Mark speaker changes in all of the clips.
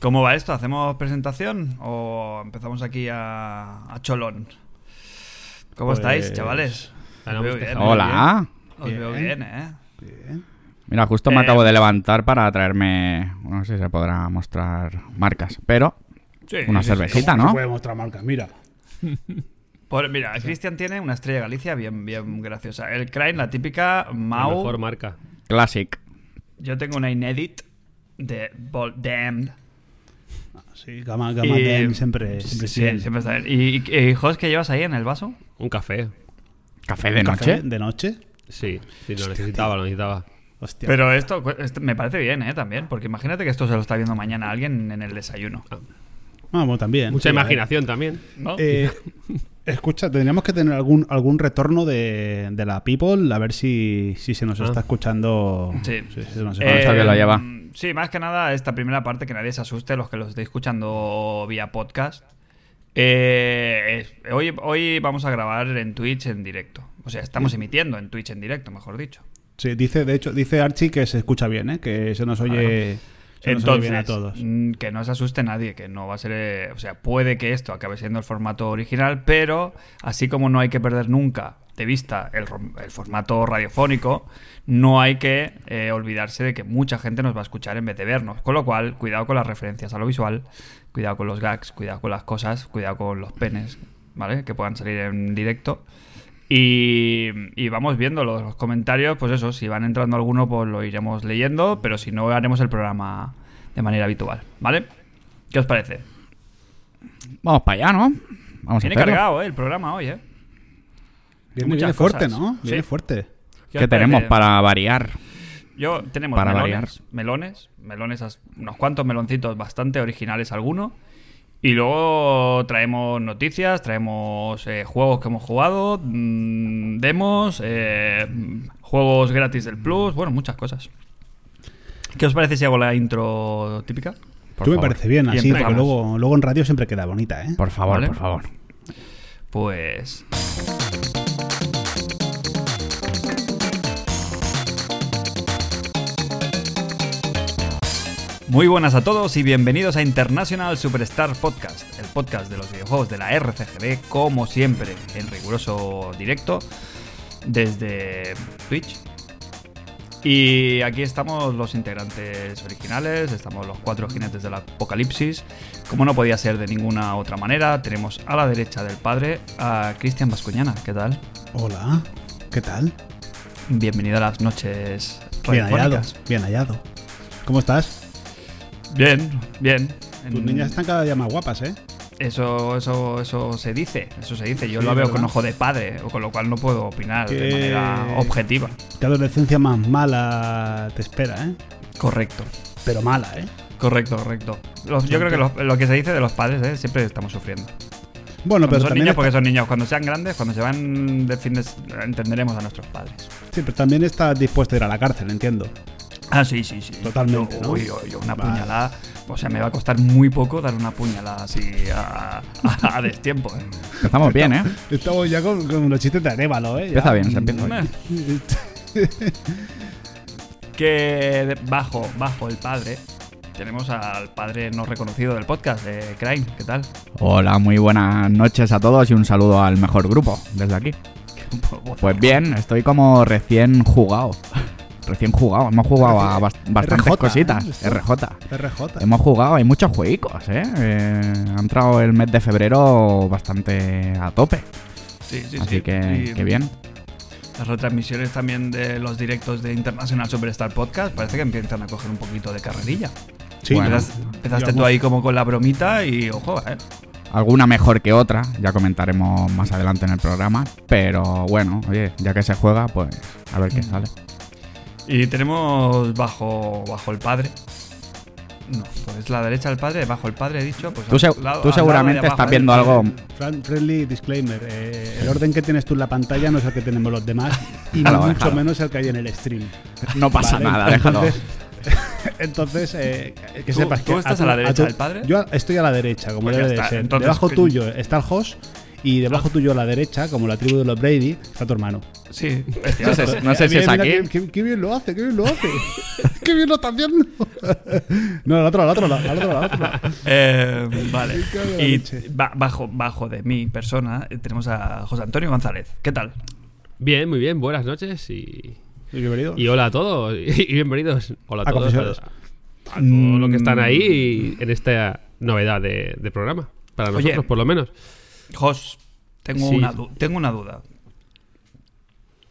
Speaker 1: ¿Cómo va esto? ¿Hacemos presentación o empezamos aquí a, a cholón? ¿Cómo
Speaker 2: Pues,
Speaker 1: estáis, chavales? Os
Speaker 2: ganamos
Speaker 1: veo
Speaker 2: tercero.
Speaker 1: bien,
Speaker 2: Muy
Speaker 3: Hola.
Speaker 1: Os veo bien, ¿eh?
Speaker 3: Mira, justo me
Speaker 1: Eh,
Speaker 3: acabo de levantar para traerme. No sé si se podrá mostrar marcas, pero una cervejita,
Speaker 4: No
Speaker 3: ¿no?
Speaker 4: puede mostrar marcas, mira.
Speaker 1: Por- Pues mira, Cristian tiene una estrella Galicia bien, bien graciosa. El Crane, la típica
Speaker 2: La
Speaker 1: Mau.
Speaker 2: mejor marca.
Speaker 3: Classic.
Speaker 1: Yo tengo una Inedit de Bol Damned.
Speaker 4: Sí, Gama, gama
Speaker 1: Y-
Speaker 4: Dem siempre,
Speaker 1: Sí,
Speaker 4: siempre,
Speaker 1: sí, siempre está bien. ¿Y, y, y, Jos, qué llevas ahí en el vaso?
Speaker 2: Un café.
Speaker 3: Café de
Speaker 4: Café
Speaker 3: noche.
Speaker 4: De noche.
Speaker 2: Sí, sí, lo necesitaba, lo necesitaba.
Speaker 4: Hostia.
Speaker 1: Pero esto, cu- esto me parece bien, ¿eh? También, porque imagínate que esto se lo está viendo mañana alguien en el desayuno.
Speaker 4: Ah, bueno, también.
Speaker 2: Mucha
Speaker 4: Sí,
Speaker 2: imaginación también.
Speaker 1: eh. ¿no?
Speaker 4: a ver. Eh, escucha, tendríamos que tener algún, algún retorno de, de la People, a ver si, si se nos
Speaker 2: Ah.
Speaker 4: está escuchando.
Speaker 1: Sí.
Speaker 4: si se nos
Speaker 3: Eh,
Speaker 4: escucha.
Speaker 3: Sabio la lleva.
Speaker 1: Sí, más que nada esta primera parte, que nadie se asuste, los que los estéis escuchando vía podcast. Eh, es- hoy, hoy vamos a grabar en Twitch en directo. O sea, estamos emitiendo en Twitch en directo, mejor dicho.
Speaker 4: Sí, dice, de hecho, dice Archie que se escucha bien, ¿eh? que se nos oye, se nos oye bien a todos.
Speaker 1: mm, que no se asuste nadie, que no va a ser... eh, o sea, puede que esto acabe siendo el formato original, pero así como no hay que perder nunca de vista el, rom- el formato radiofónico, no hay que eh, olvidarse de que mucha gente nos va a escuchar en vez de vernos. Con lo cual, cuidado con las referencias a lo visual, cuidado con los gags, cuidado con las cosas, cuidado con los penes, ¿vale? Que puedan salir en directo. Y, y vamos viendo los, los comentarios, pues eso, si van entrando alguno, pues lo iremos leyendo, pero si no, haremos el programa de manera habitual, ¿vale? ¿Qué os parece?
Speaker 3: Vamos para allá, ¿no? Vamos a
Speaker 1: Tiene
Speaker 3: hacerlo.
Speaker 1: cargado eh, el programa hoy, ¿eh?
Speaker 4: Viene,
Speaker 1: muchas
Speaker 4: viene fuerte,
Speaker 1: cosas.
Speaker 4: ¿no? Viene
Speaker 1: Sí.
Speaker 4: fuerte.
Speaker 3: ¿Qué tenemos
Speaker 1: espérate.
Speaker 3: para variar?
Speaker 1: Yo tenemos
Speaker 3: Para
Speaker 1: melones,
Speaker 3: variar.
Speaker 1: melones, melones, as- unos cuantos meloncitos bastante originales algunos. Y luego traemos noticias, traemos eh, juegos que hemos jugado, mm, demos, eh, mm, juegos gratis del Plus, bueno, muchas cosas. ¿Qué os parece si hago la intro típica?
Speaker 3: Por
Speaker 4: Tú me
Speaker 3: favor.
Speaker 4: parece bien,
Speaker 1: Y
Speaker 4: así, porque
Speaker 1: empezamos.
Speaker 4: luego, luego en radio siempre queda bonita, ¿eh?
Speaker 3: Por favor,
Speaker 1: Vale.
Speaker 3: por favor.
Speaker 1: Pues... Muy buenas a todos y bienvenidos a International Superstar Podcast, el podcast de los videojuegos de la RCGB, como siempre, en riguroso directo desde Twitch. Y aquí estamos los integrantes originales, estamos los cuatro jinetes del apocalipsis. Como no podía ser de ninguna otra manera, tenemos a la derecha del padre a Cristian Bascuñana. ¿Qué tal?
Speaker 4: Hola, ¿qué tal?
Speaker 1: Bienvenido a las noches
Speaker 4: Bien hallado,
Speaker 1: radiofónicas.
Speaker 4: bien hallado. ¿Cómo estás?
Speaker 1: Bien, bien.
Speaker 4: Tus
Speaker 1: En-
Speaker 4: niñas están cada día más guapas, ¿eh?
Speaker 1: Eso, eso, eso se dice, eso se dice. Yo
Speaker 4: Sí,
Speaker 1: lo veo
Speaker 4: ¿verdad?
Speaker 1: con ojo de padre, con lo cual no puedo opinar de
Speaker 4: Que-
Speaker 1: manera objetiva.
Speaker 4: Qué adolescencia más mala te espera, ¿eh?
Speaker 1: Correcto,
Speaker 4: Pero mala, ¿eh?
Speaker 1: correcto, correcto. Los- yo creo que los- lo que se dice de los padres, eh, siempre estamos sufriendo.
Speaker 4: Bueno,
Speaker 1: Cuando
Speaker 4: pero
Speaker 1: son
Speaker 4: también,
Speaker 1: niños, porque
Speaker 4: está-
Speaker 1: son niños. Cuando sean grandes, cuando se van de fin de s- entenderemos a nuestros padres.
Speaker 4: sí, pero también estás dispuesto a ir a la cárcel, entiendo.
Speaker 1: Ah, sí, sí, sí.
Speaker 4: Totalmente,
Speaker 1: Yo-
Speaker 4: ¿no?
Speaker 1: Uy, uy, una
Speaker 4: Vale.
Speaker 1: puñalada. O sea, me va a costar muy poco dar una puñalada así a, a- a destiempo. ¿eh?
Speaker 3: Empezamos bien, ¿eh?
Speaker 4: Estamos ya con, con los chistes de arévalo, ¿eh? Ya.
Speaker 3: Empieza bien, se empieza bien.
Speaker 1: Meh. Que de- bajo, bajo el padre, tenemos al padre no reconocido del podcast, de Crane. ¿Qué tal?
Speaker 3: Hola, muy buenas noches a todos y un saludo al mejor grupo desde aquí. Pues bien, estoy como recién jugado. Recién jugado, hemos jugado a bas- bastantes
Speaker 4: RJ, ¿eh?
Speaker 3: cositas.
Speaker 4: Esto.
Speaker 3: RJ.
Speaker 4: RJ.
Speaker 3: Hemos jugado, hay muchos juegos, ¿eh? Eh, Ha entrado el mes de febrero bastante a tope,
Speaker 1: Sí, sí,
Speaker 3: así
Speaker 1: sí.
Speaker 3: que,
Speaker 1: Y
Speaker 3: que bien.
Speaker 1: Las retransmisiones también de los directos de International Superstar Podcast parece que empiezan a coger un poquito de carrerilla.
Speaker 4: Sí,
Speaker 3: Bueno.
Speaker 4: verás.
Speaker 1: Empezas- empezaste
Speaker 4: Yo-
Speaker 1: tú ahí como con la bromita y ojo, ¿eh?
Speaker 3: Alguna mejor que otra, ya comentaremos más adelante en el programa, pero bueno, oye, ya que se juega, pues a ver qué sale.
Speaker 1: Y tenemos bajo, bajo el padre. No, pues la derecha del padre, bajo el padre he dicho. Pues
Speaker 3: Tú
Speaker 1: al
Speaker 3: se-
Speaker 1: lado- al lado
Speaker 3: tú
Speaker 1: de
Speaker 3: seguramente
Speaker 1: abajo
Speaker 3: estás
Speaker 1: del-
Speaker 3: viendo algo...
Speaker 4: Fran- friendly disclaimer. eh, el orden que tienes tú en la pantalla no es el que tenemos los demás y
Speaker 3: Déjalo,
Speaker 4: mucho
Speaker 3: déjalo.
Speaker 4: menos el que hay en el stream.
Speaker 3: No pasa
Speaker 4: Vale,
Speaker 3: nada, déjalo.
Speaker 4: Entonces, entonces, eh, que
Speaker 1: ¿Tú-
Speaker 4: sepas que.
Speaker 1: tú estás a la derecha del padre?
Speaker 4: Yo estoy a la derecha, como
Speaker 1: Pues ya
Speaker 4: debe de
Speaker 1: está,
Speaker 4: ser.
Speaker 1: entonces, Ah.
Speaker 4: Debajo
Speaker 1: que-
Speaker 4: tuyo está el host Y debajo tuyo a la derecha, como la tribu de los Brady, está tu hermano.
Speaker 1: Sí,
Speaker 3: No sé, no sé si es
Speaker 4: Mira, mira,
Speaker 3: aquí. Ah,
Speaker 4: Qué, qué- qué bien lo hace, qué bien lo hace. qué bien lo está haciendo. no, al otro, al otro, al otro, al otro.
Speaker 1: Eh, vale.
Speaker 4: cago en la
Speaker 1: Y
Speaker 4: leche.
Speaker 1: ba- bajo, bajo de mi persona eh, tenemos a José Antonio González. ¿Qué tal?
Speaker 2: Bien, muy bien, buenas noches y,
Speaker 4: Bienvenido.
Speaker 1: Pues-
Speaker 2: y hola a todos. Y bienvenidos. Hola a,
Speaker 4: A
Speaker 2: todos.
Speaker 4: Confesiones.
Speaker 2: A, a todos los que
Speaker 1: Mm.
Speaker 2: están ahí y en esta novedad de, de programa. Para
Speaker 1: Oye.
Speaker 2: nosotros, por lo menos.
Speaker 1: Jos, tengo,
Speaker 2: Sí.
Speaker 1: una, du- tengo una duda.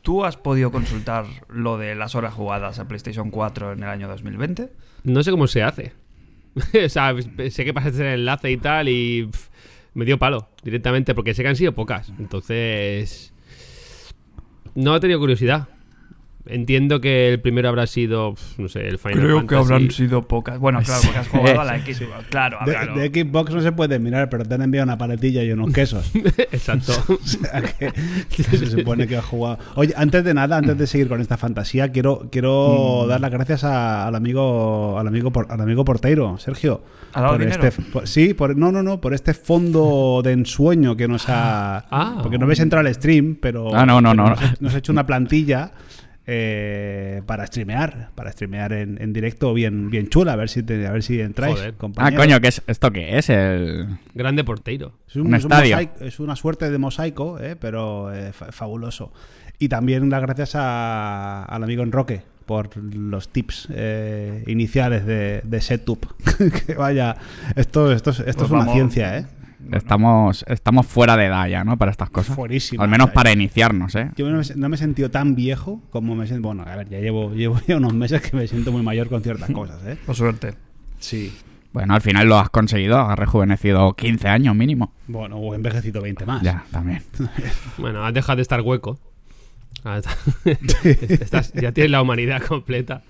Speaker 1: ¿Tú has podido consultar lo de las horas jugadas a PlayStation 4 en el año 2020?
Speaker 2: No sé cómo se hace. o sea, sé que pasaste el enlace y tal y pf, me dio palo directamente porque sé que han sido pocas. Entonces, no he tenido curiosidad. Entiendo que el primero habrá sido, pf, no sé, el Final Fantasy.
Speaker 1: sido pocas. Bueno, claro, porque has jugado a la X. Claro,
Speaker 4: De,
Speaker 1: claro.
Speaker 4: de Xbox no se puede mirar, pero te han enviado una paletilla y unos quesos.
Speaker 2: Exacto.
Speaker 4: sea, que se supone que ha jugado. Oye, antes de nada, antes de seguir con esta fantasía, quiero, quiero
Speaker 1: Mm.
Speaker 4: dar las gracias a- al amigo al amigo por- al amigo porteiro, Sergio.
Speaker 1: ¿Ha dado
Speaker 4: por
Speaker 1: dinero?
Speaker 4: este, por- sí, por, no, no, no, por este fondo de ensueño que nos ha.
Speaker 2: Ah.
Speaker 4: porque no habéis entrado al stream, pero.
Speaker 3: Ah, no, no,
Speaker 4: pero
Speaker 3: no.
Speaker 4: Nos, ha, nos ha hecho una plantilla. eh, para streamear, para streamear en, en directo bien, bien chula, a ver si te- a ver si entráis,
Speaker 2: Joder. Ah,
Speaker 3: Ah,
Speaker 4: compañeros.
Speaker 3: coño, ¿qué es, ¿esto qué es? El...
Speaker 2: Grande porteiro.
Speaker 4: Es un,
Speaker 3: Un
Speaker 4: es un
Speaker 3: estadio.
Speaker 4: mosaico- es una suerte de mosaico, eh, pero eh, fa- fabuloso. Y también las gracias a- al amigo Enroque por los tips eh, iniciales de, de setup. que vaya, esto, esto, es- esto
Speaker 1: Pues
Speaker 4: es una
Speaker 1: vamos.
Speaker 4: ciencia, ¿eh?
Speaker 3: Estamos, estamos fuera de edad ya, ¿no? Para estas cosas.
Speaker 4: Fuerísima.
Speaker 3: Al menos
Speaker 4: O sea,
Speaker 3: para iniciarnos, ¿eh?
Speaker 4: Yo no me, no me he sentido tan viejo como me siento. Bueno, a ver, ya llevo, llevo ya unos meses que me siento muy mayor con ciertas cosas, ¿eh?
Speaker 1: Por suerte.
Speaker 4: Sí.
Speaker 3: Bueno, al final lo has conseguido, has rejuvenecido 15 años mínimo.
Speaker 4: Bueno, o envejecido 20 más.
Speaker 3: Ya, también.
Speaker 2: Bueno, has dejado de estar hueco. Ah, está- Estás- ya tienes la humanidad completa.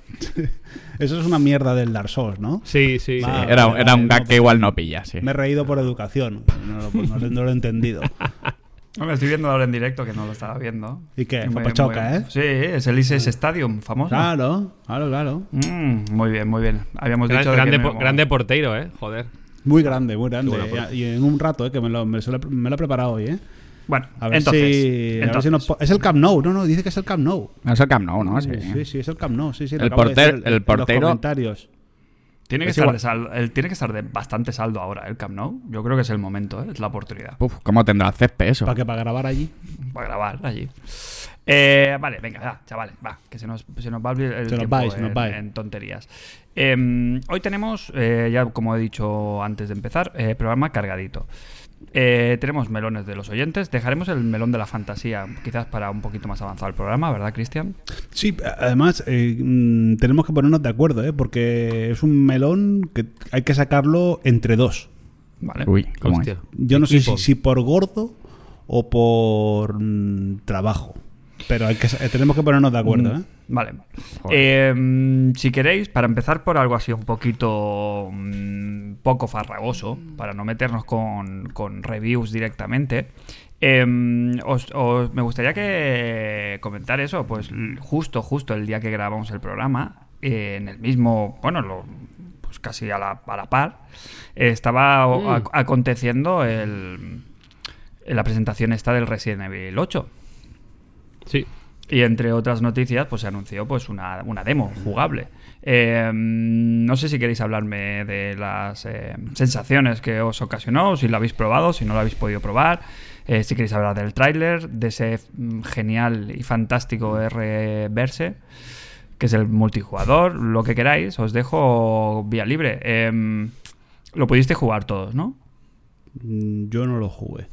Speaker 4: Eso es una mierda del Dark Souls, ¿no?
Speaker 2: Sí, sí.
Speaker 4: Ah,
Speaker 3: era,
Speaker 4: vale,
Speaker 3: era un
Speaker 4: vale,
Speaker 3: gag
Speaker 4: no,
Speaker 3: que igual no pilla, sí.
Speaker 4: Me he reído por educación. No lo- no lo- no lo he entendido.
Speaker 1: No me estoy viendo ahora en directo que no lo estaba viendo.
Speaker 4: ¿Y qué?
Speaker 1: Muy-
Speaker 4: Fue pachoca,
Speaker 1: muy-
Speaker 4: ¿eh? Ah.
Speaker 1: Sí, es el ISS Stadium famoso.
Speaker 4: Claro, claro, claro.
Speaker 1: Mm, muy bien, muy bien. Habíamos
Speaker 2: Gran-
Speaker 1: dicho de que
Speaker 2: grande,
Speaker 1: no
Speaker 2: por-
Speaker 1: íbamos-
Speaker 2: grande porteiro, eh. Joder.
Speaker 4: Muy grande, muy grande.
Speaker 2: Qué buena pregunta.
Speaker 4: y en un rato, eh, que me lo, me, se lo- me lo ha preparado hoy, ¿eh?
Speaker 1: Bueno,
Speaker 4: A ver,
Speaker 1: entonces,
Speaker 4: si, a ver si
Speaker 1: entonces.
Speaker 4: nos po- Es el Camp Nou, no, no, dice que es el Camp Nou.
Speaker 3: No es el Camp Nou, ¿no? Sí.
Speaker 4: sí, sí, es el Camp Nou, sí, sí. lo
Speaker 3: El
Speaker 4: acabo de
Speaker 3: porter-
Speaker 4: decir
Speaker 3: el
Speaker 4: en los
Speaker 3: portero-
Speaker 4: comentarios.
Speaker 1: Tiene que,
Speaker 3: Es
Speaker 1: estar
Speaker 3: igual.
Speaker 1: de sal- el- tiene que estar de bastante saldo ahora el Camp Nou. Yo creo que es el momento, ¿eh? es la oportunidad
Speaker 3: Uf, ¿cómo tendrá el césped eso?
Speaker 4: ¿Para que ¿Para grabar allí?
Speaker 1: para grabar allí. Eh, vale, venga, va, chavales, va, que se nos, se nos va el el
Speaker 4: Se nos
Speaker 1: tiempo
Speaker 4: va, se
Speaker 1: en,
Speaker 4: nos va.
Speaker 1: en tonterías. Eh, hoy tenemos, eh, ya como he dicho antes de empezar, eh, programa cargadito. Eh, tenemos melones de los oyentes, dejaremos el melón de la fantasía quizás para un poquito más avanzado el programa, ¿verdad, Cristian?
Speaker 4: Sí, además eh, mm, tenemos que ponernos de acuerdo, ¿eh? Porque es un melón que hay que sacarlo entre dos.
Speaker 1: Vale.
Speaker 3: Uy, ¿cómo es?
Speaker 2: Hostia.
Speaker 4: Yo no sé
Speaker 2: Equipo.
Speaker 4: si, si por gordo o por mm, trabajo. Pero hay que, sa- eh, tenemos que ponernos de acuerdo,
Speaker 1: Mm.
Speaker 4: ¿eh?
Speaker 1: Vale.
Speaker 3: Joder.
Speaker 1: Eh, si queréis, para empezar por algo así un poquito mm, poco farragoso, para no meternos con, con reviews directamente, eh, os- os- me gustaría que comentar eso, pues l- justo, justo el día que grabamos el programa, eh, en el mismo, bueno, lo- pues casi a la, a la par, eh, estaba o- ac- aconteciendo el- la presentación esta del Resident Evil 8.
Speaker 2: Sí.
Speaker 1: Y entre otras noticias, pues se anunció pues una, una demo jugable. Eh, no sé si queréis hablarme de las eh, sensaciones que os ocasionó, si lo habéis probado, si no lo habéis podido probar, eh, si queréis hablar del tráiler, de ese mm, genial y fantástico R-Verse, que es el multijugador, lo que queráis, os dejo vía libre. Em, lo pudisteis jugar todos, ¿no?
Speaker 4: Mm, Yo no lo jugué.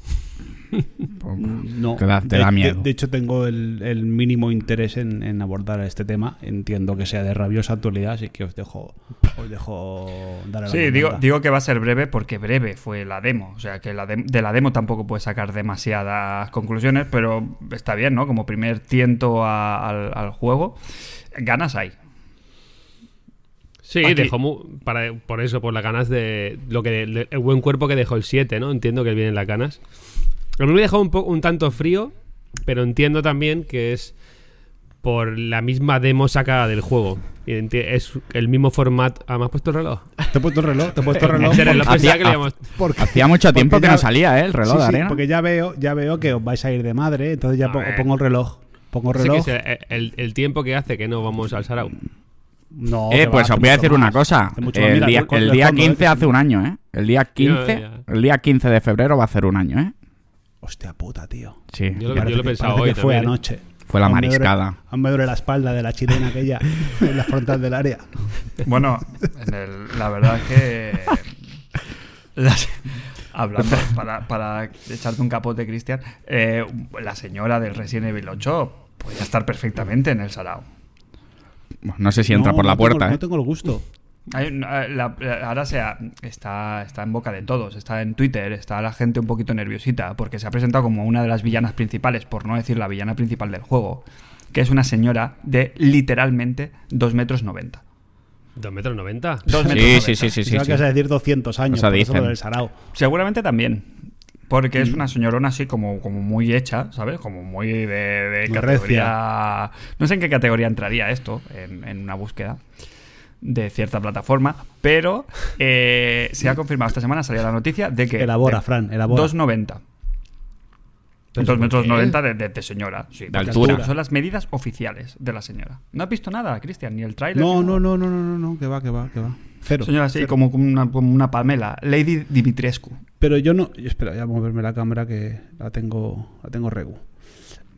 Speaker 4: No.
Speaker 3: Te da- te
Speaker 4: de,
Speaker 3: da
Speaker 4: de-
Speaker 3: miedo.
Speaker 4: De, hecho, tengo el, el mínimo interés en, en abordar este tema. Entiendo que sea de rabiosa actualidad, así que os dejo, os dejo dar a la
Speaker 1: Sí, digo,
Speaker 4: comanda.
Speaker 1: digo que va a ser breve porque breve fue la demo. O sea, que la dem- de la demo tampoco puedes sacar demasiadas conclusiones, pero está bien, ¿no? Como primer tiento a- al, al juego, ganas hay.
Speaker 2: Sí,
Speaker 1: Aquí-
Speaker 2: dejó mu- para, por eso, por las ganas de lo que de- el buen cuerpo que dejó el 7, ¿no? Entiendo que vienen las ganas. A mí me dejó un, po- un tanto frío, pero entiendo también que es por la misma demo sacada del juego. Y enti- Es el mismo formato. Ah, ¿me has puesto el reloj?
Speaker 4: Te he puesto el reloj, te he puesto el reloj.
Speaker 2: Ese reloj
Speaker 4: por-
Speaker 2: pensaba
Speaker 3: Hacía-
Speaker 2: que le llamamos-
Speaker 4: porque-
Speaker 3: Hacía mucho
Speaker 4: porque
Speaker 3: tiempo que
Speaker 4: ya-
Speaker 3: no salía, ¿eh? El reloj
Speaker 4: Sí,
Speaker 3: de
Speaker 4: sí,
Speaker 3: arena.
Speaker 4: porque ya veo, ya veo que os vais a ir de madre, entonces ya
Speaker 2: A
Speaker 4: po-
Speaker 2: ver.
Speaker 4: pongo el reloj. Pongo el
Speaker 2: Ese que
Speaker 4: reloj.
Speaker 2: es el, el- el tiempo que hace que no vamos al Sarau.
Speaker 4: No,
Speaker 3: eh,
Speaker 4: que
Speaker 3: pues
Speaker 4: va,
Speaker 3: os
Speaker 4: hace
Speaker 3: voy a
Speaker 4: mucho
Speaker 3: decir una
Speaker 4: más.
Speaker 3: cosa.
Speaker 4: Hace mucho más.
Speaker 3: El
Speaker 4: Mira,
Speaker 3: día,
Speaker 4: el
Speaker 3: el
Speaker 4: del
Speaker 3: día
Speaker 4: fondo, eh,
Speaker 3: 15 hace un año, ¿eh? El día 15,
Speaker 2: ya.
Speaker 3: el día 15 de febrero va a hacer un año, ¿eh?
Speaker 4: Hostia puta, tío.
Speaker 3: Sí.
Speaker 2: Yo lo, yo
Speaker 4: Parece
Speaker 2: lo he
Speaker 4: que-
Speaker 2: pensado
Speaker 4: parece
Speaker 2: hoy
Speaker 4: que fue
Speaker 2: también, ¿eh?
Speaker 4: anoche.
Speaker 3: Fue la
Speaker 4: Aún me duele-
Speaker 3: mariscada.
Speaker 4: Aún me duele la espalda de la chilena aquella en la frontal del área.
Speaker 1: Bueno, en el- la verdad es que. las- hablando, para, para echarte un capote, Cristian, eh, la señora del Resident Evil 8 podía estar perfectamente en el Sarao.
Speaker 3: No sé si entra
Speaker 4: No,
Speaker 3: por la
Speaker 4: no tengo-
Speaker 3: puerta,
Speaker 4: No
Speaker 3: ¿eh?
Speaker 4: tengo el gusto.
Speaker 1: Hay un- eh, la- la- ahora sea, está, está en boca de todos, está en Twitter, está la gente un poquito nerviosita, porque se ha presentado como una de las villanas principales, por no decir la villana principal del juego, que es una señora de literalmente 2 metros 90.
Speaker 2: ¿Dos metros noventa?
Speaker 1: Dos metros
Speaker 3: Sí,
Speaker 1: 90.
Speaker 3: sí, sí, sí, sí,
Speaker 4: Pensaba
Speaker 3: sí.
Speaker 4: que vas a decir 200 años,
Speaker 3: O sea,
Speaker 4: por eso lo
Speaker 3: dicen.
Speaker 4: del Sarao.
Speaker 1: Seguramente también. Porque es una señorona así como, como muy hecha, ¿sabes? Como muy de, de
Speaker 4: Muy
Speaker 1: categoría... No sé en qué categoría entraría esto en, en una búsqueda de cierta plataforma, pero eh, se ha confirmado esta semana, salía la noticia de que...
Speaker 4: Elabora,
Speaker 1: de-
Speaker 4: Fran, elabora.
Speaker 1: 2,90. 2
Speaker 2: Pero ¿por
Speaker 1: metros
Speaker 2: qué?
Speaker 1: 90 de, de- de señora. Sí, porque
Speaker 3: altura.
Speaker 1: Son las medidas oficiales de la señora. ¿No has visto nada, Cristian? Ni el tráiler.
Speaker 4: No,
Speaker 1: ni
Speaker 4: no,
Speaker 1: nada.
Speaker 4: no, no, no, no, no, que va, que va, que va. Cero.
Speaker 1: Señora, así como una, como una palmela. Lady Dimitrescu.
Speaker 4: Pero yo no. y Espera, voy a moverme la cámara que la tengo. La tengo regu.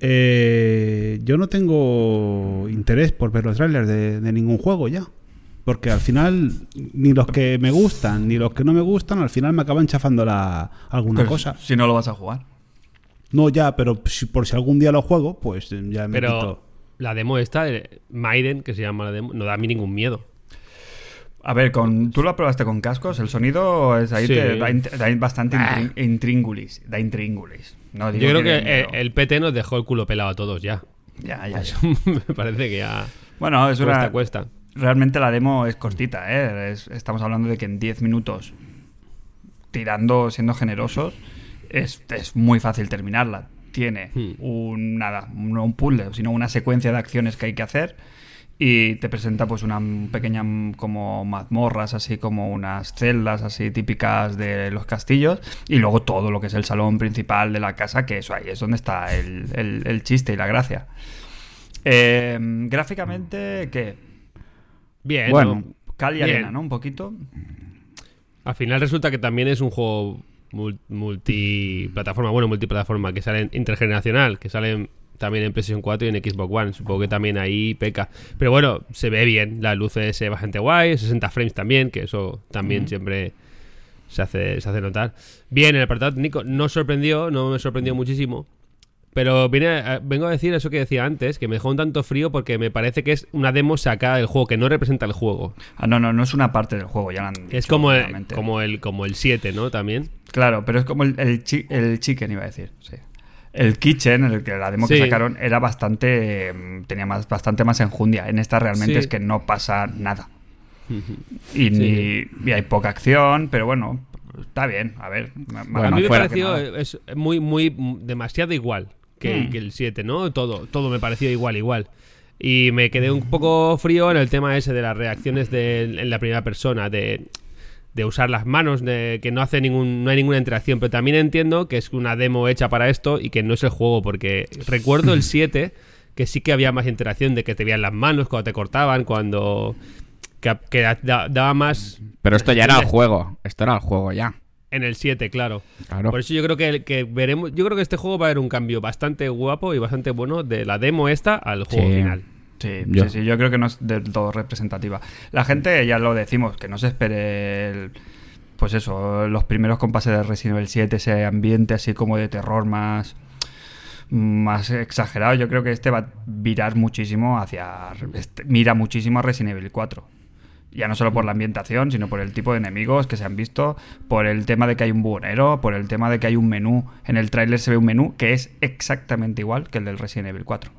Speaker 4: Eh, yo no tengo interés por ver los trailers de, de ningún juego ya. Porque al final, ni los que me gustan, ni los que no me gustan, al final me acaban chafando la, alguna
Speaker 3: Pues
Speaker 1: Pero
Speaker 4: cosa.
Speaker 1: Pues, Si no lo vas a jugar.
Speaker 4: No, ya, pero si- por si algún día lo juego, pues eh, ya me
Speaker 2: Pero
Speaker 4: quito.
Speaker 2: la demo esta, eh, Maiden, que se llama la demo, no da a mí ningún miedo.
Speaker 1: A ver, con, tú lo probaste con cascos, el sonido es ahí
Speaker 2: Sí. Ah.
Speaker 1: te da, int- da bastante intrin- intríngulis. Da intríngulis. No, digo
Speaker 2: Yo creo que
Speaker 1: dé miedo.
Speaker 2: eh, el PT nos dejó el culo pelado a todos ya.
Speaker 1: Ya, ya, ya.
Speaker 2: Me parece que ya
Speaker 1: Bueno, es
Speaker 2: cuesta,
Speaker 1: una,
Speaker 2: cuesta.
Speaker 1: Realmente la demo es cortita, ¿eh? Es- estamos hablando de que en 10 minutos, tirando, siendo generosos, es, es muy fácil terminarla. Tiene
Speaker 2: Hmm.
Speaker 1: un, nada, no un puzzle, sino una secuencia de acciones que hay que hacer y te presenta pues una m- pequeña m- como mazmorras, así como unas celdas así típicas de los castillos y luego todo lo que es el salón principal de la casa, que eso ahí es donde está el- el- el chiste y la gracia. Eh, gráficamente, ¿qué?
Speaker 2: Bien,
Speaker 3: Bueno.
Speaker 2: ¿no?
Speaker 1: Cal y
Speaker 2: Bien.
Speaker 1: arena, ¿no? Un poquito.
Speaker 2: Al final resulta que también es un juego mul- multiplataforma, bueno, multiplataforma, que sale en- intergeneracional, que sale en- también en PlayStation 4 y en Xbox One. Supongo que también ahí peca. Pero bueno, se ve bien, las luces es bastante guay, 60 frames también, que eso también siempre se hace, se hace notar. Bien, el apartado técnico no sorprendió, no me sorprendió muchísimo. Pero vine a- vengo a decir eso que decía antes, que me dejó un tanto frío porque me parece que es una demo sacada del juego, que no representa el juego.
Speaker 1: Ah, no, no, no es una parte del juego, ya lo han
Speaker 2: Que es
Speaker 1: dicho,
Speaker 2: como el,
Speaker 1: obviamente.
Speaker 2: como el como el 7, ¿no? También.
Speaker 1: Claro, pero es como el, el, chi- el chicken, iba a decir. sí. El kitchen, el que la demo que
Speaker 2: Sí.
Speaker 1: sacaron, era bastante. mm, tenía más, bastante más enjundia. En esta realmente
Speaker 2: Sí.
Speaker 1: es que no pasa nada. Y, ni, y hay poca acción, pero bueno, está bien. A ver, ma- ma-
Speaker 3: Bueno,
Speaker 2: a mí me
Speaker 1: fuera que
Speaker 2: pareció
Speaker 1: nada.
Speaker 2: eh, es muy muy mm, demasiado igual que,
Speaker 1: Mm.
Speaker 2: que el 7, ¿no? Todo todo me pareció igual igual. Y me quedé un poco frío en el tema ese de las reacciones de, en la primera persona de de usar las manos, de que no hace ningún, no hay ninguna interacción. Pero también entiendo que es una demo hecha para esto y que no es el juego, porque recuerdo el 7, que sí que había más interacción de que te veían las manos cuando te cortaban, cuando. que, que da- daba más.
Speaker 3: Pero esto ya era el juego. Esto era el juego ya.
Speaker 2: En el 7, claro.
Speaker 3: Claro.
Speaker 4: Pues,
Speaker 2: Por eso yo creo que, el- que veremos. Yo creo que este juego va a haber un cambio bastante guapo y bastante bueno de la demo esta al juego
Speaker 3: Sí.
Speaker 2: final.
Speaker 1: Sí,
Speaker 3: Yo.
Speaker 1: sí, sí, yo creo que no es del todo representativa. La gente, ya lo decimos, que no se espere el- pues eso, los primeros compases de Resident Evil 7, ese ambiente así como de terror más más exagerado, yo creo que este va a virar muchísimo hacia este- mira muchísimo a Resident Evil 4. Ya no solo por la ambientación, sino por el tipo de enemigos que se han visto, por el tema de que hay un buhonero, por el tema de que hay un menú. En el tráiler se ve un menú que es exactamente igual que el del Resident Evil 4.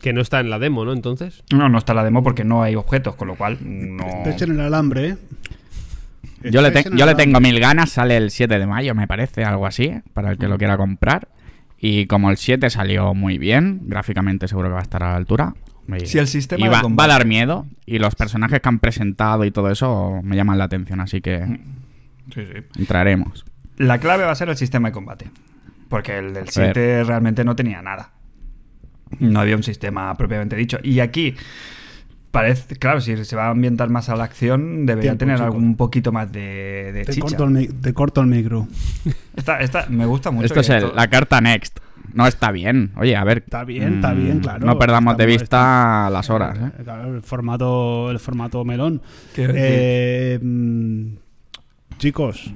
Speaker 2: Que no está en la demo, ¿no? Entonces.
Speaker 1: No, no está la demo porque no hay objetos, con lo cual no.
Speaker 4: Te echen el alambre, ¿eh?
Speaker 3: Yo le,
Speaker 4: Te
Speaker 3: te-
Speaker 4: echen el
Speaker 3: yo le
Speaker 4: alambre.
Speaker 3: tengo mil ganas, sale el 7 de mayo, me parece, algo así, para el que lo quiera comprar. Y como el 7 salió muy bien, gráficamente seguro que va a estar a la altura. Y-
Speaker 1: Si el sistema
Speaker 3: y
Speaker 1: de
Speaker 3: va, va
Speaker 1: combate-
Speaker 3: a dar miedo. Y los personajes que han presentado y todo eso me llaman la atención, así
Speaker 4: Mm.
Speaker 3: que
Speaker 1: Sí, sí.
Speaker 3: entraremos.
Speaker 1: La clave va a ser el sistema de combate. Porque el del 7 realmente no tenía nada. No había un sistema propiamente dicho. Y aquí, parece, claro, si se va a ambientar más a la acción, debería
Speaker 4: Tiempo,
Speaker 1: tener
Speaker 4: chico.
Speaker 1: algún poquito más de, de
Speaker 4: Te
Speaker 1: chicha.
Speaker 4: corto, el, mi- te corto el micro.
Speaker 1: Esta, esta me gusta mucho.
Speaker 3: Esto
Speaker 1: que
Speaker 3: es el- la carta Next. No está bien. Oye, a ver. Mm,
Speaker 4: Está bien, está bien, claro.
Speaker 3: No perdamos
Speaker 4: Está
Speaker 3: de
Speaker 4: molesto.
Speaker 3: vista las horas. ¿eh?
Speaker 4: Eh, claro, el formato, el formato melón.
Speaker 1: Quiero
Speaker 4: Eh, mm, chicos,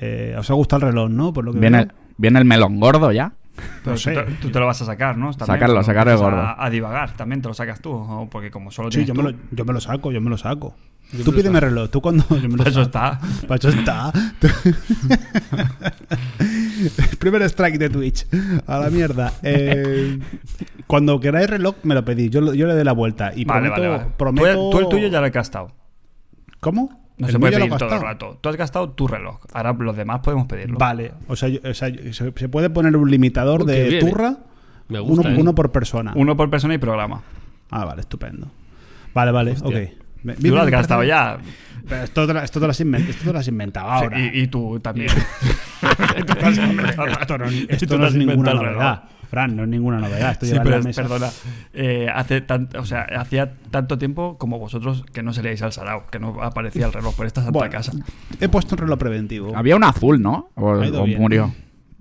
Speaker 4: eh, os ha gustado el reloj, ¿no? Por lo que
Speaker 3: Viene,
Speaker 4: veo.
Speaker 3: el- viene el melón gordo ya.
Speaker 1: Pero
Speaker 4: no
Speaker 1: tú
Speaker 4: sé.
Speaker 1: te- Tú, te lo vas a sacar, ¿no? También,
Speaker 3: Sacarlo,
Speaker 1: ¿no?
Speaker 3: sacar el
Speaker 1: Empiezas
Speaker 3: gordo.
Speaker 1: A, a divagar, también te lo sacas tú. ¿no? Porque como solo
Speaker 4: Sí,
Speaker 1: tienes
Speaker 4: yo
Speaker 1: tú,
Speaker 4: me, lo, yo me lo saco, yo me lo saco.
Speaker 2: Yo
Speaker 4: tú
Speaker 2: me lo
Speaker 4: pídeme reloj, tú cuando. Yo me lo
Speaker 1: para
Speaker 3: Pues
Speaker 1: pues eso
Speaker 4: saco.
Speaker 1: está.
Speaker 4: Para eso está. Tú- Primer strike de Twitch. A la mierda. Eh, cuando queráis reloj, me lo pedís. Yo, lo- yo le doy la vuelta.
Speaker 1: Vale,
Speaker 4: Y prometo.
Speaker 1: vale, vale. Tú-
Speaker 4: prometo-
Speaker 1: Tú, el tuyo ya lo has gastado.
Speaker 4: ¿Cómo?
Speaker 1: No
Speaker 4: El
Speaker 1: se
Speaker 4: mío
Speaker 1: puede
Speaker 4: ya lo he
Speaker 1: pedir todo el
Speaker 4: gastado.
Speaker 1: rato. Tú has gastado tu reloj. Ahora los demás podemos pedirlo.
Speaker 4: Vale. O sea, yo- o sea, yo- se se puede poner un limitador
Speaker 2: Uy, qué
Speaker 4: de
Speaker 2: bien,
Speaker 4: turra.
Speaker 2: Me gusta.
Speaker 4: uno,
Speaker 2: ¿eh?
Speaker 4: uno por persona.
Speaker 1: Uno por persona y programa.
Speaker 4: Ah, vale, estupendo. Vale, vale, ok. Me-
Speaker 1: Tú lo
Speaker 4: me-
Speaker 1: has
Speaker 4: me-
Speaker 1: gastado ya.
Speaker 4: Pero esto te lo- esto te lo has inventado, esto te lo has inventado
Speaker 1: Sí,
Speaker 4: ahora.
Speaker 1: Y, y tú también.
Speaker 4: esto no,
Speaker 1: Y
Speaker 4: esto
Speaker 1: tú
Speaker 4: no
Speaker 1: te
Speaker 4: es
Speaker 1: has
Speaker 4: ninguna
Speaker 1: inventado el
Speaker 4: novedad.
Speaker 1: reloj.
Speaker 4: Fran, no es ninguna novedad. Esto
Speaker 1: Sí,
Speaker 4: lleva en
Speaker 1: pero
Speaker 4: la
Speaker 1: es-
Speaker 4: mesa.
Speaker 1: perdona. Eh, hace tanto, o sea, hacía tanto tiempo como vosotros que no salíais al sarao, que no aparecía el reloj por esta santa
Speaker 4: Bueno,
Speaker 1: casa.
Speaker 4: He puesto un reloj preventivo.
Speaker 3: Había un azul, ¿no? O,
Speaker 4: Ha ido
Speaker 3: o
Speaker 4: bien.
Speaker 3: murió.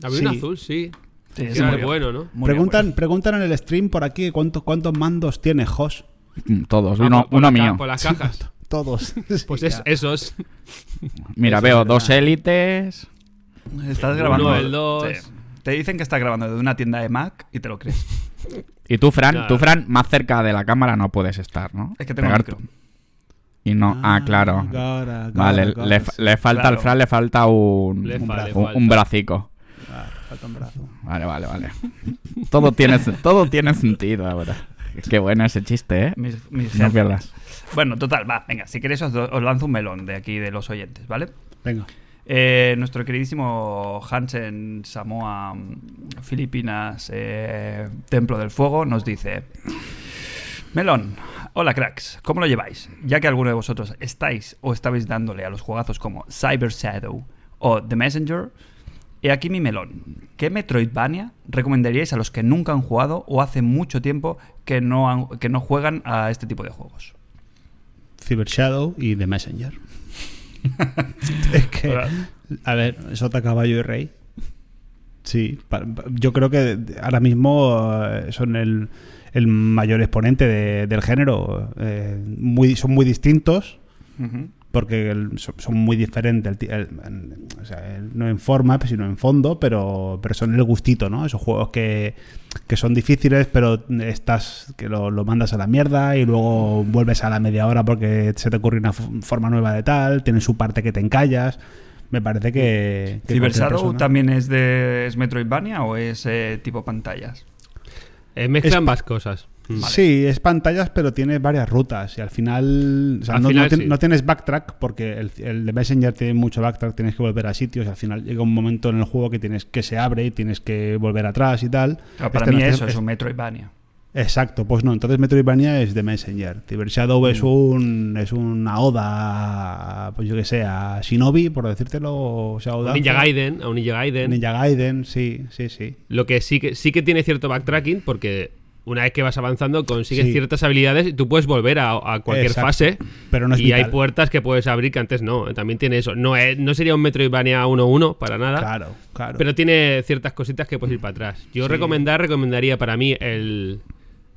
Speaker 2: Había un
Speaker 4: Sí.
Speaker 2: azul, sí.
Speaker 1: Sí,
Speaker 2: Que
Speaker 1: sí,
Speaker 2: era
Speaker 1: muy
Speaker 2: bueno, ¿no?
Speaker 1: Muy bien,
Speaker 4: preguntan,
Speaker 3: pues.
Speaker 1: bueno.
Speaker 4: preguntan en el stream por aquí cuántos, cuántos mandos tiene Jos.
Speaker 3: Mm, Todos,
Speaker 2: Ah,
Speaker 3: uno,
Speaker 4: pues,
Speaker 2: por- por
Speaker 3: uno
Speaker 2: la ca-
Speaker 3: mío.
Speaker 2: Por las cajas.
Speaker 4: Todos.
Speaker 2: Pues
Speaker 4: Sí,
Speaker 2: es,
Speaker 4: ya.
Speaker 2: esos.
Speaker 3: Mira,
Speaker 4: es
Speaker 3: veo
Speaker 4: verdad.
Speaker 3: dos élites.
Speaker 1: Estás grabando.
Speaker 2: el dos.
Speaker 1: Sí. Te dicen que estás grabando de una tienda de Mac y te lo crees.
Speaker 3: Y tú, Fran,
Speaker 2: Claro.
Speaker 3: tú, Fran, más cerca de la cámara no puedes estar, ¿no?
Speaker 1: Es que tengo
Speaker 3: Pegar
Speaker 1: micro.
Speaker 3: tu- Y no, ah, claro.
Speaker 4: Gara, gara,
Speaker 3: Vale,
Speaker 4: gara.
Speaker 3: le, le falta
Speaker 1: Claro.
Speaker 3: al Fran, le falta un,
Speaker 2: Le
Speaker 3: un,
Speaker 2: fa-
Speaker 3: bra-
Speaker 2: le
Speaker 3: un-
Speaker 2: falta.
Speaker 3: un bracico.
Speaker 4: Ah, falta un brazo.
Speaker 3: Vale, vale, vale. todo, tiene, todo tiene sentido ahora. Qué bueno ese chiste, ¿eh?
Speaker 1: Mis- mis
Speaker 3: No
Speaker 1: jefes.
Speaker 3: pierdas.
Speaker 1: Bueno, total, va, venga, si queréis os, do- os lanzo un melón de aquí de los oyentes, ¿vale?
Speaker 4: Venga.
Speaker 1: Eh, nuestro queridísimo Hansen Samoa mm, Filipinas eh, Templo del Fuego nos dice Melón, hola cracks, ¿cómo lo lleváis? Ya que alguno de vosotros estáis o estabais dándole a los juegazos como Cyber Shadow o The Messenger, he aquí mi melón. ¿Qué Metroidvania recomendaríais a los que nunca han jugado o hace mucho tiempo que no, han- que no juegan a este tipo de juegos?
Speaker 4: Cyber Shadow y The Messenger. es que, a ver, Sota Caballo y Rey. Sí, pa- pa- yo creo que ahora mismo eh, son el, el mayor exponente de- del género. Eh, muy, son muy distintos
Speaker 1: Ujú.
Speaker 4: porque el- son, son muy diferentes, el ti- el- en- o sea, el- no en forma, pues, sino en fondo, pero, pero son el gustito, ¿no? Esos juegos que, que son difíciles, pero estás que lo, lo mandas a la mierda y luego vuelves a la media hora porque se te ocurre una f- forma nueva de tal, tiene su parte que te encallas. Me parece que... que
Speaker 1: ¿Cyber
Speaker 4: cualquier
Speaker 1: Shadow
Speaker 4: persona-
Speaker 1: también es de es Metroidvania o es eh, tipo pantallas?
Speaker 2: Eh, mezcla
Speaker 4: Es-
Speaker 2: ambas cosas.
Speaker 4: Sí, es pantallas, pero tiene varias rutas. Y al final, o sea,
Speaker 2: Al
Speaker 4: no,
Speaker 2: final
Speaker 4: no ti-
Speaker 2: sí.
Speaker 4: no tienes backtrack, porque el, el de Messenger tiene mucho backtrack, tienes que volver a sitios. y al final llega un momento en el juego que tienes que se abre y tienes que volver atrás y tal.
Speaker 2: Ah,
Speaker 1: Claro, para
Speaker 4: Este
Speaker 1: mí
Speaker 4: no tiene-
Speaker 1: eso es
Speaker 4: es-
Speaker 1: un Metroidvania.
Speaker 4: Exacto, pues no. Entonces Metroidvania es de Messenger. Cyber Shadow es
Speaker 2: Mm.
Speaker 4: un es una oda, a, pues yo que sé, a Shinobi, por decírtelo, o sea,
Speaker 2: A
Speaker 4: oda-
Speaker 2: un Ninja Gaiden, a un Ninja Gaiden.
Speaker 4: Ninja Gaiden, sí, sí, sí.
Speaker 2: Lo que sí que sí que tiene cierto backtracking, porque una vez que vas avanzando consigues
Speaker 4: Sí.
Speaker 2: ciertas habilidades y tú puedes volver a, a cualquier
Speaker 4: Exacto.
Speaker 2: fase.
Speaker 4: Pero no es
Speaker 2: y
Speaker 4: vital.
Speaker 2: hay puertas que puedes abrir que antes no. También tiene eso. No, es- no sería un Metroidvania 1-1 para nada.
Speaker 4: Claro, claro.
Speaker 2: Pero tiene ciertas cositas que puedes ir para atrás. Yo recomendar, recomendaría para mí el,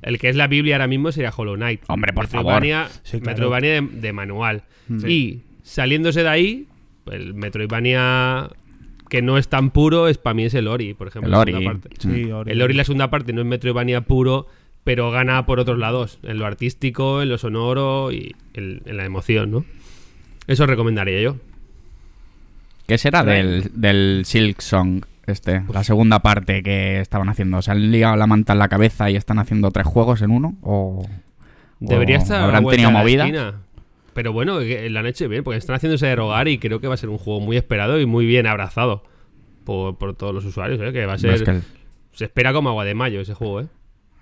Speaker 2: el que es la Biblia ahora mismo sería Hollow Knight.
Speaker 3: Hombre, por
Speaker 2: Metroidvania,
Speaker 4: Sí, claro. Mm.
Speaker 2: Metroidvania de, de manual. Y saliéndose de ahí, el Metroidvania que no es tan puro es para mí es el Ori, por ejemplo.
Speaker 3: El
Speaker 2: la
Speaker 3: Ori.
Speaker 2: segunda parte. Mm.
Speaker 4: Sí, Ori.
Speaker 2: El Ori la segunda parte no es Metroidvania puro, pero gana por otros lados, en lo artístico, en lo sonoro y en, en la emoción, ¿no? Eso recomendaría yo.
Speaker 3: ¿Qué será del, del Silk Song? Este, la segunda parte que estaban haciendo. ¿Se han liado la manta en la cabeza y están haciendo tres juegos en uno? ¿O,
Speaker 2: Debería
Speaker 3: o
Speaker 2: estar a la
Speaker 3: habrán
Speaker 2: vuelta
Speaker 3: tenido
Speaker 2: de la
Speaker 3: movida?
Speaker 2: esquina. Pero bueno, que lo han hecho bien, porque están haciéndose de rogar y creo que va a ser un juego muy esperado y muy bien abrazado por, por todos los usuarios, ¿eh? que va a ser
Speaker 3: Pero es que el-
Speaker 2: Se espera como agua de mayo ese juego, ¿eh?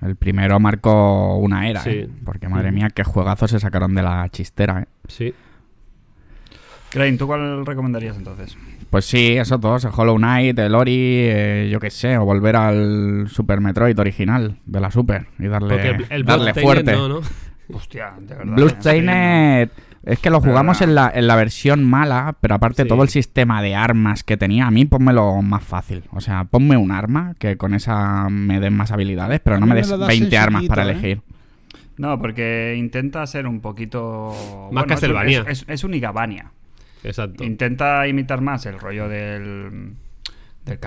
Speaker 3: El primero marcó una era,
Speaker 2: Sí.
Speaker 3: ¿eh? Porque madre mía, qué juegazos se sacaron de la chistera, ¿eh?
Speaker 2: Sí.
Speaker 1: Crane, ¿tú cuál recomendarías entonces?
Speaker 3: Pues sí, eso todos, el Hollow Knight, el Ori, eh, yo qué sé, o volver al Super Metroid original de la Super
Speaker 2: Porque
Speaker 3: y darle,
Speaker 2: el, el
Speaker 3: darle
Speaker 2: Bloodstained
Speaker 3: fuerte.
Speaker 2: no, ¿no?
Speaker 1: Hostia, de verdad. eh,
Speaker 3: Bloodstained es que lo jugamos en la, en la versión mala, pero aparte
Speaker 2: Sí.
Speaker 3: todo el sistema de armas que tenía, a mí ponmelo más fácil. O sea, ponme un arma que con esa me den más habilidades, pero
Speaker 4: A
Speaker 3: no
Speaker 4: mí
Speaker 3: me
Speaker 4: me
Speaker 3: des
Speaker 4: lo das
Speaker 3: 20 armas
Speaker 4: sencillito,
Speaker 3: para
Speaker 4: ¿eh?
Speaker 3: elegir.
Speaker 1: No, porque intenta ser un poquito...
Speaker 2: Más
Speaker 1: es un-
Speaker 2: Castlevania.
Speaker 1: Es, es, es un Igabania.
Speaker 2: Exacto.
Speaker 1: Intenta imitar más el rollo del, del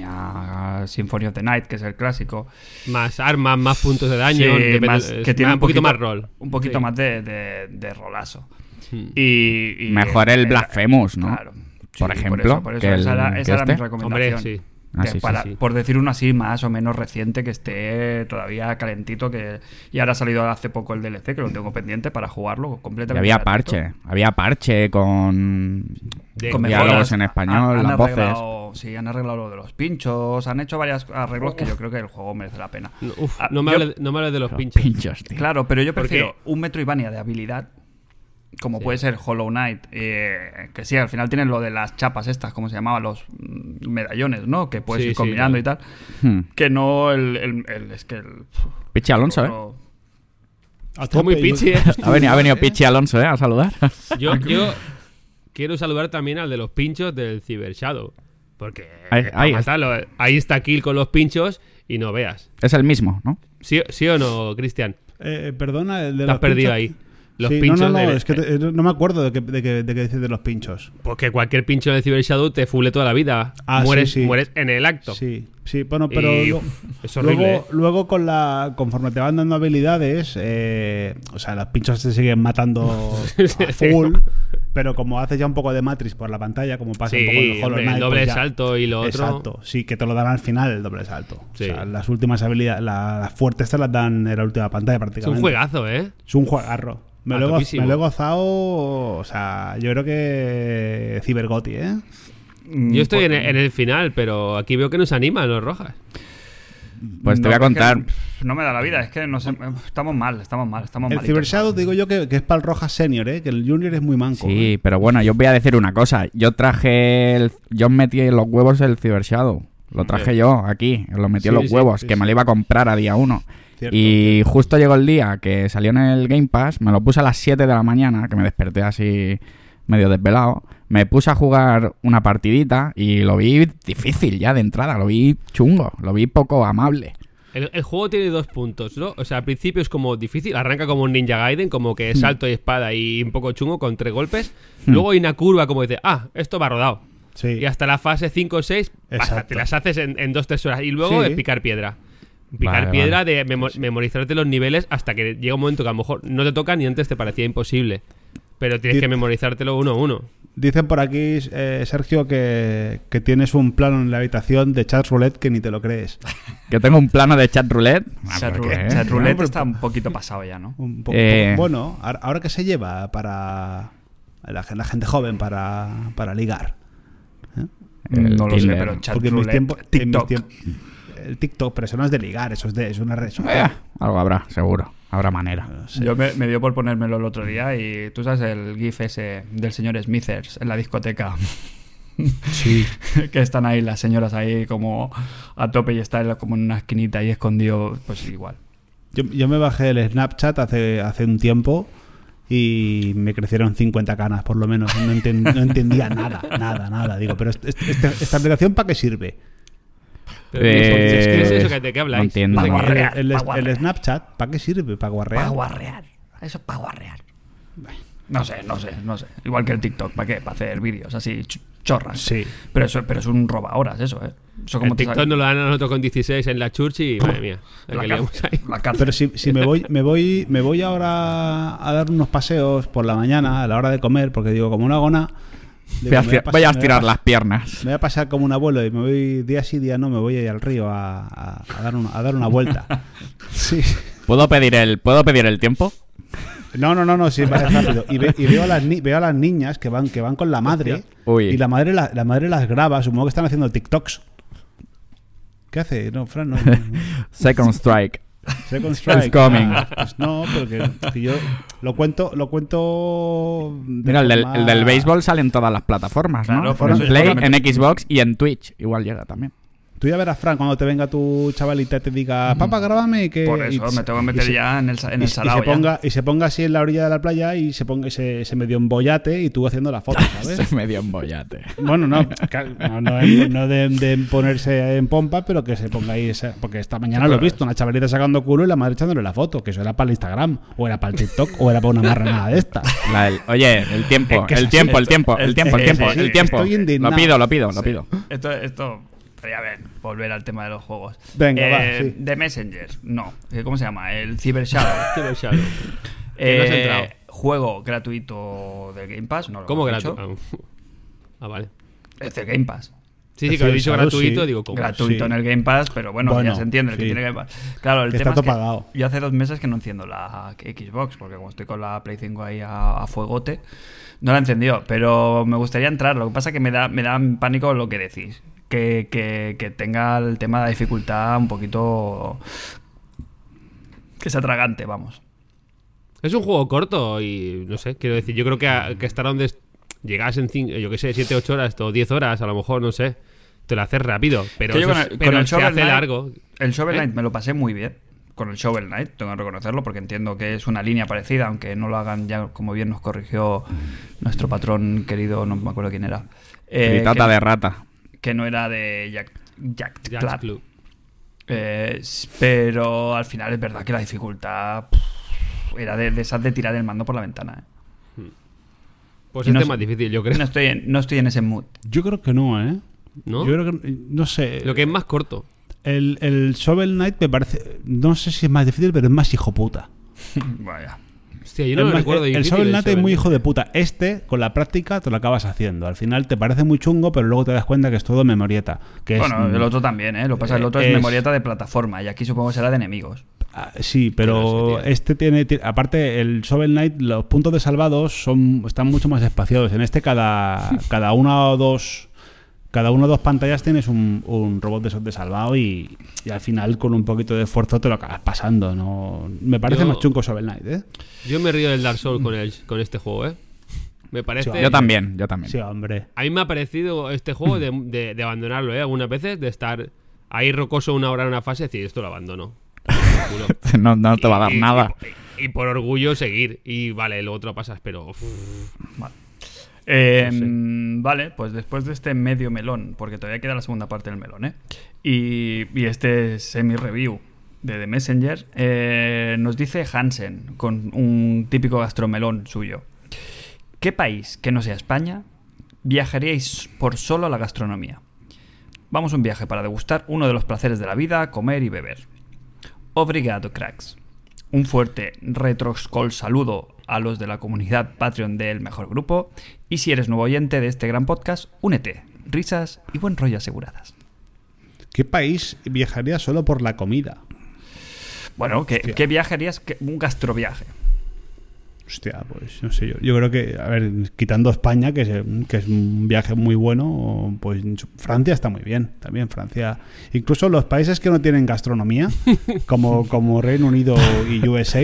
Speaker 1: Castlevania Symphony of the Night, que es el clásico.
Speaker 2: Más armas, más puntos de daño.
Speaker 1: Sí,
Speaker 2: depende-
Speaker 1: más-
Speaker 2: es
Speaker 1: que tiene
Speaker 2: más- un poquito, más rol.
Speaker 1: Un poquito
Speaker 2: Sí.
Speaker 1: más de, de- de rolazo.
Speaker 2: Mm.
Speaker 1: Y, y-
Speaker 3: Mejor el Blasphemous, ¿no?
Speaker 1: Claro.
Speaker 3: Por
Speaker 1: Sí,
Speaker 3: ejemplo,
Speaker 1: eso, por eso
Speaker 3: que el-
Speaker 1: esa era,
Speaker 3: que
Speaker 1: esa era mi
Speaker 3: este.
Speaker 1: recomendación.
Speaker 2: Hombre, sí.
Speaker 3: Ah,
Speaker 1: Que
Speaker 3: sí, sí,
Speaker 1: para-
Speaker 2: sí.
Speaker 1: Por decir uno así, más o menos reciente, que esté todavía calentito. que Y ahora ha salido hace poco el DLC, que lo tengo pendiente para jugarlo
Speaker 3: Y
Speaker 1: completamente.
Speaker 3: había
Speaker 1: gratuito.
Speaker 3: parche, había parche con
Speaker 2: De-
Speaker 1: Con
Speaker 2: diálogos
Speaker 1: mejoras.
Speaker 3: en español, las voces.
Speaker 1: arreglado- sí, han arreglado lo de los pinchos, han hecho varios arreglos que yo creo que el juego merece la pena.
Speaker 2: No, uf,
Speaker 1: Ah,
Speaker 2: no, me
Speaker 1: yo-
Speaker 2: hables, no me hables de los
Speaker 3: los
Speaker 2: pinches.
Speaker 3: pinchos, tío.
Speaker 1: Claro, pero yo
Speaker 2: Porque-
Speaker 1: prefiero un Metroidvania de habilidad, como puede ser Hollow Knight, eh, que sí, al final tienen lo de las chapas estas, como se llamaban, los mm, medallones, ¿no? Que puedes
Speaker 2: Sí,
Speaker 1: ir
Speaker 2: sí,
Speaker 1: combinando
Speaker 2: claro.
Speaker 1: y tal.
Speaker 3: Hmm.
Speaker 1: Que no el... el- el- es que el...
Speaker 3: Pichi Alonso, ¿eh?
Speaker 1: no-
Speaker 2: Está muy pichi, ¿eh?
Speaker 3: Ha venido, ha venido Pichi Alonso, ¿eh? A saludar.
Speaker 2: Yo, yo quiero saludar también al de los pinchos del Cyber Shadow. Porque
Speaker 3: Ahí-
Speaker 2: para
Speaker 3: ahí
Speaker 2: matarlo, eh, ahí está Kill con los pinchos y no veas.
Speaker 3: Es el mismo, ¿no?
Speaker 2: ¿Sí, sí o no, Cristian?
Speaker 4: Eh, perdona, el de
Speaker 2: Te
Speaker 4: los
Speaker 2: has perdido
Speaker 4: pinchos-
Speaker 2: ahí. Los
Speaker 4: Sí,
Speaker 2: pinchos
Speaker 4: No, no, no,
Speaker 2: del-
Speaker 4: es que te- eh, no me acuerdo de qué de que, de que dices de los pinchos.
Speaker 2: Porque cualquier pincho de Cyber Shadow te fule toda la vida.
Speaker 4: Ah, sí,
Speaker 2: mueres,
Speaker 4: sí.
Speaker 2: mueres en el acto.
Speaker 4: Sí, sí, bueno, pero
Speaker 2: Y,
Speaker 4: lo-
Speaker 2: uf, es horrible,
Speaker 4: luego,
Speaker 2: ¿eh?
Speaker 4: luego con la conforme te van dando habilidades, eh, o sea, los pinchos se siguen matando a full, pero como haces ya un poco de Matrix por la pantalla, como pasa
Speaker 2: Sí,
Speaker 4: un poco en el Hollow
Speaker 2: hombre, el
Speaker 4: Knight,
Speaker 2: doble
Speaker 4: pues ya-
Speaker 2: salto y lo otro.
Speaker 4: Exacto, sí, que te lo dan al final el doble salto.
Speaker 2: Sí.
Speaker 4: O sea, las últimas habilidades, la- las fuertes te las dan en la última pantalla
Speaker 2: Es
Speaker 4: prácticamente.
Speaker 2: un juegazo, ¿eh?
Speaker 4: Es un juegarro. Me
Speaker 2: A
Speaker 4: lo, he goz-
Speaker 2: topísimo.
Speaker 4: me lo he gozado, o sea, yo creo que Cibergoti, ¿eh?
Speaker 1: mm,
Speaker 2: Yo estoy
Speaker 1: por-
Speaker 2: en el, en el final, pero aquí veo que nos animan los rojas.
Speaker 3: Pues te
Speaker 1: no,
Speaker 3: voy a
Speaker 1: es que
Speaker 3: contar.
Speaker 1: no me da la vida, es que no sé, estamos mal, estamos mal, estamos mal.
Speaker 4: El Cyber Shadow te digo yo que, que es para el Roja Senior, ¿eh? Que el Junior es muy manco.
Speaker 3: Sí,
Speaker 4: ¿eh?
Speaker 3: pero bueno, yo os voy a decir una cosa. Yo traje. El, yo metí en los huevos el Cyber Shadow. Lo traje
Speaker 2: Hombre.
Speaker 3: yo aquí. Lo metí en
Speaker 2: Sí,
Speaker 3: los
Speaker 2: sí,
Speaker 3: huevos,
Speaker 2: sí,
Speaker 3: que
Speaker 2: sí.
Speaker 3: me lo iba a comprar a día uno.
Speaker 4: Cierto,
Speaker 3: y justo llegó el día que salió en el Game Pass. Me lo puse a las 7 de la mañana, que me desperté así medio desvelado. Me puse a jugar una partidita y lo vi difícil ya de entrada. Lo vi chungo. Lo vi poco amable.
Speaker 2: El, el juego tiene dos puntos, ¿no? O sea, al principio es como difícil, arranca como un Ninja Gaiden, como que
Speaker 3: Hmm.
Speaker 2: salto y espada y un poco chungo con tres golpes. Luego hay una curva como dice, ah, esto va rodado.
Speaker 4: Sí.
Speaker 2: Y hasta la fase 5 o 6,
Speaker 4: Exacto.
Speaker 2: te las haces en, en dos, tres horas. Y luego
Speaker 4: Sí.
Speaker 2: es picar piedra. Picar
Speaker 3: Vale,
Speaker 2: piedra de memo- memorizarte los niveles hasta que llega un momento que a lo mejor no te toca ni antes te parecía imposible. Pero tienes
Speaker 4: Di-
Speaker 2: que memorizártelo uno a uno.
Speaker 4: Dicen por aquí, eh, Sergio, que, que tienes un plano en la habitación de Charles Roulette que ni te lo crees.
Speaker 3: Que tengo un plano de chat roulette. Ah, ¿por qué?
Speaker 1: Chatroulette está un poquito pasado ya, ¿no?
Speaker 4: Un po-
Speaker 3: Eh.
Speaker 4: Bueno, ahora, ahora que se lleva para la, gen- la gente joven para, para ligar.
Speaker 3: El
Speaker 1: no lo sé,
Speaker 3: Tinder.
Speaker 1: pero
Speaker 4: Porque en mis
Speaker 1: Chatroulette,
Speaker 4: tiempos. en mis
Speaker 1: TikTok,
Speaker 4: tiemp- El TikTok, pero eso no es de ligar, eso es, de, es una red
Speaker 3: Eh,
Speaker 4: social.
Speaker 3: algo habrá, seguro. Habrá
Speaker 2: Ah,
Speaker 3: manera.
Speaker 1: Yo me, me dio por ponérmelo el otro día y tú sabes el GIF ese del señor Smithers en la discoteca. Sí. que están ahí las señoras ahí como a tope y está él como en una esquinita ahí escondido, pues igual.
Speaker 4: Yo, yo me bajé el Snapchat hace, hace un tiempo y me crecieron 50 canas, por lo menos. No, enten- no entendía nada, nada, nada. Digo, pero este- este- ¿esta aplicación para qué sirve?
Speaker 2: Pero ¿qué es-
Speaker 3: Eh,
Speaker 2: ¿qué es eso que de qué habláis?
Speaker 3: no entiendo.
Speaker 2: sé
Speaker 4: El-
Speaker 2: qué-
Speaker 1: Vamos a guarrear,
Speaker 4: el, el-
Speaker 1: pa' guarrear.
Speaker 4: el Snapchat, ¿para qué sirve? ¿Para guarrear?
Speaker 1: guarrear. Eso es para guarrear. No sé, no sé, no sé. Igual que el TikTok, ¿para qué? Para hacer vídeos así ch- chorras.
Speaker 4: Sí.
Speaker 1: Pero eso, pero es un roba horas eso, ¿eh? Eso como
Speaker 2: el
Speaker 1: te
Speaker 2: TikTok
Speaker 1: sale-
Speaker 2: nos lo dan a nosotros con 16 en la churchi y madre mía, la que
Speaker 1: la,
Speaker 2: liamos
Speaker 1: cárcel,
Speaker 2: ahí.
Speaker 1: la cárcel.
Speaker 4: Pero si, si me voy, me voy, me voy ahora a dar unos paseos por la mañana, a la hora de comer, porque digo, como una gona. digo,
Speaker 3: Voy a,
Speaker 4: me voy
Speaker 3: estirar-
Speaker 4: pas-
Speaker 3: voy a
Speaker 4: me voy
Speaker 3: estirar
Speaker 4: pas-
Speaker 3: las piernas.
Speaker 4: Me voy a pasar como un abuelo y me voy día sí, día no, me voy ahí al río a, a- a dar, una, a dar una vuelta. Sí.
Speaker 3: ¿Puedo pedir el, ¿puedo pedir el tiempo?
Speaker 4: No, no, no, no, sí, vale, rápido. Y, ve- y veo, a las ni- veo a las niñas que van, que van con la madre
Speaker 3: Uy.
Speaker 4: y la madre, la, la madre las graba, supongo que están haciendo TikToks. ¿Qué hace? No, Fran, no. no, no.
Speaker 3: Second Strike.
Speaker 4: Second Strike.
Speaker 3: coming.
Speaker 4: Ah, pues no, porque que yo lo cuento, lo cuento. de
Speaker 3: Mira, el del,
Speaker 4: forma-
Speaker 3: el del béisbol sale en todas las plataformas, ¿no?
Speaker 1: Claro, por
Speaker 3: en
Speaker 1: eso yo
Speaker 3: Play, en
Speaker 1: solamente-
Speaker 3: Xbox y en Twitch. Igual llega también.
Speaker 4: Tú ya verás, Fran, cuando te venga tu chavalita y te diga,
Speaker 3: Mm.
Speaker 4: papá, grábame que.
Speaker 1: Por eso
Speaker 4: y se-
Speaker 1: me tengo que
Speaker 4: y
Speaker 1: meter
Speaker 4: se-
Speaker 1: ya en el, sa- en el
Speaker 4: y, se- y
Speaker 1: salado.
Speaker 4: se
Speaker 1: ya.
Speaker 4: ponga, y se ponga así en la orilla de la playa y se ponga y se, se medio embollate y tú haciendo la foto, ¿sabes?
Speaker 3: Se me dio embollate.
Speaker 4: bueno, no, claro, no, no, es- no de, de ponerse en pompa, pero que se ponga ahí. esa- porque esta mañana lo he visto, una chavalita sacando culo y la madre echándole la foto, que eso era para el Instagram, o era para el TikTok, o era para una marranada de esta.
Speaker 3: La del- oye, el tiempo,
Speaker 4: Es que es
Speaker 3: el
Speaker 4: así,
Speaker 3: tiempo, el
Speaker 1: esto-
Speaker 3: tiempo, el
Speaker 1: es-
Speaker 3: tiempo, el
Speaker 1: es-
Speaker 3: tiempo,
Speaker 1: es-
Speaker 3: el
Speaker 1: es-
Speaker 3: tiempo.
Speaker 4: estoy indignado.
Speaker 3: Lo pido, lo pido, lo pido.
Speaker 1: Esto, esto, pero ya ver, volver al tema de los juegos.
Speaker 4: Venga, va, sí.
Speaker 1: De Messenger, no. Eh, ¿Cómo se llama? El Cyber Shadow. Eh,
Speaker 2: Te lo he echado. Que no has entrado.
Speaker 1: Juego gratuito del Game Pass. No lo
Speaker 2: ¿Cómo
Speaker 1: hemos dicho.
Speaker 2: gratuito? Ah, vale.
Speaker 1: Es del Game Pass.
Speaker 2: Sí, sí, que lo he dicho
Speaker 4: Claro,
Speaker 2: gratuito,
Speaker 4: sí.
Speaker 2: digo, ¿cómo?
Speaker 1: gratuito
Speaker 4: Sí.
Speaker 1: en el Game Pass, pero bueno,
Speaker 4: Bueno,
Speaker 1: ya se entiende el que
Speaker 4: sí.
Speaker 1: tiene Game Pass. Claro, el
Speaker 4: Que
Speaker 1: tema
Speaker 4: está
Speaker 1: es que
Speaker 4: todo pagado.
Speaker 1: yo hace dos meses que no enciendo la Xbox, porque como estoy con la Play 5 ahí a, a fuegote, no la encendió, pero me gustaría entrar. Lo que pasa es que me da, me da pánico lo que decís. Que, que- que tenga el tema de la dificultad un poquito... Que sea atragante, vamos.
Speaker 2: Es un juego corto y no sé, quiero decir, yo creo que, a- que estar donde es- llegas en, cinco, yo qué sé, 7, 8 horas o 10 horas, a lo mejor, no sé, te lo haces rápido, pero,
Speaker 1: Que yo
Speaker 2: eso
Speaker 1: con
Speaker 2: es-
Speaker 1: el-
Speaker 2: pero
Speaker 1: con el
Speaker 2: se
Speaker 1: Shovel
Speaker 2: hace
Speaker 1: Knight-
Speaker 2: largo.
Speaker 1: El Shovel
Speaker 2: ¿Eh?
Speaker 1: Knight me lo pasé muy bien. Con el Shovel Knight, tengo que reconocerlo, porque entiendo que es una línea parecida, aunque no lo hagan ya, como bien nos corrigió nuestro patrón querido, no me acuerdo quién era. eh,
Speaker 3: Gritata
Speaker 1: que,
Speaker 3: de rata.
Speaker 1: que no era de Jack, Jack,
Speaker 2: Ya
Speaker 1: Club.
Speaker 2: es club.
Speaker 1: Eh, s- pero al final es verdad que la dificultad pff, era de, de esas de tirar el mando por la ventana. ¿eh?
Speaker 2: Pues
Speaker 1: Y
Speaker 2: este
Speaker 1: no
Speaker 2: es
Speaker 1: sé-
Speaker 2: más difícil, yo creo.
Speaker 1: No, estoy en, no estoy en ese mood.
Speaker 4: Yo creo que no, ¿eh?
Speaker 2: ¿No?
Speaker 4: Yo creo que. No sé.
Speaker 2: Lo que es más corto.
Speaker 4: El, el Shovel Knight me parece. No sé si es más difícil, pero es más hijo puta.
Speaker 1: Vaya.
Speaker 2: Hostia, yo no
Speaker 4: Es
Speaker 2: lo
Speaker 4: más-
Speaker 2: recuerdo.
Speaker 4: el- el
Speaker 2: difícil, ¿eh?
Speaker 4: Shovel
Speaker 2: el
Speaker 4: Knight es
Speaker 2: Shovel
Speaker 4: muy
Speaker 2: Knight.
Speaker 4: hijo de puta. Este, con la práctica, te lo acabas haciendo. Al final te parece muy chungo, pero luego te das cuenta que es todo memorieta. Que
Speaker 1: Bueno,
Speaker 4: es,
Speaker 1: el otro también, ¿eh? Lo que pasa es que el otro es,
Speaker 4: es-
Speaker 1: memorieta de plataforma y aquí supongo que será de enemigos.
Speaker 4: Ah, Sí,
Speaker 2: Pero
Speaker 4: pero
Speaker 2: es que, tío.
Speaker 4: este tiene, ti- Aparte, el Shovel Knight, los puntos de salvados son, están mucho más espaciados. En este, cada, cada una o dos. Cada uno o dos pantallas tienes un, un robot de esos de salvado y, y al final con un poquito de esfuerzo te lo acabas pasando. No, me parece
Speaker 2: Yo-
Speaker 4: más chungo Shovel Knight, ¿eh?
Speaker 2: Yo me río del Dark Souls con, el, con este juego, ¿eh? Me parece.
Speaker 4: Sí,
Speaker 3: Yo también, yo también.
Speaker 4: Sí, hombre.
Speaker 2: A mí me ha parecido este juego de,
Speaker 3: Mm.
Speaker 2: de- de abandonarlo, ¿eh? Algunas veces, de estar ahí rocoso una hora en una fase y decir, esto lo abandono. Por culo.
Speaker 3: No, no te va a dar
Speaker 2: Y- y-
Speaker 3: nada.
Speaker 2: Y, y por orgullo seguir. Y vale, luego te lo pasas, pero. uf,
Speaker 1: Eh,
Speaker 2: No sé.
Speaker 1: mm, Vale, pues después de este medio melón, porque todavía queda la segunda parte del melón, ¿eh? Y, y este semi-review de The Messenger, eh, nos dice Hansen, con un típico gastromelón suyo. ¿Qué país que no sea España viajaríais por solo la gastronomía? Vamos a un viaje para degustar uno de los placeres de la vida, comer y beber. Obrigado, cracks. Un fuerte retroscol saludo a los de la comunidad Patreon del mejor grupo. Y si eres nuevo oyente de este gran podcast, únete. Risas y buen rollo aseguradas.
Speaker 4: ¿Qué país viajaría solo por la comida?
Speaker 1: Bueno, ¿qué,
Speaker 4: Hostia.
Speaker 1: qué viaje harías? ¿Qué- un gastroviaje.
Speaker 4: Hostia, pues no sé yo. Yo creo que, a ver, quitando España, que es, que es un viaje muy bueno, pues Francia está muy bien. También Francia. Incluso los países que no tienen gastronomía, como, como Reino Unido y USA,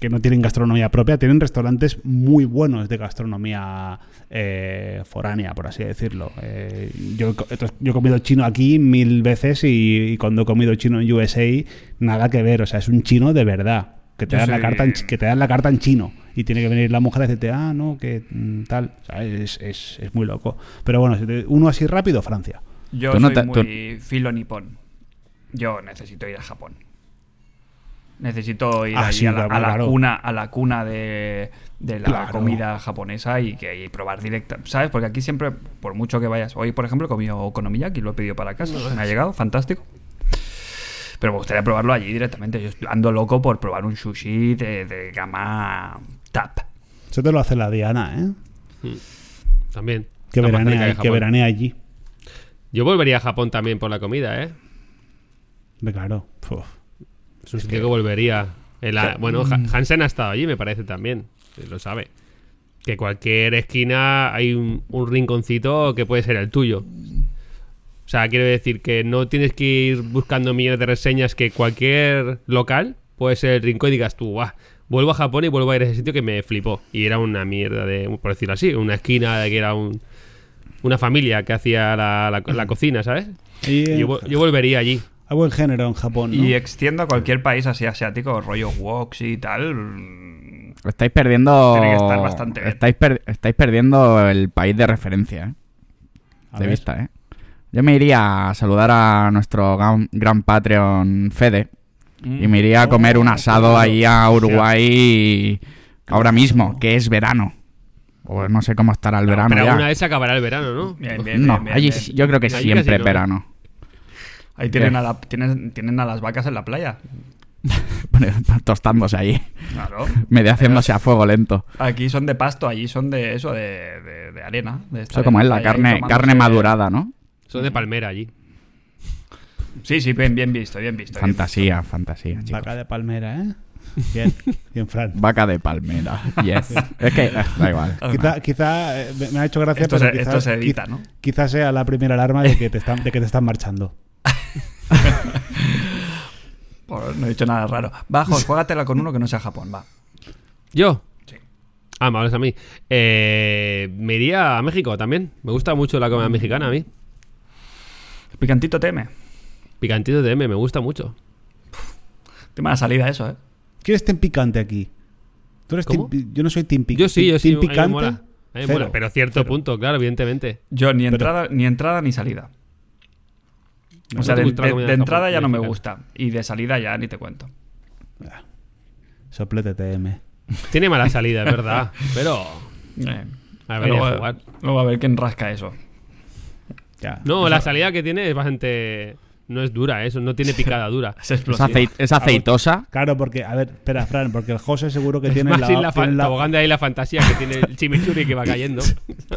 Speaker 4: que no tienen gastronomía propia, tienen restaurantes muy buenos de gastronomía eh, foránea, por así decirlo. Eh, yo, he co- yo he comido chino aquí mil veces y, y cuando he comido chino en USA, nada que ver. O sea, es un chino de verdad. Que te,
Speaker 1: Yo
Speaker 4: dan la
Speaker 1: soy-
Speaker 4: carta en, chi- que te dan la carta en chino y tiene que venir la mujer a decirte, ah, no, que mm, tal. O sea, es, es- es muy loco. Pero bueno, si te- uno así rápido, Francia.
Speaker 1: Yo
Speaker 3: Tú no
Speaker 1: soy
Speaker 3: te-
Speaker 1: muy filo nipón. Yo necesito ir a Japón. Necesito ir
Speaker 4: Ah,
Speaker 1: ahí
Speaker 4: sí,
Speaker 1: a, la,
Speaker 4: claro,
Speaker 1: a la
Speaker 4: claro.
Speaker 1: cuna, a la cuna de, de la
Speaker 4: Claro.
Speaker 1: comida japonesa y, que, y probar directa. ¿Sabes? Porque aquí siempre, por mucho que vayas. Hoy, por ejemplo, he comido okonomiyaki, lo he pedido para casa. me ha llegado, fantástico. Pero me gustaría probarlo allí directamente. Yo ando loco por probar un sushi de, de gama tap.
Speaker 4: Eso te lo hace la Diana, ¿eh?
Speaker 2: también.
Speaker 4: Que
Speaker 2: Está más cerca de
Speaker 3: eh,
Speaker 4: veranea, que
Speaker 2: Japón.
Speaker 4: veranea allí.
Speaker 2: Yo volvería a Japón también por la comida, ¿eh?
Speaker 4: Hombre, Claro. Uf.
Speaker 2: Es un sitio que volvería. El- bueno,
Speaker 3: Mm.
Speaker 2: Ha- Hansen ha estado allí, me parece también. eh, Lo sabe. Que cualquier esquina hay un, un rinconcito que puede ser el tuyo. O sea, quiero decir que no tienes que ir buscando millones de reseñas que cualquier local puede ser el rincón y digas tú, "Buah, vuelvo a Japón y vuelvo a ir a ese sitio que me flipó. Y era una mierda de, por decirlo así, una esquina de que era un, una familia que hacía la, la- la cocina, ¿sabes?
Speaker 4: Y,
Speaker 2: Yo, vo- yo eh, volvería allí.
Speaker 4: Hay buen género en Japón, ¿no?
Speaker 1: Y extiendo a cualquier país así asiático, rollo woks y tal. mm,
Speaker 3: Estáis perdiendo.
Speaker 1: Tiene que estar bastante bien.
Speaker 3: estáis, per- estáis perdiendo el país de referencia, ¿eh?
Speaker 4: A
Speaker 3: de
Speaker 4: ver.
Speaker 3: vista, ¿eh? Yo me iría a saludar a nuestro gran, gran Patreon Fede y me
Speaker 1: Mm.
Speaker 3: iría a comer
Speaker 1: Oh,
Speaker 3: un asado ahí a Uruguay ahora mismo, que es verano. O no sé cómo estará el verano
Speaker 2: Pero
Speaker 3: ya.
Speaker 2: alguna vez se acabará el verano, ¿no?
Speaker 1: Bien, bien,
Speaker 3: no,
Speaker 1: bien, bien,
Speaker 3: allí
Speaker 1: bien.
Speaker 3: sí- yo creo que
Speaker 2: Allí
Speaker 3: siempre
Speaker 2: casi
Speaker 3: es
Speaker 2: no.
Speaker 3: verano.
Speaker 1: Ahí tienen
Speaker 3: Bien.
Speaker 1: a, la- tienen, tienen a las vacas en la playa.
Speaker 3: Tostándose ahí,
Speaker 1: Claro.
Speaker 3: medio haciéndose a fuego lento.
Speaker 1: Aquí son de pasto, allí son de eso, de, de- de arena. De esta
Speaker 3: Eso como es
Speaker 1: arena
Speaker 3: la
Speaker 1: que hay ahí
Speaker 3: carne,
Speaker 1: tomándose-
Speaker 3: carne madurada, ¿no?
Speaker 2: Son de Palmera allí.
Speaker 1: Sí, sí, bien, bien visto, bien visto. bien visto.
Speaker 3: Fantasía, fantasía, chicos.
Speaker 4: Vaca de palmera, ¿eh? Bien, bien, Fran.
Speaker 3: Vaca de palmera, yes. es que, eh, da igual.
Speaker 2: Ah,
Speaker 4: Quizá, quizá eh, me me ha hecho gracia,
Speaker 1: Esto,
Speaker 4: pero
Speaker 1: se,
Speaker 4: quizá-
Speaker 1: esto se edita, ¿no?
Speaker 4: quiz- quizá sea la primera alarma de que te están, de que te están marchando.
Speaker 1: Por- no he dicho nada raro. Bajos, juégatela con uno que no sea Japón, va.
Speaker 2: ¿Yo?
Speaker 1: Sí.
Speaker 2: Ah, me hablas a mí. Eh, me iría a México también. Me gusta mucho la
Speaker 4: Mm.
Speaker 2: comida mexicana a mí.
Speaker 1: Picantito teme.
Speaker 2: Picantito de M, me gusta mucho.
Speaker 1: Tema de salida eso, ¿eh?
Speaker 4: ¿Quién es team picante aquí? ¿Tú eres
Speaker 2: ¿Cómo?
Speaker 4: team pi- yo no soy team picante.
Speaker 2: Yo sí, yo sí. a
Speaker 4: team
Speaker 2: mí me
Speaker 4: picante.
Speaker 2: mola. A mí me
Speaker 4: cero,
Speaker 2: mola, pero cierto punto, claro, evidentemente.
Speaker 1: Yo ni entrada, ni entrada ni salida. O
Speaker 2: No
Speaker 1: sea,
Speaker 2: te
Speaker 1: de,
Speaker 2: gusta la
Speaker 1: de-
Speaker 2: comida
Speaker 1: de
Speaker 2: japo-
Speaker 1: entrada ya no me
Speaker 2: mexicana.
Speaker 1: gusta. Y de salida ya ni te cuento.
Speaker 4: Soplete TM.
Speaker 2: Tiene mala salida, es verdad. Pero.
Speaker 1: Eh,
Speaker 2: A ver,
Speaker 1: luego,
Speaker 2: a jugar.
Speaker 1: luego a ver quién rasca eso.
Speaker 4: Ya.
Speaker 2: No, la salida que tiene es bastante. No es dura, eso. No tiene picada dura.
Speaker 1: Es
Speaker 3: Es,
Speaker 1: explosivo.
Speaker 3: aceit- es aceitosa.
Speaker 4: Claro, porque, a ver, espera, Fran, porque el José seguro que tiene
Speaker 2: Más
Speaker 4: la,
Speaker 2: sin la, fa-
Speaker 4: tiene la-
Speaker 2: abogando ahí la fantasía que tiene el chimichurri que va cayendo.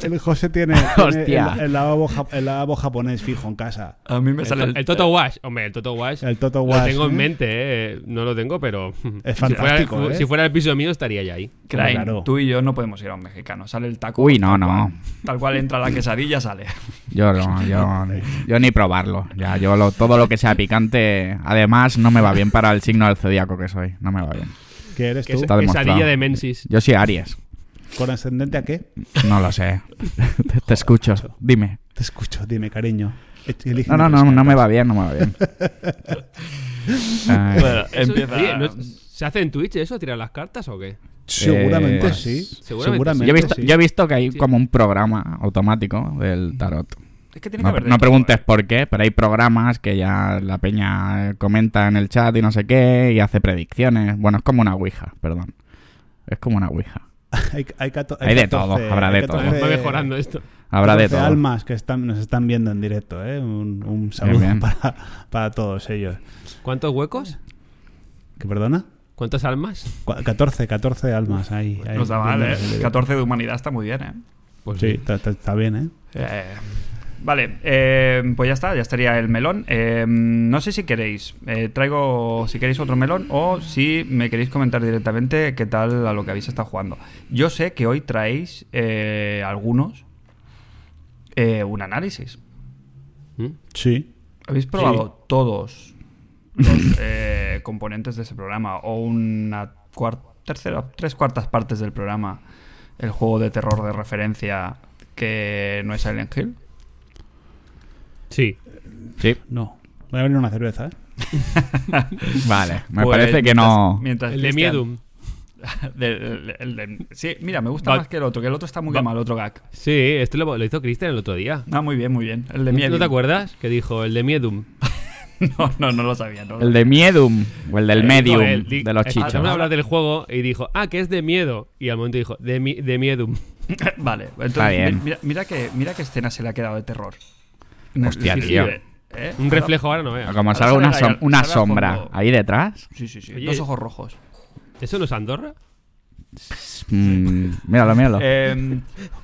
Speaker 4: El José tiene, tiene
Speaker 3: Hostia.
Speaker 4: el, el lavabo, jap- el lavabo japonés fijo en casa.
Speaker 1: A mí me
Speaker 2: El,
Speaker 1: sale
Speaker 2: to- el Toto Wash. Hombre, el Toto Wash.
Speaker 4: El Toto
Speaker 2: Lo
Speaker 4: Wash,
Speaker 2: tengo en
Speaker 3: Mm.
Speaker 4: ¿eh?
Speaker 2: mente, eh. No lo tengo, pero.
Speaker 4: Es
Speaker 2: si fuera-
Speaker 4: fantástico,
Speaker 2: fu- si fuera,
Speaker 4: ¿eh?
Speaker 2: el piso mío, estaría ya ahí.
Speaker 1: Crane,
Speaker 4: claro.
Speaker 1: tú y yo no podemos ir a un mexicano. Sale el taco.
Speaker 3: Uy, no, no.
Speaker 1: Tal cual entra la quesadilla, sale.
Speaker 3: Yo no, yo, yo ni probarlo. Ya, yo lo- todo lo que sea picante, además, no me va bien para el signo del zodiaco que soy. No me va bien.
Speaker 4: ¿Qué eres
Speaker 2: Que
Speaker 4: tú?
Speaker 2: es-
Speaker 3: Está
Speaker 2: quesadilla
Speaker 3: demostrado.
Speaker 2: de Mensis.
Speaker 3: Yo soy Aries.
Speaker 4: ¿Con ascendente a qué?
Speaker 3: No lo sé. Te, te escucho. Dime.
Speaker 4: Te escucho, dime, cariño. Elige
Speaker 3: No,
Speaker 4: una
Speaker 3: no, no,
Speaker 4: persona.
Speaker 3: no me va bien, no me va bien. Eh, Ay,
Speaker 2: Eso-
Speaker 1: empieza.
Speaker 2: oye, ¿no- ¿Se hace en Twitch eso? ¿Tirar las cartas o qué?
Speaker 4: Seguramente
Speaker 3: Eh,
Speaker 4: sí.
Speaker 2: seguramente
Speaker 3: yo, he visto,
Speaker 4: sí.
Speaker 3: yo he visto que hay como un programa automático del tarot.
Speaker 1: Es que tiene que
Speaker 3: No,
Speaker 1: haber. de
Speaker 3: no
Speaker 1: todo,
Speaker 3: preguntes
Speaker 1: ¿eh?
Speaker 3: por qué, pero hay programas que ya la peña eh, comenta en el chat y no sé qué, y hace predicciones. Bueno, es como una ouija, perdón. Es como una ouija.
Speaker 4: Hay, hay cato-
Speaker 3: Hay de todo, habrá de todo.
Speaker 2: Va mejorando esto.
Speaker 3: Habrá de
Speaker 4: 14
Speaker 3: todo.
Speaker 4: almas que están, nos están viendo en directo, ¿eh? Un, un saludo
Speaker 3: bien.
Speaker 4: Para, para todos ellos.
Speaker 2: ¿Cuántos huecos?
Speaker 4: ¿Que perdona?
Speaker 2: ¿Cuántas almas?
Speaker 4: Cua- 14, 14 almas ahí. ahí
Speaker 1: No está mal, ¿eh?
Speaker 4: viendo-
Speaker 1: 14 de humanidad está muy bien, ¿eh?
Speaker 2: Pues
Speaker 4: Sí, está, está- está bien, ¿eh?
Speaker 1: Eh, Vale, eh, pues ya está, ya estaría el melón. Eh, no sé si queréis, eh, traigo si queréis otro melón o si me queréis comentar directamente qué tal a lo que habéis estado jugando. Yo sé que hoy traéis eh, algunos eh, un análisis.
Speaker 2: ¿Mm?
Speaker 4: Sí.
Speaker 1: ¿Habéis probado todos los eh, componentes de ese programa o una cuar- tercera, tres cuartas partes del programa, el juego de terror de referencia que no es Silent Hill?
Speaker 2: Sí.
Speaker 3: Sí,
Speaker 4: No. Voy a abrir una cerveza, ¿eh?
Speaker 3: vale. Me
Speaker 1: Pues,
Speaker 3: parece que
Speaker 1: mientras-
Speaker 3: no.
Speaker 1: mientras
Speaker 2: El de
Speaker 1: Cristian-
Speaker 2: Miedum.
Speaker 1: del- el- el de- sí, mira, me gusta
Speaker 2: Va-
Speaker 1: más que el otro, que el otro está muy quemado, el otro gag.
Speaker 2: Sí, este lo, lo hizo Cristian el otro día.
Speaker 1: Ah, muy bien, muy bien. El de
Speaker 2: ¿No
Speaker 1: Miedum.
Speaker 2: te acuerdas? Que dijo el de Miedum.
Speaker 1: No, no, no lo sabía. no lo
Speaker 3: El de Miedum o
Speaker 1: Eh,
Speaker 3: el del
Speaker 2: Dijo
Speaker 3: Medium
Speaker 2: él, Eh, di-
Speaker 3: de los
Speaker 2: eh,
Speaker 3: chichos.
Speaker 2: Empezamos a hablar del juego y dijo, ah, que es de miedo. Y al momento dijo, de, mi- de Miedum.
Speaker 1: sabía. Vale,
Speaker 3: Está
Speaker 1: entonces
Speaker 3: bien.
Speaker 1: mi- mira, mira, que, mira qué escena se le ha quedado de terror.
Speaker 3: Hostia,
Speaker 1: Sí, sí,
Speaker 3: tío.
Speaker 1: eh, eh,
Speaker 2: Un
Speaker 1: ahora-
Speaker 2: reflejo ahora no veas.
Speaker 3: Como
Speaker 1: Ahora
Speaker 3: salga una,
Speaker 1: sale la-
Speaker 3: som- una
Speaker 1: sale a
Speaker 3: sombra
Speaker 1: fondo.
Speaker 3: ahí detrás.
Speaker 1: Sí, sí, sí.
Speaker 2: Oye,
Speaker 1: Dos ojos rojos.
Speaker 2: ¿Eso no es Andorra?
Speaker 3: Mm, míralo, míralo.
Speaker 1: Eh,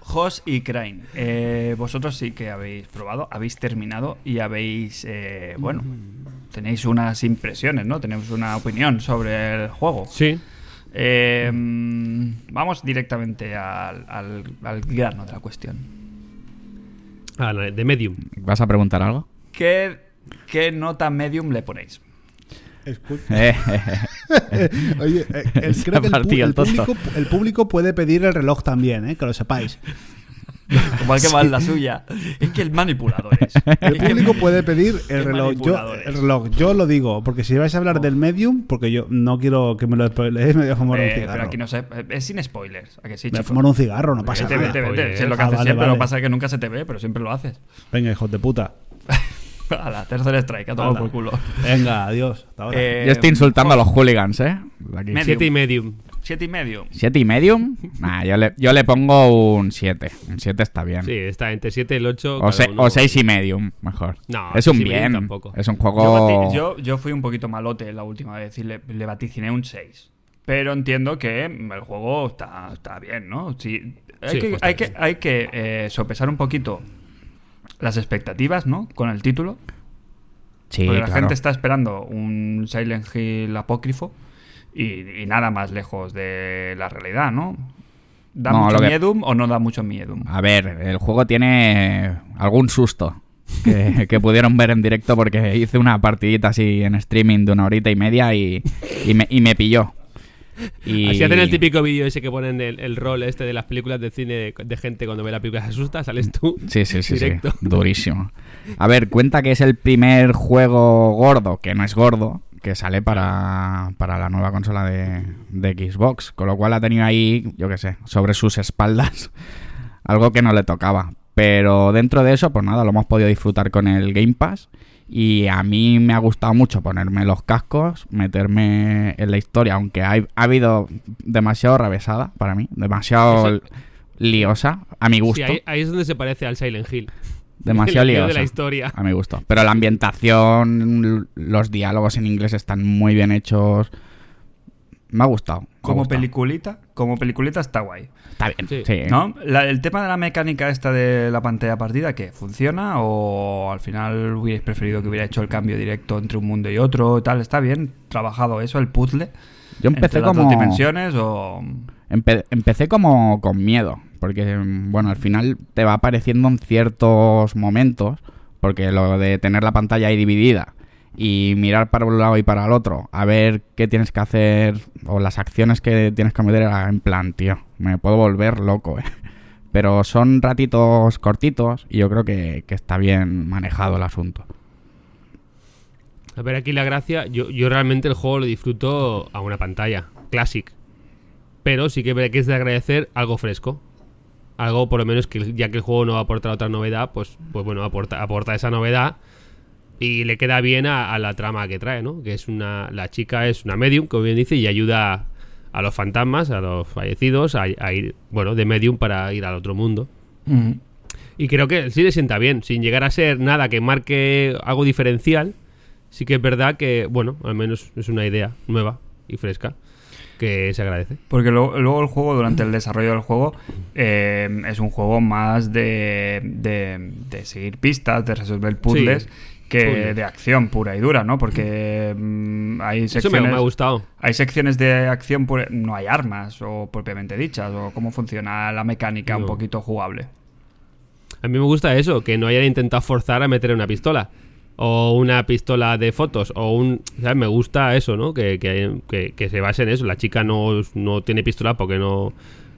Speaker 1: Jos y Crane, eh, vosotros sí que habéis probado, habéis terminado y habéis, eh, bueno, tenéis unas impresiones, ¿no? Tenéis una opinión sobre el juego.
Speaker 2: Sí.
Speaker 1: Eh, vamos directamente al, al- al grano de la cuestión.
Speaker 2: Ah, no, de Medium.
Speaker 3: ¿Vas a preguntar algo?
Speaker 1: ¿Qué, qué nota medium le ponéis?
Speaker 4: Escucha.
Speaker 3: Eh, eh, eh.
Speaker 4: Oye, eh, el-
Speaker 3: Se
Speaker 4: creo que el,
Speaker 3: ha partido
Speaker 4: pu-
Speaker 3: el
Speaker 4: el público,
Speaker 3: tonto.
Speaker 4: el público puede pedir el reloj también, ¿eh? que lo sepáis.
Speaker 1: Igual que mal la suya. Es que el manipulador es.
Speaker 4: El
Speaker 1: Es que- Eh,
Speaker 4: público puede pedir
Speaker 1: Qué
Speaker 4: el reloj. Yo,
Speaker 1: manipuladores. Oh.
Speaker 4: el reloj, yo lo digo, porque si vais a hablar del medium, porque yo no quiero que me lo spoileéis, me voy a fumar
Speaker 1: Eh,
Speaker 4: un cigarro.
Speaker 1: pero aquí no sé. Es sin spoilers. ¿A que sí,
Speaker 4: me voy a
Speaker 1: chico?
Speaker 4: fumar un cigarro, no pasa
Speaker 1: Vete,
Speaker 4: nada.
Speaker 1: vete, vete.
Speaker 2: Oye,
Speaker 1: Si es lo que
Speaker 4: ah,
Speaker 1: haces
Speaker 4: vale,
Speaker 1: siempre,
Speaker 4: vale.
Speaker 1: lo pasa que nunca se te ve, pero siempre lo haces.
Speaker 4: Venga, hijos de puta.
Speaker 1: a la tercera strike, a tomar
Speaker 4: Hala.
Speaker 1: por culo.
Speaker 4: Venga, adiós. Hasta ahora.
Speaker 1: Eh,
Speaker 3: Yo estoy insultando a los hooligans, ¿eh? De aquí.
Speaker 1: Medium.
Speaker 2: Siete y medium.
Speaker 1: Siete y medio.
Speaker 3: ¿Siete y medium? Nah, yo le, yo le pongo un 7. Un 7 está bien.
Speaker 2: Sí, está entre 7 y el 8.
Speaker 3: O, se- o seis y medium, mejor.
Speaker 2: No,
Speaker 3: es un
Speaker 2: seis y medium
Speaker 3: bien.
Speaker 2: tampoco.
Speaker 3: Es un
Speaker 1: Yo,
Speaker 3: juego.
Speaker 1: bati- yo, yo fui un poquito malote la última vez y le, le vaticiné un 6. Pero entiendo que el juego está, está bien, ¿no? Sí, hay,
Speaker 2: Sí,
Speaker 1: que,
Speaker 2: pues está
Speaker 1: hay, que,
Speaker 2: bien.
Speaker 1: hay que eh, sopesar un poquito las expectativas, ¿no? Con el título.
Speaker 3: Sí,
Speaker 1: porque la
Speaker 3: claro.
Speaker 1: gente está esperando un Silent Hill apócrifo y, y nada más lejos de la realidad, ¿no? ¿Da
Speaker 3: No,
Speaker 1: mucho
Speaker 3: lo que- Ah,
Speaker 1: miedo o no da mucho miedo?
Speaker 3: A ver, el juego tiene algún susto que, que pudieron ver en directo porque hice una partidita así en streaming de una horita y media y, y me, y me pilló. Y...
Speaker 2: Así hacen el típico vídeo ese que ponen el, el rol este de las películas de cine de gente cuando ve la película se asusta, sales tú.
Speaker 3: Sí, sí, sí, sí.
Speaker 2: Directo.
Speaker 3: Durísimo. A ver, cuenta que es el primer juego gordo, que no es gordo, que sale para, para la nueva consola de, de Xbox. Con lo cual ha tenido ahí, yo qué sé, sobre sus espaldas algo que no le tocaba. Pero dentro de eso, pues nada, lo hemos podido disfrutar con el Game Pass. Y a mí me ha gustado mucho ponerme los cascos, meterme en la historia, aunque hay- ha habido demasiado revesada para mí, demasiado
Speaker 2: Eso-
Speaker 3: liosa, a mi gusto.
Speaker 2: Sí, ahí, ahí es donde se parece al Silent Hill.
Speaker 3: Demasiado
Speaker 2: El lío de
Speaker 3: liosa.
Speaker 2: la historia.
Speaker 3: A mi gusto. Pero la ambientación, l- los diálogos en inglés están muy bien hechos. Me ha gustado. me ha
Speaker 1: Como
Speaker 3: gustado.
Speaker 1: peliculita, como peliculita está guay.
Speaker 3: Está bien.
Speaker 2: Sí.
Speaker 3: Sí.
Speaker 1: ¿No? La- el tema de la mecánica esta de la pantalla partida, ¿qué? ¿Funciona? ¿O al final hubierais preferido que hubiera hecho el cambio directo entre un mundo y otro? Tal, ¿está bien trabajado eso, el puzzle?
Speaker 3: Yo empecé
Speaker 1: entre las
Speaker 3: como.
Speaker 1: dos dimensiones o...?
Speaker 3: empe- empecé como con miedo. Porque, mm, bueno, al final te va apareciendo en ciertos momentos. Porque lo de tener la pantalla ahí dividida y mirar para un lado y para el otro, a ver qué tienes que hacer o las acciones que tienes que meter, era en plan, tío, me puedo volver loco, eh. Pero son ratitos cortitos y yo creo que, que está bien manejado el asunto.
Speaker 2: A ver, aquí la gracia. Yo, yo realmente el juego lo disfruto a una pantalla. Classic. Pero sí que, que es de agradecer algo fresco. Algo, por lo menos, que ya que el juego no va a aportar otra novedad, pues, pues bueno, aporta, aporta esa novedad. Y le queda bien a, a la trama que trae, ¿no? Que es una. La chica es una medium, como bien dice, y ayuda a los fantasmas, a los fallecidos, a, a ir, bueno, de medium para ir al otro mundo.
Speaker 3: Mm.
Speaker 2: Y creo que sí le sienta bien, sin llegar a ser nada que marque algo diferencial. Sí que es verdad que, bueno, al menos es una idea nueva y fresca que se agradece.
Speaker 1: Porque lo- luego el juego, durante el desarrollo del juego, eh, es un juego más de, de, de seguir pistas, de resolver puzzles,
Speaker 2: Sí,
Speaker 1: que
Speaker 2: puzzles.
Speaker 1: de acción pura y dura, ¿no? Porque mm, hay
Speaker 2: Eso me,
Speaker 1: secciones...
Speaker 2: me ha gustado.
Speaker 1: ¿Hay secciones de acción? pura- No hay armas, o propiamente dichas, o cómo funciona la mecánica un
Speaker 2: No.
Speaker 1: poquito jugable.
Speaker 2: A mí me gusta eso, que no hayan intentado forzar a meter una pistola. O una pistola de fotos, o un... ¿sabes? Me gusta eso, ¿no? Que, que, que- que se base en eso. La chica no, no tiene pistola porque no,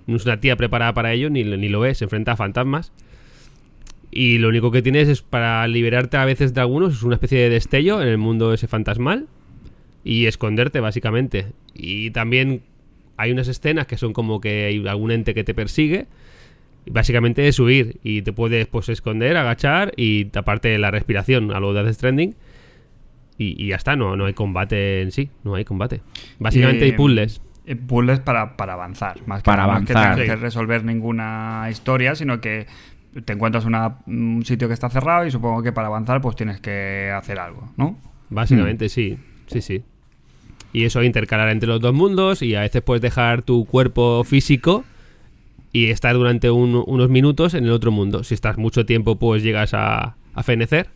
Speaker 2: no es una tía preparada para ello, ni, ni lo es. Se enfrenta a fantasmas. Y lo único que tienes es para liberarte a veces de algunos, es una especie de destello en el mundo ese fantasmal. Y esconderte, básicamente. Y también hay unas escenas que son como que hay algún ente que te persigue. Y Básicamente es huir y te puedes pues esconder, agachar y taparte la respiración a lo de Death Stranding. Y, y ya está, no, no hay combate en sí, no hay combate. Básicamente
Speaker 1: Y-
Speaker 2: hay puzzles.
Speaker 1: Eh, Puzzles para, para avanzar, más que,
Speaker 3: Para
Speaker 1: nada, más que
Speaker 3: avanzar.
Speaker 1: tengas que
Speaker 2: Sí.
Speaker 1: resolver ninguna historia, sino que te encuentras una- un sitio que está cerrado y supongo que para avanzar pues tienes que hacer algo, ¿no?
Speaker 2: Básicamente, sí. Sí, sí. Y eso intercalar entre los dos mundos y a veces puedes dejar tu cuerpo físico y estar durante un- unos minutos en el otro mundo. Si estás mucho tiempo, pues llegas a, a fenecer.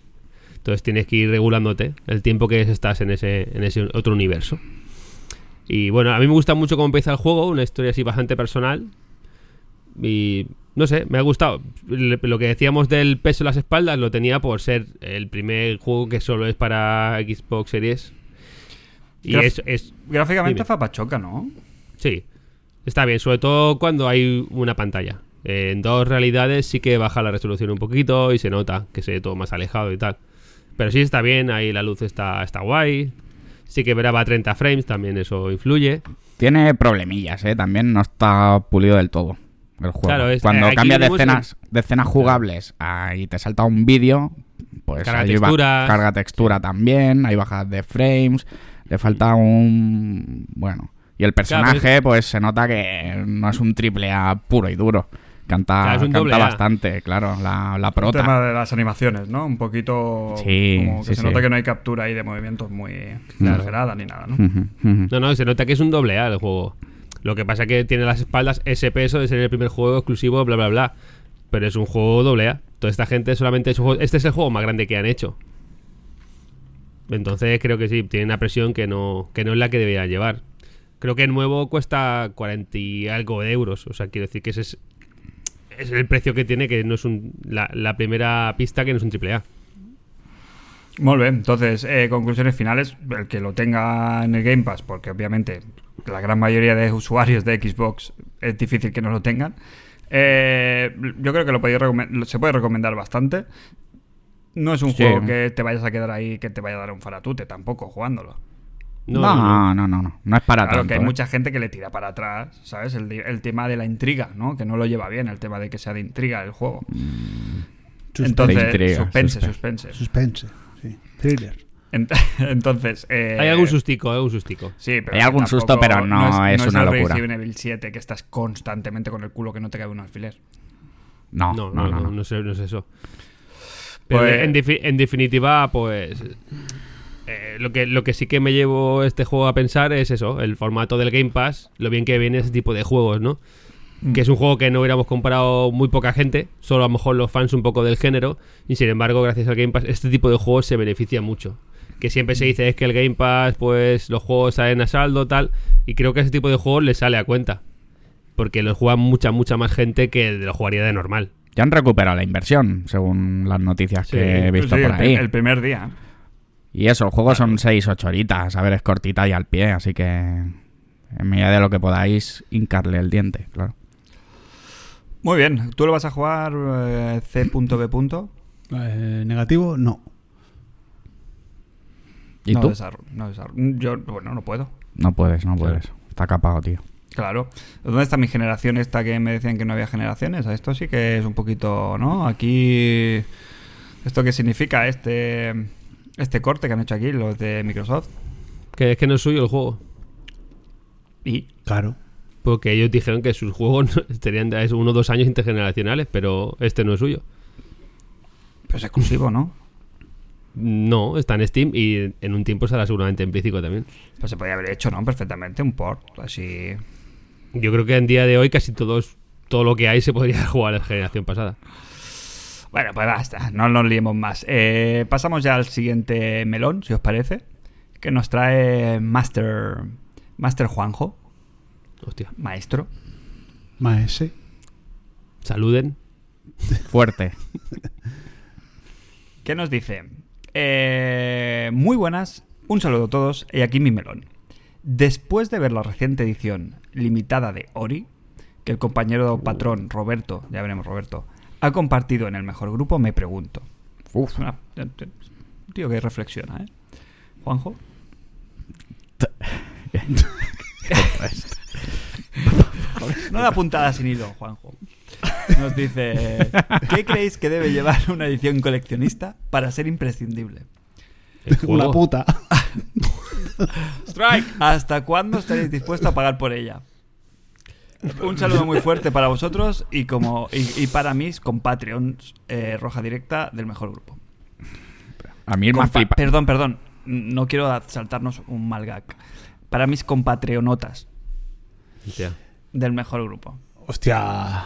Speaker 2: Entonces tienes que ir regulándote el tiempo que estás en ese, en ese otro universo. Y bueno, a mí me gusta mucho cómo empieza el juego, una historia así bastante personal. Y No sé, me ha gustado. Le- Lo que decíamos del peso en las espaldas lo tenía por ser el primer juego que solo es para Xbox Series. Y
Speaker 1: Graf-
Speaker 2: es, es-
Speaker 1: Gráficamente
Speaker 2: Dime.
Speaker 1: fue pachoca, ¿no?
Speaker 2: Sí, está bien, sobre todo cuando hay una pantalla. En dos realidades sí que baja la resolución un poquito y se nota que se ve todo más alejado y tal. Pero sí está bien, ahí la luz está, está guay. Sí que verá va a 30 frames, también eso influye.
Speaker 3: Tiene problemillas, ¿eh? También no está pulido del todo el juego.
Speaker 2: Claro, es- eh,
Speaker 3: Cuando
Speaker 2: aquí
Speaker 3: cambias de
Speaker 2: tenemos
Speaker 3: escenas, de escenas jugables a- y te salta un vídeo, pues
Speaker 2: Carga
Speaker 3: ahí va-
Speaker 2: texturas.
Speaker 3: carga textura también, hay bajadas de frames, le falta un... bueno. Y el personaje, pues se nota que no es un triple A puro y duro. Canta,
Speaker 2: Claro, es un doble
Speaker 3: canta
Speaker 2: A.
Speaker 3: bastante, claro, la, la
Speaker 1: El
Speaker 3: prota.
Speaker 1: tema de las animaciones, ¿no? Un poquito.
Speaker 3: Sí,
Speaker 1: como que se
Speaker 3: sí, sí. Hmm.
Speaker 1: nota que no hay captura ahí de movimientos muy exagerada ni nada, ¿no?
Speaker 3: Ujú, ujú.
Speaker 2: No, no, se nota que es un doble A el juego. Lo que pasa que tiene las espaldas ese peso de ser el primer juego exclusivo, bla, bla, bla. Pero es un juego doble A. Toda esta gente solamente es un juego- Este es el juego más grande que han hecho. Entonces creo que sí, tiene una presión que no, que no es la que deberían llevar. Creo que el nuevo cuesta 40 y algo de euros. O sea, quiero decir que ese es, es el precio que tiene, que no es un, la, la primera pista que no es un triple A.
Speaker 1: Muy bien, entonces, eh, conclusiones finales. El que lo tenga en el Game Pass, porque obviamente la gran mayoría de usuarios de Xbox es difícil que no lo tengan. Eh, yo creo que lo podéis recomen- lo- se puede recomendar bastante. No es un
Speaker 3: Sí.
Speaker 1: juego que te vayas a quedar ahí, que te vaya a dar un faratute tampoco jugándolo.
Speaker 3: No, no, no, no, no. No es para
Speaker 1: Claro
Speaker 3: tanto.
Speaker 1: que hay
Speaker 3: ¿eh?
Speaker 1: mucha gente que le tira para atrás, ¿sabes? El, di- el tema de la intriga, ¿no? Que no lo lleva bien, el tema de que sea de intriga el juego. Entonces,
Speaker 3: Intriga,
Speaker 1: suspense, suspense.
Speaker 3: suspense.
Speaker 4: Suspense, sí. Thriller.
Speaker 1: Ent- Entonces, eh,
Speaker 2: Hay algún sustico, hay algún sustico.
Speaker 1: Sí, pero
Speaker 3: Hay
Speaker 1: que
Speaker 3: algún
Speaker 1: tampoco-
Speaker 3: susto, pero no es una
Speaker 1: el
Speaker 3: locura.
Speaker 1: Resident Evil 7 que estás constantemente con el culo que no te cabe un alfiler.
Speaker 3: No,
Speaker 2: No,
Speaker 3: no, no, no.
Speaker 2: es, no es eso. Pero
Speaker 1: Pues-
Speaker 2: en, defi- en definitiva, pues. eh, lo, que, lo que sí que me llevo este juego a pensar es eso: el formato del Game Pass, lo bien que viene ese tipo de juegos, ¿no? Que es un juego que no hubiéramos comprado muy poca gente, solo a lo mejor los fans un poco del género, y sin embargo, gracias al Game Pass, este tipo de juegos se beneficia mucho. Que siempre se dice es que el Game Pass, pues los juegos salen a saldo, tal, y creo que a ese tipo de juegos le sale a cuenta. Porque los juega mucha, mucha más gente que lo jugaría de normal.
Speaker 3: Ya han recuperado la inversión, según las noticias
Speaker 2: Sí,
Speaker 3: que he visto
Speaker 1: Sí, el,
Speaker 3: por ahí.
Speaker 1: el primer día.
Speaker 3: Y eso, el juego son 6, 8 horitas. A ver, es cortita y al pie, así que en medida de lo que podáis, hincarle el diente, claro.
Speaker 1: Muy bien, ¿tú lo vas a jugar eh, C.B.?
Speaker 4: Eh, ¿Negativo? No.
Speaker 3: ¿Y
Speaker 1: no,
Speaker 3: tú?
Speaker 1: desarro- no desarro- Yo, bueno, no puedo.
Speaker 3: No puedes, no puedes. Está capado, tío.
Speaker 1: Claro. ¿Dónde está mi generación esta que me decían que no había generaciones? A Esto sí que es un poquito, ¿no? Aquí... ¿Esto qué significa este, este corte que han hecho aquí los de Microsoft?
Speaker 2: Que es que no es suyo el juego.
Speaker 1: Y...
Speaker 4: Claro.
Speaker 2: Porque ellos dijeron que sus juegos tenían de- es uno o dos años intergeneracionales, pero este no es suyo.
Speaker 1: Pero es pues, exclusivo, ¿no?
Speaker 2: No, está en Steam y en un tiempo estará seguramente en Play 5 también.
Speaker 1: Pues se podría haber hecho, ¿no? Perfectamente, un port así...
Speaker 2: Yo creo que en día de hoy casi todos, todo lo que hay se podría jugar a la generación pasada.
Speaker 1: Bueno, pues basta, no nos liemos más. Eh, pasamos ya al siguiente melón, si os parece, que nos trae Master, Master Juanjo,
Speaker 2: Hostia.
Speaker 1: maestro.
Speaker 4: Más ese.
Speaker 2: Saluden.
Speaker 3: Fuerte.
Speaker 1: que nos dice, eh, muy buenas, un saludo a todos y aquí mi melón. Después de ver la reciente edición limitada de Ori, que el compañero patrón Roberto, ya veremos Roberto, ha compartido en el mejor grupo, me pregunto.
Speaker 3: Uf.
Speaker 1: Una- eh, Tío que reflexiona, ¿eh? Juanjo. No da puntada sin hilo, Juanjo. Nos dice, ¿qué creéis que debe llevar una edición coleccionista para ser imprescindible?
Speaker 2: El
Speaker 4: Una
Speaker 2: juego.
Speaker 4: puta.
Speaker 1: Strike. ¿Hasta cuándo estaréis dispuestos a pagar por ella? Un saludo muy fuerte para vosotros y como y, y para mis compatriots eh, roja directa del mejor grupo.
Speaker 3: A mí me
Speaker 1: Compa-
Speaker 3: flipa.
Speaker 1: Perdón, perdón. No quiero da- saltarnos un mal gag. Para mis compatrionotas
Speaker 2: Hostia.
Speaker 1: del mejor grupo.
Speaker 4: Hostia.
Speaker 1: La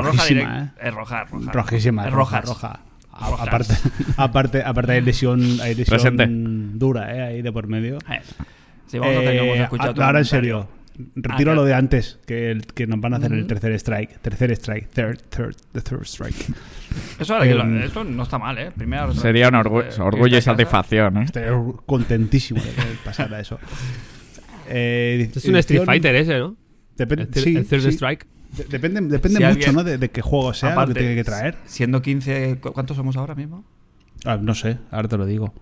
Speaker 4: Rojísima,
Speaker 1: direct-
Speaker 4: ¿eh?
Speaker 1: Es roja, roja.
Speaker 4: Rojísima,
Speaker 1: Es
Speaker 4: roja,
Speaker 1: rojas.
Speaker 4: roja. A-
Speaker 1: Rojas.
Speaker 4: Aparte, aparte, aparte hay lesión, hay lesión
Speaker 3: Presente.
Speaker 4: dura, ¿eh? Ahí de por medio.
Speaker 1: Eh, sí, vamos a tener que
Speaker 4: Eh, ah,
Speaker 1: hemos escuchado tu
Speaker 4: ahora en
Speaker 1: comentario.
Speaker 4: serio, Retiro
Speaker 1: Ah,
Speaker 4: lo de antes, que, el- que nos van a hacer el tercer strike. Tercer strike. Third, third, the third strike.
Speaker 1: Eso, ahora que lo-
Speaker 4: Mm.
Speaker 1: eso no está mal, ¿eh? Primera
Speaker 3: Sería un orgu-
Speaker 1: eh,
Speaker 3: orgullo y
Speaker 1: irte a casa.
Speaker 3: satisfacción, ¿eh?
Speaker 4: Estoy contentísimo de que pasara eso. Eh,
Speaker 2: Este Es un Street
Speaker 4: edición-
Speaker 2: Fighter ese, ¿no?
Speaker 4: Depen-
Speaker 2: El, thir-
Speaker 4: sí,
Speaker 2: el Third
Speaker 4: sí.
Speaker 2: Strike.
Speaker 4: De- depende depende
Speaker 1: Si
Speaker 4: mucho,
Speaker 1: alguien-
Speaker 4: ¿no? De, de qué juego sea lo
Speaker 1: Aparte,
Speaker 4: que tiene que traer.
Speaker 1: Siendo 15, ¿cu- ¿cuántos somos ahora mismo?
Speaker 4: Ah, no sé, ahora te lo digo.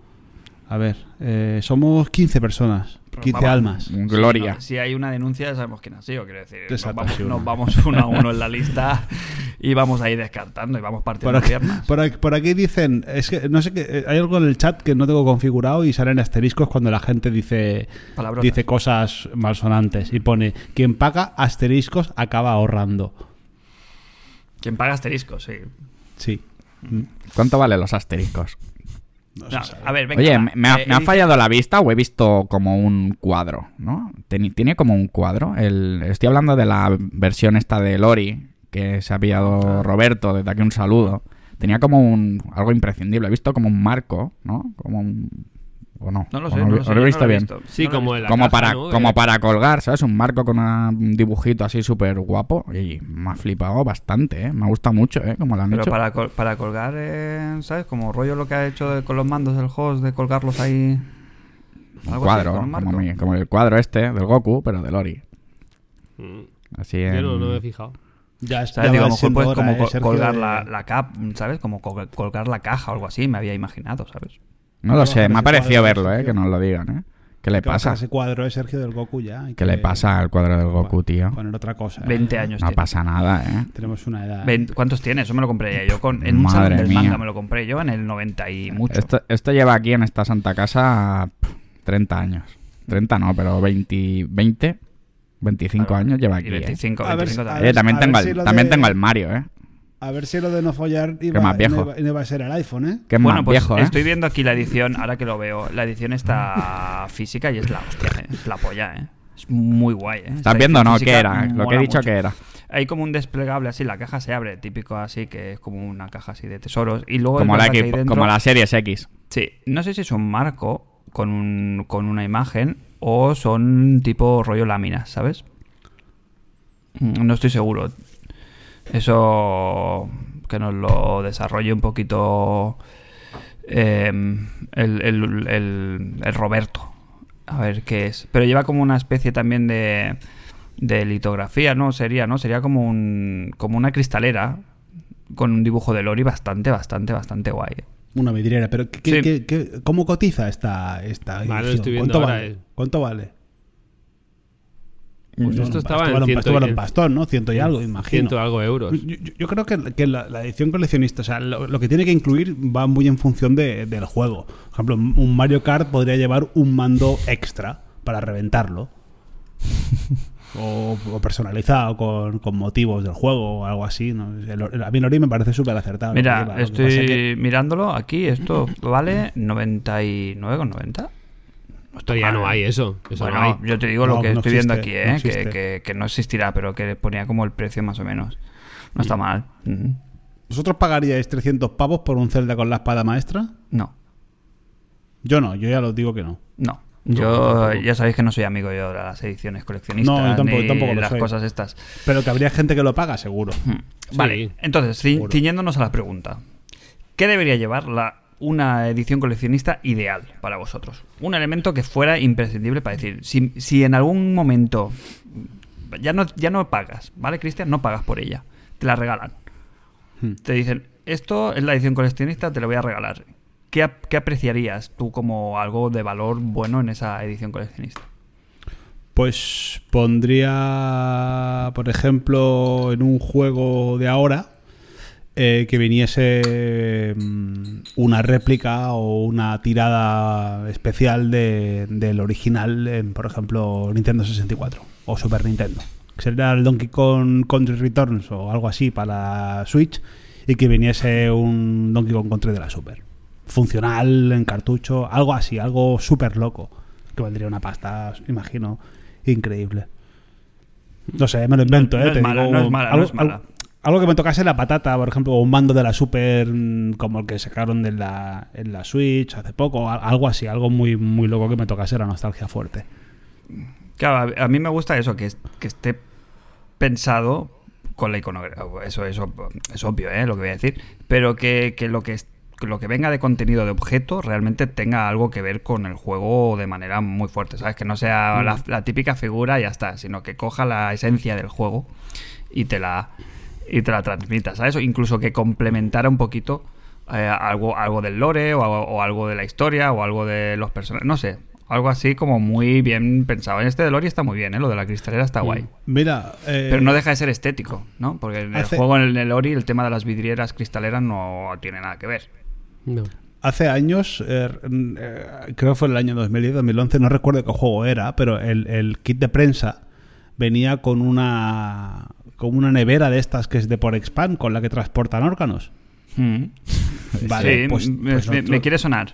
Speaker 4: A ver, eh, somos 15 personas,
Speaker 1: Pero
Speaker 4: 15
Speaker 1: Pues vamos.
Speaker 4: almas.
Speaker 3: Gloria.
Speaker 1: Si, no- si hay una denuncia, ya sabemos quién ha sido. Quiero decir, nos
Speaker 4: Exacto,
Speaker 1: vamos,
Speaker 4: sí,
Speaker 1: nos
Speaker 4: una.
Speaker 1: vamos uno a uno en la lista y vamos a ir descartando y vamos
Speaker 4: Por
Speaker 1: partiendo
Speaker 4: aquí,
Speaker 1: piernas.
Speaker 4: por aquí- por aquí dicen, es que no sé qué, eh, hay algo en el chat que no tengo configurado y salen asteriscos cuando la gente dice,
Speaker 1: Palabrotas.
Speaker 4: dice cosas malsonantes y pone, quien paga asteriscos acaba ahorrando.
Speaker 1: Quien paga asteriscos, sí.
Speaker 4: Sí.
Speaker 3: ¿Cuánto valen los asteriscos?
Speaker 4: No
Speaker 1: No,
Speaker 4: sé.
Speaker 1: a ver, venga.
Speaker 3: Oye,
Speaker 1: va.
Speaker 3: me, me ha,
Speaker 1: Eh,
Speaker 3: me ha
Speaker 1: he
Speaker 3: fallado la vista o he visto como un cuadro, ¿no? Teni- tiene como un cuadro. El, estoy hablando de la versión esta de Lori, que se ha
Speaker 1: Ah.
Speaker 3: pillado Roberto, desde aquí un saludo. Tenía como un algo imprescindible. He visto como un marco, ¿no? Como un... ¿O no?
Speaker 1: No lo
Speaker 3: ¿O
Speaker 1: sé, no lo
Speaker 3: ¿O
Speaker 1: sé,
Speaker 3: lo
Speaker 1: yo
Speaker 3: he
Speaker 1: no
Speaker 3: visto
Speaker 1: lo he
Speaker 3: bien?
Speaker 1: visto.
Speaker 2: Sí,
Speaker 1: No lo he
Speaker 2: como
Speaker 1: visto.
Speaker 2: el
Speaker 3: como
Speaker 2: caja,
Speaker 3: para,
Speaker 2: ¿no?
Speaker 3: como
Speaker 2: Eh,
Speaker 3: para colgar, ¿sabes? Un marco con una- un dibujito así súper guapo. Y me ha flipado bastante, ¿eh? Me ha gustado mucho, ¿eh? Como lo han
Speaker 1: Pero
Speaker 3: hecho.
Speaker 1: para, col- para colgar, eh, ¿sabes? Como rollo lo que ha hecho de- con los mandos del host, de colgarlos ahí.
Speaker 3: Un
Speaker 1: algo así,
Speaker 3: cuadro,
Speaker 1: con un marco.
Speaker 3: como, mi- como el cuadro este del Goku, pero de Lori.
Speaker 2: Mm,
Speaker 3: Así
Speaker 2: Yo
Speaker 3: en-
Speaker 2: no, no me he fijado.
Speaker 4: Ya,
Speaker 1: ¿Sabes? Digo, a lo mejor
Speaker 4: siendo
Speaker 1: puedes
Speaker 4: hora,
Speaker 1: como
Speaker 4: eh,
Speaker 1: col-
Speaker 4: Sergio,
Speaker 1: colgar
Speaker 4: de-
Speaker 1: la, la cap, ¿sabes? Como col- colgar la caja o algo así, me había imaginado, ¿sabes?
Speaker 3: No lo sé, me ha
Speaker 4: Ese cuadro
Speaker 3: parecido
Speaker 4: de
Speaker 3: verlo, eh,
Speaker 4: Sergio.
Speaker 3: que nos lo digan, eh. ¿Qué le
Speaker 4: que bajar
Speaker 3: pasa?
Speaker 4: Ese cuadro de Sergio del Goku ya. hay
Speaker 3: ¿Qué le
Speaker 4: que
Speaker 3: pasa al cuadro del Goku, tío?
Speaker 4: Poner otra cosa. eh.
Speaker 1: 20 años
Speaker 3: No
Speaker 1: tiene.
Speaker 3: pasa nada, eh.
Speaker 4: Tenemos una edad.
Speaker 1: Vein- ¿Cuántos tiene? Eso me lo compré yo con, en un
Speaker 3: Madre
Speaker 1: salón del
Speaker 3: mía.
Speaker 1: manga, me lo compré yo en el 90 y mucho.
Speaker 3: Esto, esto lleva aquí en esta santa casa pff, 30 años. 30 no, pero 20, 20 25
Speaker 1: Claro.
Speaker 3: años lleva
Speaker 1: Y
Speaker 3: aquí. eh.
Speaker 1: 25,
Speaker 4: A ver,
Speaker 1: 25
Speaker 3: Eh,
Speaker 1: también.
Speaker 4: a ver,
Speaker 3: también tengo,
Speaker 4: si
Speaker 3: el,
Speaker 4: lo
Speaker 3: también
Speaker 4: de-
Speaker 3: tengo el Mario, eh.
Speaker 4: A ver si lo de no follar iba,
Speaker 3: más viejo.
Speaker 4: No, iba, no iba a ser el iPhone, ¿eh?
Speaker 3: Que es
Speaker 1: bueno,
Speaker 3: más
Speaker 1: pues
Speaker 3: viejo, eh.
Speaker 1: estoy viendo aquí la edición, ahora que lo veo, la edición está física y es la hostia, eh, es la polla, ¿eh? Es muy guay, ¿eh? Esta
Speaker 3: ¿Estás viendo o
Speaker 1: edición
Speaker 3: no?
Speaker 1: física
Speaker 3: ¿Qué era? Lo que he
Speaker 1: mola
Speaker 3: dicho
Speaker 1: mucho.
Speaker 3: que era.
Speaker 1: Hay como un desplegable así, la caja se abre, típico así, que es como una caja así de tesoros. Y luego es
Speaker 3: Como la,
Speaker 1: verdad que ahí
Speaker 3: equipo-
Speaker 1: dentro-
Speaker 3: como la Series X.
Speaker 1: Sí, no sé si es un marco con, un- con una imagen o son tipo rollo láminas, ¿sabes? Mm, No estoy seguro. Eso que nos lo desarrolle un poquito eh, el, el- el- el Roberto. A ver qué es. Pero lleva como una especie también de, de litografía, ¿no? Sería, ¿no? Sería como, un, como una cristalera con un dibujo de Lori bastante, bastante, bastante guay. ¿eh?
Speaker 4: Una vidriera. Pero ¿qué- qué-
Speaker 1: Sí.
Speaker 4: qué- qué- ¿cómo cotiza esta, esta
Speaker 2: Vale, lo
Speaker 4: edición?
Speaker 2: estoy viendo
Speaker 4: ¿Cuánto,
Speaker 2: ahora,
Speaker 4: vale?
Speaker 2: eh.
Speaker 4: ¿Cuánto vale?
Speaker 2: Pues
Speaker 4: Bueno,
Speaker 2: esto estaba
Speaker 4: estuvo
Speaker 2: en
Speaker 4: un-
Speaker 2: ciento
Speaker 4: estuvo
Speaker 2: y-
Speaker 4: un pastón, ¿no? Ciento y algo, imagino.
Speaker 2: Ciento algo euros.
Speaker 4: Yo, yo- yo creo que, que la, la edición coleccionista, o sea, lo, lo que tiene que incluir va muy en función de- del juego. Por ejemplo, un Mario Kart podría llevar un mando extra para reventarlo. O, o personalizado con, con motivos del juego o algo así. ¿no? El- el- a mí el Ori me parece súper acertado.
Speaker 1: Mira,
Speaker 4: Lo que pasa
Speaker 1: estoy
Speaker 4: es que-
Speaker 1: mirándolo aquí. Esto vale 99,90.
Speaker 2: Esto ya no hay eso. Eso
Speaker 1: Bueno,
Speaker 2: no hay.
Speaker 1: yo te digo
Speaker 4: No,
Speaker 1: lo que
Speaker 4: no
Speaker 1: estoy viendo aquí,
Speaker 4: existe,
Speaker 1: ¿eh?
Speaker 4: no
Speaker 1: que,
Speaker 4: existe.
Speaker 1: que- que no existirá, pero que ponía como el precio más o menos. No está mal.
Speaker 4: Mm-hmm.
Speaker 1: Mm.
Speaker 4: ¿Vosotros pagaríais 300 pavos por un Zelda con la espada maestra?
Speaker 1: No,
Speaker 4: Yo no, yo ya lo digo que no.
Speaker 1: no.
Speaker 2: No,
Speaker 1: Yo
Speaker 2: tampoco.
Speaker 1: ya sabéis que no soy amigo yo de las ediciones coleccionistas
Speaker 4: No, yo tampoco-
Speaker 1: ni
Speaker 4: tampoco lo
Speaker 1: las
Speaker 4: soy.
Speaker 1: cosas estas.
Speaker 4: Pero que habría gente que lo paga, seguro.
Speaker 2: Sí.
Speaker 1: Vale, entonces, ci-
Speaker 4: Seguro.
Speaker 1: ciñéndonos a la pregunta. ¿Qué debería llevar la, una edición coleccionista ideal para vosotros? Un elemento que fuera imprescindible para decir, si, si en algún momento ya no, ya no pagas, ¿vale, Cristian? No pagas por ella, te la regalan.
Speaker 4: Hmm.
Speaker 1: Te dicen, esto es la edición coleccionista, te la voy a regalar. ¿Qué, ap- qué apreciarías tú como algo de valor bueno en esa edición coleccionista?
Speaker 4: Pues pondría, por ejemplo, en un juego de ahora eh, que viniese mm, una réplica o una tirada especial de- del original, en, por ejemplo, Nintendo 64 o Super Nintendo. Que sería el Donkey Kong Country Returns o algo así para Switch y que viniese un Donkey Kong Country de la Super. Funcional, en cartucho, algo así, algo súper loco. Que valdría una pasta, imagino, increíble. No sé, me lo invento,
Speaker 1: No-
Speaker 4: ¿eh?
Speaker 1: no es
Speaker 4: te
Speaker 1: mala,
Speaker 4: digo,
Speaker 1: no es mala, no
Speaker 4: algo-
Speaker 1: es mala.
Speaker 4: algo- algo que me tocase la patata, por ejemplo, o un mando de la Super mm, como el que sacaron de la, en la Switch hace poco, a- algo así, algo muy, muy loco que me tocase la nostalgia fuerte.
Speaker 1: ¿Qué Claro, a, a mí me gusta eso, que, es- que esté pensado con la iconografía. Eso, eso es obvio, ¿eh? Lo que voy a decir. Pero que, que lo que es- que lo que venga de contenido de objeto realmente tenga algo que ver con el juego de manera muy fuerte, ¿sabes? Que no sea la, la típica figura y ya está, sino que coja la esencia del juego y te la y te la transmita, ¿sabes? O incluso que complementara un poquito eh, algo, algo del lore o, algo- o algo de la historia o algo de los personajes, no sé. Algo así como muy bien pensado. En este de Lore está muy bien, ¿eh? Lo de la cristalera está guay.
Speaker 4: Mira, eh,
Speaker 1: Pero no deja de ser estético, ¿no? Porque en
Speaker 4: hace-
Speaker 1: el juego, en el, del Ori, el tema de las vidrieras cristaleras no tiene nada que ver.
Speaker 2: No.
Speaker 4: Hace años, eh, mm, eh, creo que fue el año 2010, 2011, no recuerdo qué juego era, pero el, el kit de prensa venía con una con una nevera de estas que es de por expand con la que transportan órganos. Hmm. Vale,
Speaker 1: Sí,
Speaker 4: pues-
Speaker 1: me,
Speaker 4: pues
Speaker 1: me-
Speaker 4: no-
Speaker 1: me quiere sonar.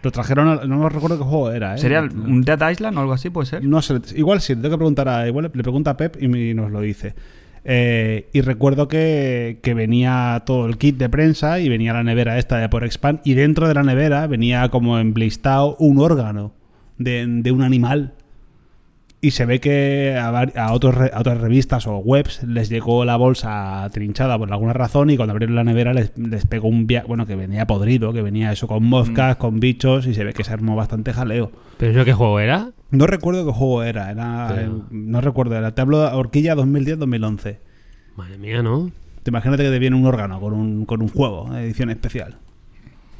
Speaker 4: Lo trajeron, a- no recuerdo qué juego era. ¿eh?
Speaker 1: ¿Sería
Speaker 4: No-
Speaker 1: un Dead Island o algo así, puede ser?
Speaker 4: No sé, igual sí, le tengo que preguntar a, igual le pregunta a Pep y me- y nos lo dice. Eh, y recuerdo que, que venía todo el kit de prensa y venía la nevera esta de por expand y dentro de la nevera venía como emblistado un órgano de, de un animal. Y se ve que a, var- a otros re- a otras revistas o webs les llegó la bolsa trinchada por alguna razón y cuando abrieron la nevera les, les pegó un viaje, bueno, que venía podrido, que venía eso con moscas, con bichos y se ve que se armó bastante jaleo.
Speaker 2: ¿Pero eso qué juego era?
Speaker 4: No recuerdo qué juego era, era
Speaker 2: Pero-
Speaker 4: no recuerdo, era, te hablo de Horquilla 2010-2011.
Speaker 2: Madre mía, ¿no?
Speaker 4: Te imagínate que te viene un órgano con un, con un juego, edición especial,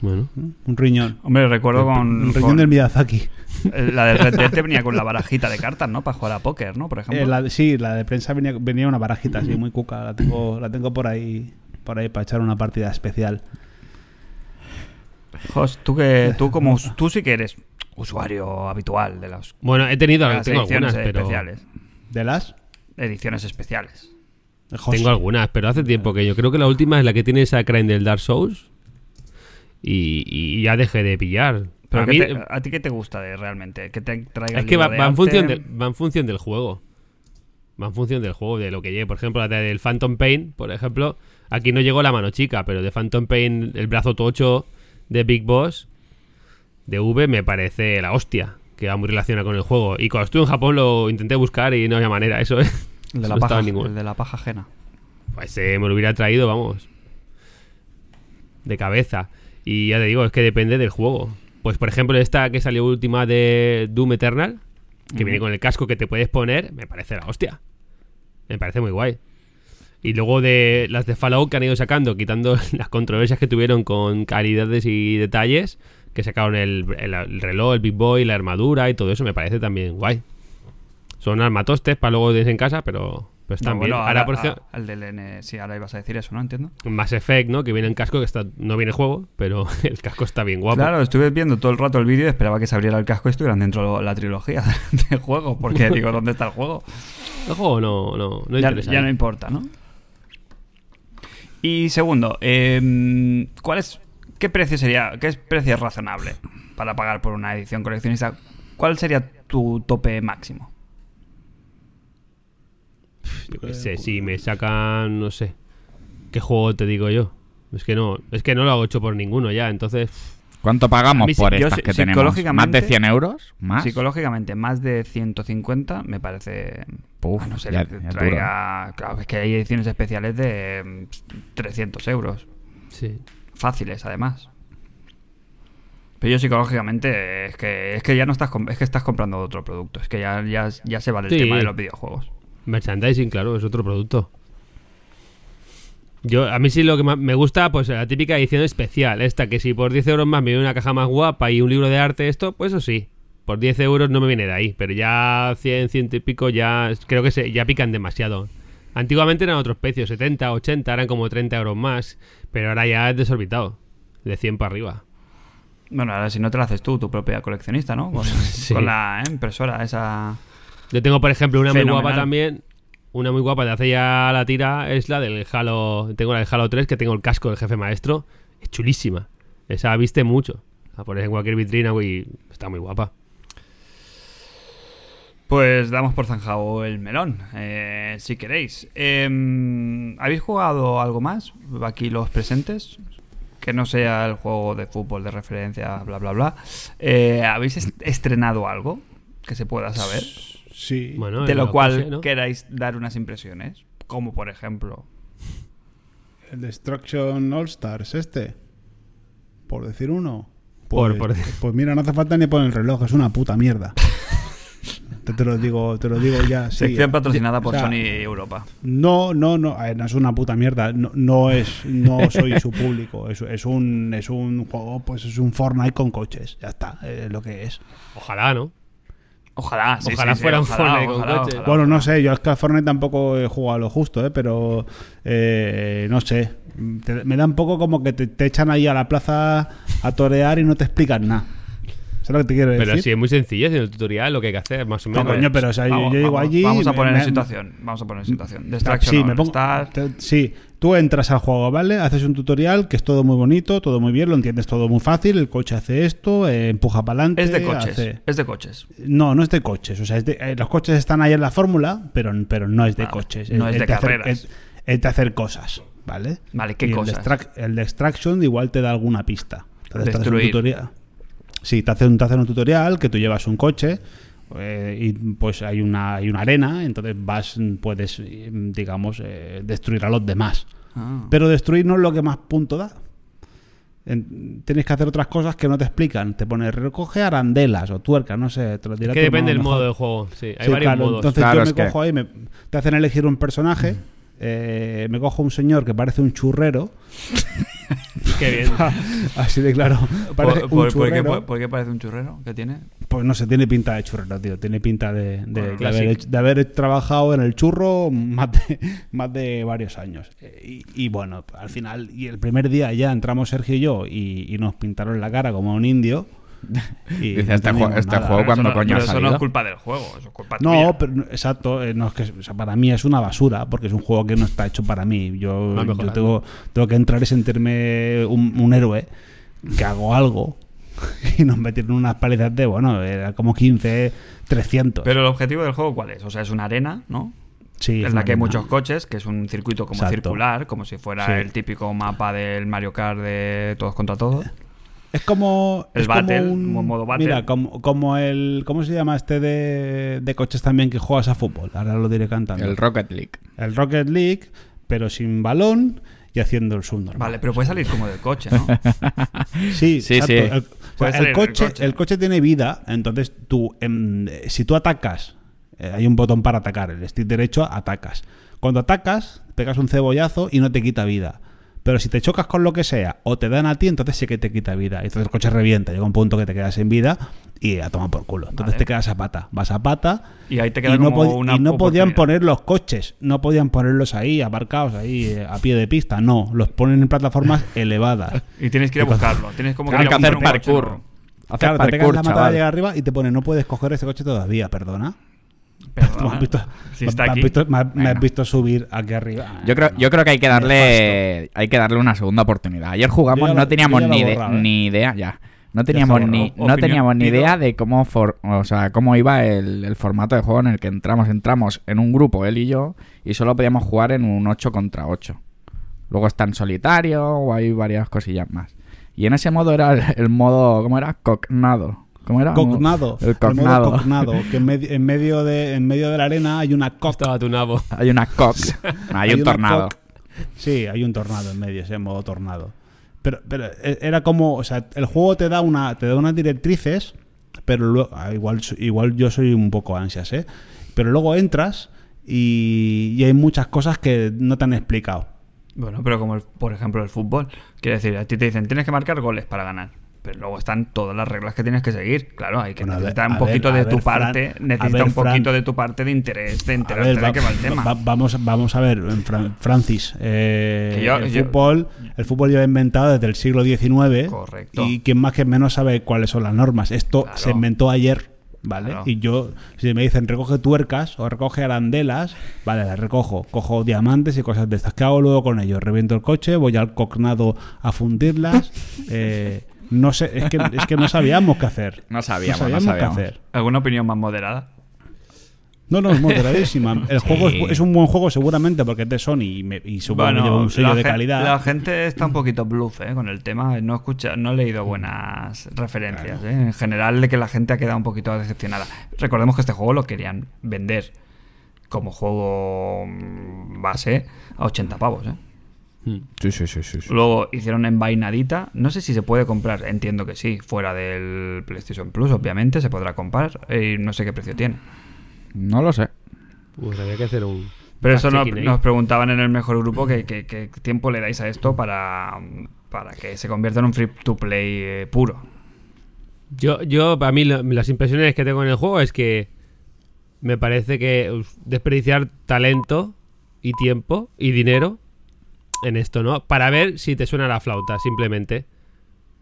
Speaker 2: Bueno.
Speaker 4: ¿eh? un riñón.
Speaker 1: Hombre, recuerdo con,
Speaker 4: Un riñón
Speaker 1: con-
Speaker 4: del Miyazaki.
Speaker 1: eh, la del Red Dead te venía con la barajita de cartas, ¿no? Para jugar a póker, ¿no? Por ejemplo.
Speaker 4: Eh, la de- sí, la de prensa venía, venía una barajita así, muy cuca, la tengo, la tengo por ahí por ahí para echar una partida especial.
Speaker 1: Jos, tú que tú como us- tú sí que eres usuario habitual de las,
Speaker 2: Bueno, he tenido,
Speaker 1: de las
Speaker 2: tengo
Speaker 1: ediciones
Speaker 2: algunas, pero...
Speaker 1: especiales.
Speaker 4: ¿De las?
Speaker 1: Ediciones especiales.
Speaker 4: De Jos.
Speaker 2: Tengo algunas, pero hace tiempo que yo creo que la última es la que tiene esa crane del Dark Souls. Y, y ya dejé de pillar.
Speaker 1: Pero
Speaker 2: a
Speaker 1: ¿qué
Speaker 2: mí,
Speaker 1: te- ¿a ti qué te gusta de realmente? ¿Que te traiga
Speaker 2: es
Speaker 1: el
Speaker 2: que va,
Speaker 1: libro de
Speaker 2: va en
Speaker 1: arte?
Speaker 2: función de- va en función del juego. Va en función del juego, de lo que lleve. Por ejemplo, la del Phantom Pain, por ejemplo. Aquí no llegó la mano chica, pero de Phantom Pain, el brazo tocho de Big Boss, de V, me parece la hostia. Que va muy relacionada con el juego. Y cuando estuve en Japón lo intenté buscar y no había manera, eso, ¿eh?
Speaker 1: El de, la
Speaker 2: Eso no estaba
Speaker 1: paja,
Speaker 2: en ninguno.
Speaker 1: el de la paja ajena.
Speaker 2: Pues eh, me lo hubiera traído, vamos. De cabeza. Y ya te digo, es que depende del juego. Pues por ejemplo, esta que salió última de Doom Eternal, que viene con el casco que te puedes poner, me parece la hostia. Me parece muy guay. Y luego de las de Fallout que han ido sacando, quitando las controversias que tuvieron con calidades y detalles, que sacaron el, el- el reloj, el Big Boy, la armadura y todo eso, me parece también guay. Son armatostes para luego tener en casa, pero, pero están
Speaker 1: No,
Speaker 2: bien.
Speaker 1: bueno,
Speaker 2: Ahora, por ejemplo-
Speaker 1: ah, el del N- sí, ahora ibas a decir eso, ¿no? Entiendo.
Speaker 2: Mass Effect, ¿no? Que viene en casco, que está, no viene el juego, pero el casco está bien guapo.
Speaker 1: Claro, estuve viendo todo el rato el vídeo y esperaba que se abriera el casco y estuvieran dentro la trilogía de juegos, porque digo, ¿dónde está el juego?
Speaker 2: El juego no, no, no
Speaker 1: ya,
Speaker 2: interesa. ¿eh?
Speaker 1: ya no importa, ¿no? Y segundo, eh, ¿cuál es, ¿qué precio sería, qué precio es razonable para pagar por una edición coleccionista? ¿Cuál sería tu tope máximo?
Speaker 2: Yo qué sé, si me sacan, no sé. ¿Qué juego te digo yo? Es que no, es que no lo hago hecho por ninguno ya, entonces.
Speaker 3: ¿Cuánto
Speaker 1: A
Speaker 3: pagamos
Speaker 1: mí sí-
Speaker 3: por
Speaker 1: yo
Speaker 3: estas
Speaker 1: sí-
Speaker 3: que tenemos? ¿Más
Speaker 1: psicológicamente-
Speaker 3: de 100 euros? ¿Más?
Speaker 1: Psicológicamente, más de 150 me parece...
Speaker 3: Puf,
Speaker 1: a no sé,
Speaker 3: ya-
Speaker 1: que
Speaker 3: ya
Speaker 1: traiga... Claro, es que hay ediciones especiales de mm, 300 euros.
Speaker 2: Sí.
Speaker 1: fáciles además. Pero yo psicológicamente es que es que ya no estás com- es que estás comprando otro producto, es que ya, ya, ya se va del
Speaker 2: Sí.
Speaker 1: tema de los videojuegos.
Speaker 2: Merchandising, claro, es otro producto. Yo, a mí sí lo que más me gusta, pues la típica edición especial, esta que si por 10 euros más me viene una caja más guapa y un libro de arte, esto, pues eso sí. Por 10 euros no me viene de ahí, pero ya 100, 100 y pico ya creo que se, ya pican demasiado. Antiguamente eran otros precios, 70, 80, eran como 30 euros más, pero ahora ya es desorbitado, de 100 para arriba.
Speaker 1: Bueno, ahora si no te la haces tú, tu propia coleccionista, ¿no? Con,
Speaker 2: Sí.
Speaker 1: con la ¿eh? impresora esa.
Speaker 2: Yo tengo, por ejemplo, una muy
Speaker 1: Fenomenal.
Speaker 2: guapa también. Una muy guapa de hace ya la tira es la del Halo. Tengo la del Halo 3, que tengo el casco del jefe maestro. Es chulísima. Esa viste mucho. La pones en cualquier vitrina, güey. Está muy guapa.
Speaker 1: Pues damos por zanjado el melón, eh, si queréis. Em, ¿Habéis jugado algo más? Aquí los presentes. Que no sea el juego de fútbol de referencia, bla, bla, bla. Eh, ¿Habéis est- estrenado algo que se pueda saber?
Speaker 4: Sí.
Speaker 2: Bueno,
Speaker 1: de
Speaker 2: en
Speaker 1: lo
Speaker 2: la
Speaker 1: cual
Speaker 2: clase, ¿no?
Speaker 1: queráis dar unas impresiones. Como por ejemplo.
Speaker 4: El Destruction All Stars, este. Por decir uno. Pues,
Speaker 2: Por- por decir-
Speaker 4: pues mira, no hace falta ni poner el reloj, es una puta mierda. te, te lo digo, te lo digo ya. sí. eh,
Speaker 1: sección patrocinada por
Speaker 4: o sea,
Speaker 1: Sony Europa.
Speaker 4: No, no, no, a ver, no es una puta mierda. No, no es, no soy su público. Es, es un, es un juego, pues es un Fortnite con coches. Ya está, es lo que es.
Speaker 2: Ojalá, ¿no?
Speaker 1: Ojalá, sí,
Speaker 2: Ojalá
Speaker 1: sí, sí,
Speaker 2: fuera un
Speaker 1: ojalá,
Speaker 2: Fortnite con
Speaker 1: ojalá,
Speaker 2: coche.
Speaker 1: ojalá,
Speaker 4: Bueno, no
Speaker 1: ojalá.
Speaker 4: sé, yo es que al Fortnite tampoco he jugado a lo justo, ¿eh? pero eh, no sé. Te- me da un poco como que te, te echan ahí a la plaza a torear y no te explican nada. ¿Sabes lo que te quiero
Speaker 2: Pero
Speaker 4: decir?
Speaker 2: sí, es muy sencillo. En el tutorial lo que hay que hacer, más o
Speaker 4: No,
Speaker 2: menos.
Speaker 4: coño, pero o sea, yo-
Speaker 1: Vamos,
Speaker 4: yo llego
Speaker 1: vamos,
Speaker 4: allí.
Speaker 1: Vamos a
Speaker 4: me-
Speaker 1: poner en
Speaker 4: me-
Speaker 1: situación. Vamos a poner en situación.
Speaker 4: Ah,
Speaker 1: Destruction
Speaker 4: sí, me
Speaker 1: All
Speaker 4: pongo-
Speaker 1: Stars.
Speaker 4: te- sí, tú entras al juego, ¿vale? Haces un tutorial que es todo muy bonito, todo muy bien, lo entiendes todo muy fácil. El coche hace esto, eh, empuja para adelante.
Speaker 1: Es de coches.
Speaker 4: hace-
Speaker 1: Es de coches.
Speaker 4: No, no es de coches. O sea, es de- eh, los coches están ahí en la fórmula, pero, pero no es de
Speaker 1: Vale,
Speaker 4: coches.
Speaker 1: no es de
Speaker 4: hacer-
Speaker 1: carreras.
Speaker 4: es- es de hacer cosas, ¿vale?
Speaker 1: Vale, ¿qué
Speaker 4: Y el
Speaker 1: cosas?
Speaker 4: distrac- El, de Extraction igual te da alguna pista. Entonces te hace un
Speaker 1: Destruir.
Speaker 4: tutorial. Sí, te hacen, te hacen un tutorial que tú llevas un coche eh, y pues hay una, hay una arena, entonces vas, puedes, eh, digamos, eh, destruir a los demás.
Speaker 1: Ah.
Speaker 4: Pero destruir no es lo que más punto da. En- tienes que hacer otras cosas que no te explican. Te pone recoge arandelas o tuercas, no sé. Te lo dirá
Speaker 2: Es que
Speaker 4: tu
Speaker 2: depende del
Speaker 4: hermano
Speaker 2: modo
Speaker 4: mejor.
Speaker 2: del juego. Sí, hay
Speaker 4: Sí,
Speaker 2: varios
Speaker 4: claro,
Speaker 2: modos.
Speaker 4: Entonces
Speaker 3: Claro,
Speaker 4: yo
Speaker 3: es
Speaker 4: me
Speaker 3: que-
Speaker 4: cojo ahí, me- te hacen elegir un personaje. eh, me cojo un señor que parece un churrero.
Speaker 2: Qué bien.
Speaker 4: Así de claro. Parece
Speaker 1: ¿Por,
Speaker 4: un
Speaker 1: por- por qué,
Speaker 4: churrero.
Speaker 1: por- por qué parece un churrero? ¿Qué tiene?
Speaker 4: Pues no sé, tiene pinta de churrero, tío. Tiene pinta de, de- de
Speaker 2: Classic.
Speaker 4: haber, hecho- de haber trabajado en el churro más de, más de varios años. Eh, Y, y bueno, al final, y el primer día ya entramos Sergio y yo y, y nos pintaron la cara como a un indio. Y
Speaker 3: Dice, este jue-
Speaker 4: no entendimos
Speaker 3: este
Speaker 4: nada.
Speaker 1: Pero
Speaker 3: juego
Speaker 1: eso
Speaker 3: cuando
Speaker 1: no-
Speaker 3: coño
Speaker 1: pero
Speaker 3: ha
Speaker 1: eso no es
Speaker 3: salido.
Speaker 1: culpa del juego, eso es culpa tuya.
Speaker 4: No, pero no- exacto, eh, no, es que, o sea, para mí es una basura, porque es un juego que no está hecho para mí. Yo,
Speaker 2: Va
Speaker 4: yo
Speaker 2: mejorando.
Speaker 4: tengo, tengo que entrar y sentirme un, un héroe, que hago algo, y nos metieron unas palizas de, bueno, era como 15, 300.
Speaker 1: Pero el objetivo del juego, ¿cuál es? O sea, es una arena, ¿no?
Speaker 4: Sí, es
Speaker 1: en la que hay
Speaker 4: una-
Speaker 1: muchos coches, que es un circuito como
Speaker 4: Exacto.
Speaker 1: circular, como si fuera
Speaker 4: Sí.
Speaker 1: el típico mapa del Mario Kart de todos contra todos.
Speaker 4: Es como.
Speaker 1: El
Speaker 4: es
Speaker 1: battle,
Speaker 4: como
Speaker 1: como modo battle.
Speaker 4: Mira, como, como el. ¿Cómo se llama este de, de coches también que juegas a fútbol? Ahora lo diré cantando.
Speaker 3: El Rocket League.
Speaker 4: El Rocket League, pero sin balón y haciendo el subnormal.
Speaker 1: Vale, pero puede salir como del coche, ¿no?
Speaker 4: Sí,
Speaker 3: Sí,
Speaker 4: exacto.
Speaker 3: sí.
Speaker 4: El, o sea,
Speaker 1: Puede
Speaker 4: el
Speaker 1: salir el
Speaker 4: coche,
Speaker 1: coche.
Speaker 4: el coche tiene vida, entonces tú, em, si tú atacas, eh, hay un botón para atacar, el stick derecho atacas. Cuando atacas, pegas un cebollazo y no te quita vida. Pero si te chocas con lo que sea o te dan a ti, entonces sí que te quita vida. Y Entonces el coche revienta, llega un punto que te quedas sin vida y a tomar por culo. Entonces
Speaker 1: Vale.
Speaker 4: te quedas a pata. Vas a pata
Speaker 1: Y ahí te queda
Speaker 4: y no,
Speaker 1: como
Speaker 4: pod-
Speaker 1: una
Speaker 4: y no podían
Speaker 1: oportunidad.
Speaker 4: poner los coches, no podían ponerlos ahí, aparcados ahí, eh, a pie de pista. No, los ponen en plataformas elevadas.
Speaker 1: Y tienes que ir a buscarlo. Tienes como ir
Speaker 3: Tienen
Speaker 1: a
Speaker 3: que
Speaker 1: buscar
Speaker 3: hacer
Speaker 1: un coche
Speaker 3: parkour.
Speaker 1: nuevo.
Speaker 3: Hacer
Speaker 4: Claro, te pegas
Speaker 3: parkour,
Speaker 4: la matada
Speaker 3: chaval.
Speaker 4: llega arriba y te pone no puedes coger este coche todavía, perdona.
Speaker 1: Perdona,
Speaker 4: ¿Tú me has visto-
Speaker 1: si
Speaker 4: me-
Speaker 1: está
Speaker 4: me has
Speaker 1: aquí.
Speaker 4: visto- me, me
Speaker 3: Venga.
Speaker 4: has visto subir aquí arriba.
Speaker 3: Yo creo,
Speaker 4: No.
Speaker 3: yo creo que hay que darle hay que darle una segunda oportunidad. Ayer jugamos,
Speaker 4: Yo ya lo-
Speaker 3: no teníamos
Speaker 4: yo ya lo
Speaker 3: ni,
Speaker 4: he
Speaker 3: de-
Speaker 4: borrado, ¿eh?
Speaker 3: ni idea ya. No teníamos
Speaker 1: borrado.
Speaker 3: ni no
Speaker 1: Opinión,
Speaker 3: teníamos ni
Speaker 1: pido.
Speaker 3: idea de cómo for- o sea, cómo iba el, el formato de juego en el que entramos, entramos en un grupo él y yo y solo podíamos jugar en un 8 contra 8. Luego está en solitario o hay varias cosillas más. Y en ese modo era el, el modo ¿cómo era? Cognado. ¿Cómo era?
Speaker 4: Cognado.
Speaker 3: El
Speaker 4: modo
Speaker 3: cognado.
Speaker 4: cognado, que en, medi- en medio de, en medio de la arena hay una cock.
Speaker 2: Estaba tu nabo.
Speaker 3: Hay una cock. No, hay, un
Speaker 4: una
Speaker 3: tornado.
Speaker 4: cock. Sí, hay un tornado en medio, ese modo tornado. Pero, pero eh, era como, o sea, el juego te da una, te da unas directrices, pero luego, ah, igual, so- igual yo soy un poco ansias, ¿eh? Pero luego entras y, y hay muchas cosas que no te han explicado.
Speaker 1: Bueno, pero como el- por ejemplo el fútbol. Quiero decir, a ti te dicen tienes que marcar goles para ganar. Pero luego están todas las reglas que tienes que seguir. Claro, hay que
Speaker 4: Bueno, a ver,
Speaker 1: necesitar
Speaker 4: a
Speaker 1: un poquito
Speaker 4: ver,
Speaker 1: de
Speaker 4: a
Speaker 1: tu
Speaker 4: ver, Fran,
Speaker 1: parte.
Speaker 4: a
Speaker 1: Necesita
Speaker 4: ver,
Speaker 1: un poquito
Speaker 4: Fran.
Speaker 1: de tu parte de interés, de
Speaker 4: A
Speaker 1: enterarte
Speaker 4: ver,
Speaker 1: de
Speaker 4: va-
Speaker 1: qué va el tema.
Speaker 4: va- vamos, vamos a ver, en Fran- Francis. eh,
Speaker 1: Que yo-
Speaker 4: el,
Speaker 1: yo-
Speaker 4: fútbol, el fútbol lleva inventado desde el siglo XIX.
Speaker 1: Correcto.
Speaker 4: Y quien más que menos sabe cuáles son las normas. Esto
Speaker 1: Claro.
Speaker 4: se inventó ayer, ¿vale?
Speaker 1: Claro.
Speaker 4: Y yo, si me dicen recoge tuercas o recoge arandelas, vale, las recojo. Cojo diamantes y cosas de estas. ¿Qué hago luego con ellos? Reviento el coche, voy al cognado a fundirlas. eh, no sé, es que, es que no sabíamos qué hacer.
Speaker 3: No sabíamos, no
Speaker 4: qué
Speaker 3: sabíamos.
Speaker 4: hacer.
Speaker 1: ¿Alguna opinión más moderada?
Speaker 4: No, no, es moderadísima. El juego es, es un buen juego seguramente porque es de Sony y, me- y supongo que lleva un sello
Speaker 1: la
Speaker 4: de
Speaker 1: gen-
Speaker 4: calidad.
Speaker 1: La gente está un poquito bluff ¿eh? con el tema. No escucha, no he leído buenas referencias. ¿eh? En general, de que la gente ha quedado un poquito decepcionada. Recordemos que este juego lo querían vender como juego mm, base a 80 pavos. ¿eh?
Speaker 4: Hmm.
Speaker 3: Sí, sí, sí, sí. sí.
Speaker 1: Luego hicieron envainadita. No sé si se puede comprar. Entiendo que sí. Fuera del PlayStation Plus, obviamente, se podrá comprar. Y no sé qué precio tiene.
Speaker 3: No lo sé.
Speaker 2: Pues había que hacer un.
Speaker 1: Pero eso no-
Speaker 2: fact-checking ¿eh? ahí.
Speaker 1: nos preguntaban en el mejor grupo que, que- que tiempo le dais a esto para, para que se convierta en un free to play eh, puro.
Speaker 2: Yo, yo, para mí, la- las impresiones que tengo en el juego es que me parece que uf, desperdiciar talento y tiempo y dinero en esto, ¿no? Para ver si te suena la flauta, simplemente.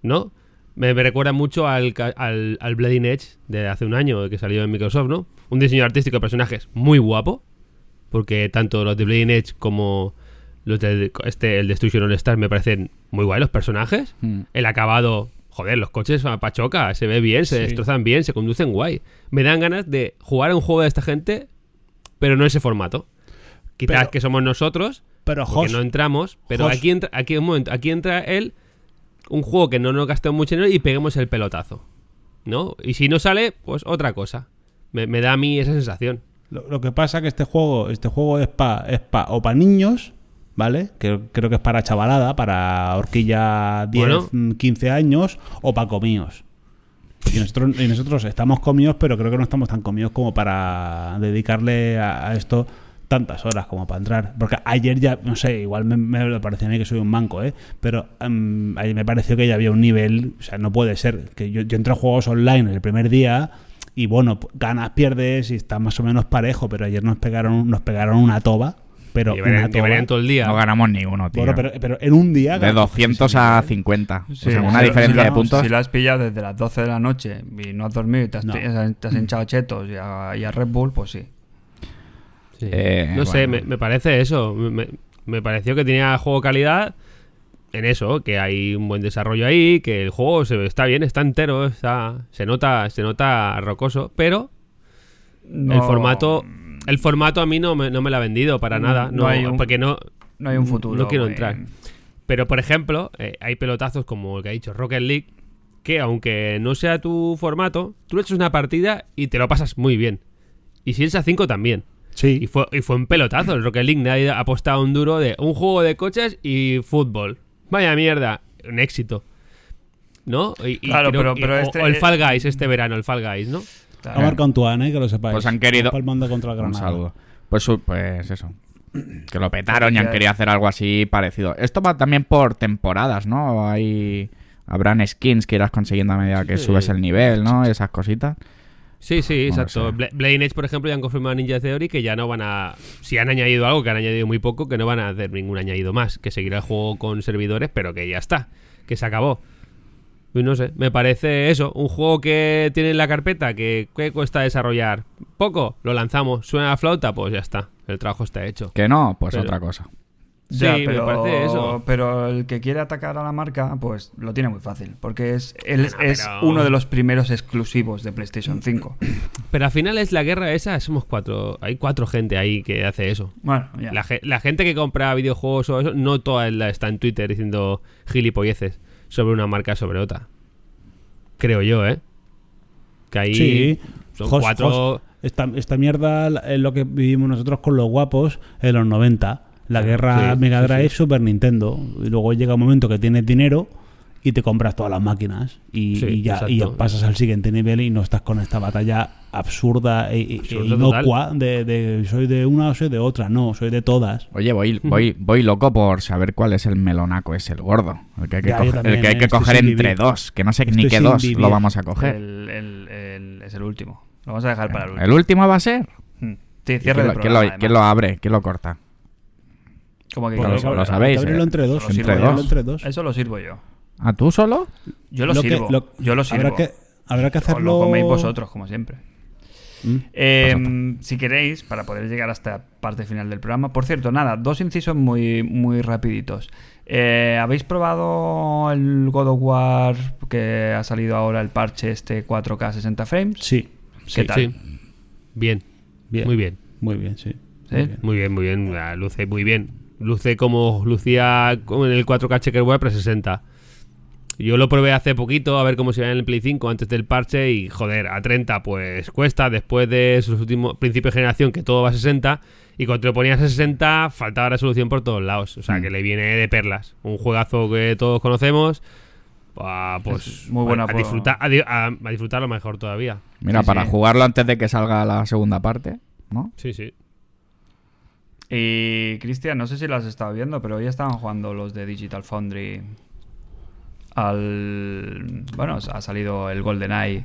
Speaker 2: ¿No? Me, me recuerda mucho al, ca- al, al Bleeding Edge de hace un año que salió en Microsoft, ¿no? Un diseño artístico de personajes muy guapo, porque tanto los de Bleeding Edge como los de este, el Destruction All Stars me parecen muy guay los personajes
Speaker 3: Mm.
Speaker 2: el acabado. Joder, los coches a Pachoca, se ve bien, se destrozan bien, se conducen guay. Me dan ganas de jugar a un juego de esta gente, pero no ese formato. Quizás
Speaker 4: Pero-
Speaker 2: que somos nosotros,
Speaker 4: Pero
Speaker 2: porque
Speaker 4: Jos,
Speaker 2: no entramos, pero
Speaker 4: Jos.
Speaker 2: aquí entra, aquí un momento, aquí entra el un juego que no nos gastemos mucho dinero y peguemos el pelotazo. ¿No? Y si no sale, pues otra cosa. Me, me da a mí esa sensación.
Speaker 4: lo, lo que pasa que este juego, este juego es pa, es pa o para niños, ¿vale? Que creo que es para chavalada, para horquilla 10,
Speaker 2: Bueno.
Speaker 4: mm, 15 años o para comidos. Y nosotros, y nosotros estamos comidos, pero creo que no estamos tan comidos como para dedicarle a, a esto tantas horas como para entrar. Porque ayer ya, no sé, igual me, me lo pareció a mí que soy un manco, ¿eh? Pero em, ayer me pareció que ya había un nivel, o sea, no puede ser. que Yo, yo entré a juegos online el primer día y bueno, p- ganas, pierdes y está más o menos parejo, pero ayer nos pegaron, nos pegaron una toba. Pero una
Speaker 2: Llevarían
Speaker 4: toba.
Speaker 2: llevarían todo el día.
Speaker 3: No ganamos ni uno, tío.
Speaker 4: Bueno, pero, pero en un día...
Speaker 3: de 200 a 50. o sea, una
Speaker 1: si-
Speaker 3: diferencia
Speaker 1: si
Speaker 3: de
Speaker 1: la-
Speaker 3: puntos.
Speaker 1: Si lo has pillado desde las 12 de la noche y no has dormido y te has,
Speaker 4: No.
Speaker 1: te has-
Speaker 3: Mm.
Speaker 1: te has hinchado chetos y a, y a Red Bull, pues sí.
Speaker 2: Sí.
Speaker 3: Eh,
Speaker 2: no sé,
Speaker 3: bueno.
Speaker 2: me, me parece eso. Me, me- me pareció que tenía juego calidad en eso, que hay un buen desarrollo ahí, que el juego se, está bien, está entero, está, se nota, se nota rocoso, pero el
Speaker 1: No-
Speaker 2: formato, el formato a mí no me, no me lo ha vendido para
Speaker 1: No,
Speaker 2: nada,
Speaker 1: no
Speaker 2: no,
Speaker 1: hay un-
Speaker 2: porque no,
Speaker 1: No hay un futuro.
Speaker 2: no quiero
Speaker 1: muy-
Speaker 2: entrar. Pero, por ejemplo, eh, hay pelotazos como el que ha dicho Rocket League, que aunque no sea tu formato, tú le echas una partida y te lo pasas muy bien. Y si es a 5 también.
Speaker 4: Sí.
Speaker 2: Y fue, y fue un pelotazo el Rocket League. Nadie ha apostado un duro de un juego de coches y fútbol. Vaya mierda. Un éxito. ¿No? Y- y
Speaker 1: Claro, pero-
Speaker 2: que-
Speaker 1: pero
Speaker 2: o-
Speaker 1: este-
Speaker 2: o el Fall Guys este verano, el Fall Guys, ¿no?
Speaker 1: Claro.
Speaker 4: Ha marcado Antoine, eh, que lo sepáis.
Speaker 3: Pues han querido-
Speaker 4: Está Palmando contra el
Speaker 3: Un
Speaker 4: Granada.
Speaker 3: saludo. Pues, su- pues eso. Que lo petaron y han
Speaker 1: Ya.
Speaker 3: querido hacer algo así parecido. Esto va también por temporadas, ¿no? Hay. Habrán skins que irás consiguiendo a medida que
Speaker 2: Sí.
Speaker 3: subes el nivel, ¿no? Esas cositas.
Speaker 2: Sí, sí,
Speaker 3: No lo
Speaker 2: exacto.
Speaker 3: sé.
Speaker 2: Bla- Blaine Edge, por ejemplo, ya han confirmado Ninja Theory que ya no van a. Si han añadido algo, que han añadido muy poco, que no van a hacer ningún añadido más. Que seguirá el juego con servidores, pero que ya está. Que se acabó. Y no sé, me parece eso. Un juego que tiene en la carpeta, que ¿qué cuesta desarrollar? Poco, lo lanzamos. Suena la flauta, pues ya está. El trabajo está hecho.
Speaker 3: Que no, pues
Speaker 2: Pero-
Speaker 3: otra cosa.
Speaker 2: Sí, me parece eso.
Speaker 1: Pero el que quiere atacar a la marca, pues lo tiene muy fácil. Porque es, él es-
Speaker 2: Bueno,
Speaker 1: es
Speaker 2: Ah, pero-
Speaker 1: uno de los primeros exclusivos de PlayStation 5.
Speaker 2: Pero al final es la guerra esa, somos cuatro. Hay cuatro gente ahí que hace eso.
Speaker 1: Bueno, ya.
Speaker 2: La, ge- la gente que compra videojuegos o eso, no toda la- está en Twitter diciendo gilipolleces sobre una marca sobre otra. Creo yo, ¿eh? Que ahí
Speaker 4: Sí.
Speaker 2: son
Speaker 4: Jos-
Speaker 2: cuatro.
Speaker 4: Jos, esta, esta mierda la- es lo que vivimos nosotros con los guapos en los 90. La guerra
Speaker 2: Sí,
Speaker 4: Mega
Speaker 2: sí,
Speaker 4: Drive,
Speaker 2: sí.
Speaker 4: Super Nintendo. Y luego llega un momento que tienes dinero y te compras todas las máquinas. Y,
Speaker 2: Sí,
Speaker 4: y ya, y
Speaker 2: exacto.
Speaker 4: ya pasas al siguiente nivel y no estás con esta batalla absurda e, e- e
Speaker 2: Absurda
Speaker 4: inocua de, de soy de una o soy de otra. No, soy de todas.
Speaker 3: Oye, voy, voy, voy loco por saber cuál es el melonaco, es el gordo. El que hay que,
Speaker 4: Ya, yo
Speaker 3: coger-
Speaker 4: también,
Speaker 3: el que, hay
Speaker 4: eh,
Speaker 3: que
Speaker 4: estoy
Speaker 3: coger
Speaker 4: sin
Speaker 3: entre
Speaker 4: vivir.
Speaker 3: dos. Que no sé ni
Speaker 4: Estoy
Speaker 3: qué
Speaker 4: sin
Speaker 3: dos
Speaker 4: vivir.
Speaker 3: lo vamos a coger.
Speaker 1: El- el- el- es el último. Lo vamos a dejar para el
Speaker 3: El,
Speaker 1: último.
Speaker 3: último va a ser.
Speaker 1: Mm. Sí,
Speaker 3: ¿Y
Speaker 1: cierre
Speaker 3: ¿Quién
Speaker 1: de
Speaker 3: lo, quién lo-
Speaker 1: programa.
Speaker 3: quién lo abre? ¿Quién lo corta?
Speaker 1: Como que
Speaker 4: Porque
Speaker 3: lo-
Speaker 4: hay que-
Speaker 3: lo
Speaker 4: hay que
Speaker 3: sabéis,
Speaker 4: abrirlo
Speaker 3: eh.
Speaker 4: entre
Speaker 1: Lo
Speaker 4: dos. hay que
Speaker 3: sirvo yo.
Speaker 4: abrirlo entre dos.
Speaker 1: Eso lo sirvo yo.
Speaker 3: ¿A ¿Ah, tú solo?
Speaker 1: Yo lo,
Speaker 4: Lo que-
Speaker 1: sirvo.
Speaker 4: lo-
Speaker 1: yo lo sirvo.
Speaker 4: Habrá que, habrá que
Speaker 1: Os lo
Speaker 4: hacerlo.
Speaker 1: coméis vosotros, como siempre.
Speaker 4: Mm.
Speaker 1: Eh, si queréis, para poder llegar hasta parte final del programa. Por cierto, nada, dos incisos muy, muy rapiditos. Eh, ¿Habéis probado el God of War que ha salido ahora el parche este 4K 60 frames?
Speaker 4: Sí.
Speaker 1: ¿Qué
Speaker 4: sí.
Speaker 1: tal?
Speaker 2: Sí. Bien.
Speaker 4: Bien.
Speaker 2: Muy bien.
Speaker 4: Muy bien, sí.
Speaker 1: ¿Sí?
Speaker 4: Muy bien.
Speaker 2: Muy bien, muy bien. Ah, Luce muy bien. Luce como lucía con el 4K Checkerboard Pre60. Yo lo probé hace poquito a ver cómo se veía en el Play 5 antes del parche y joder, a 30 pues cuesta después de sus últimos principios de generación que todo va a 60 y cuando te lo ponías a 60 faltaba resolución por todos lados, o sea
Speaker 3: Mm.
Speaker 2: que le viene de perlas, un juegazo que todos conocemos. Ah, pues
Speaker 1: Es muy buena
Speaker 2: a, a
Speaker 1: por-
Speaker 2: disfrutar a, di- a- a disfrutarlo mejor todavía.
Speaker 3: Mira,
Speaker 1: Sí,
Speaker 3: para
Speaker 1: sí.
Speaker 3: jugarlo antes de que salga la segunda parte, ¿no?
Speaker 2: Sí, sí.
Speaker 1: Y Cristian, no sé si lo has estado viendo, pero hoy estaban jugando los de Digital Foundry al... Bueno, ha salido el GoldenEye.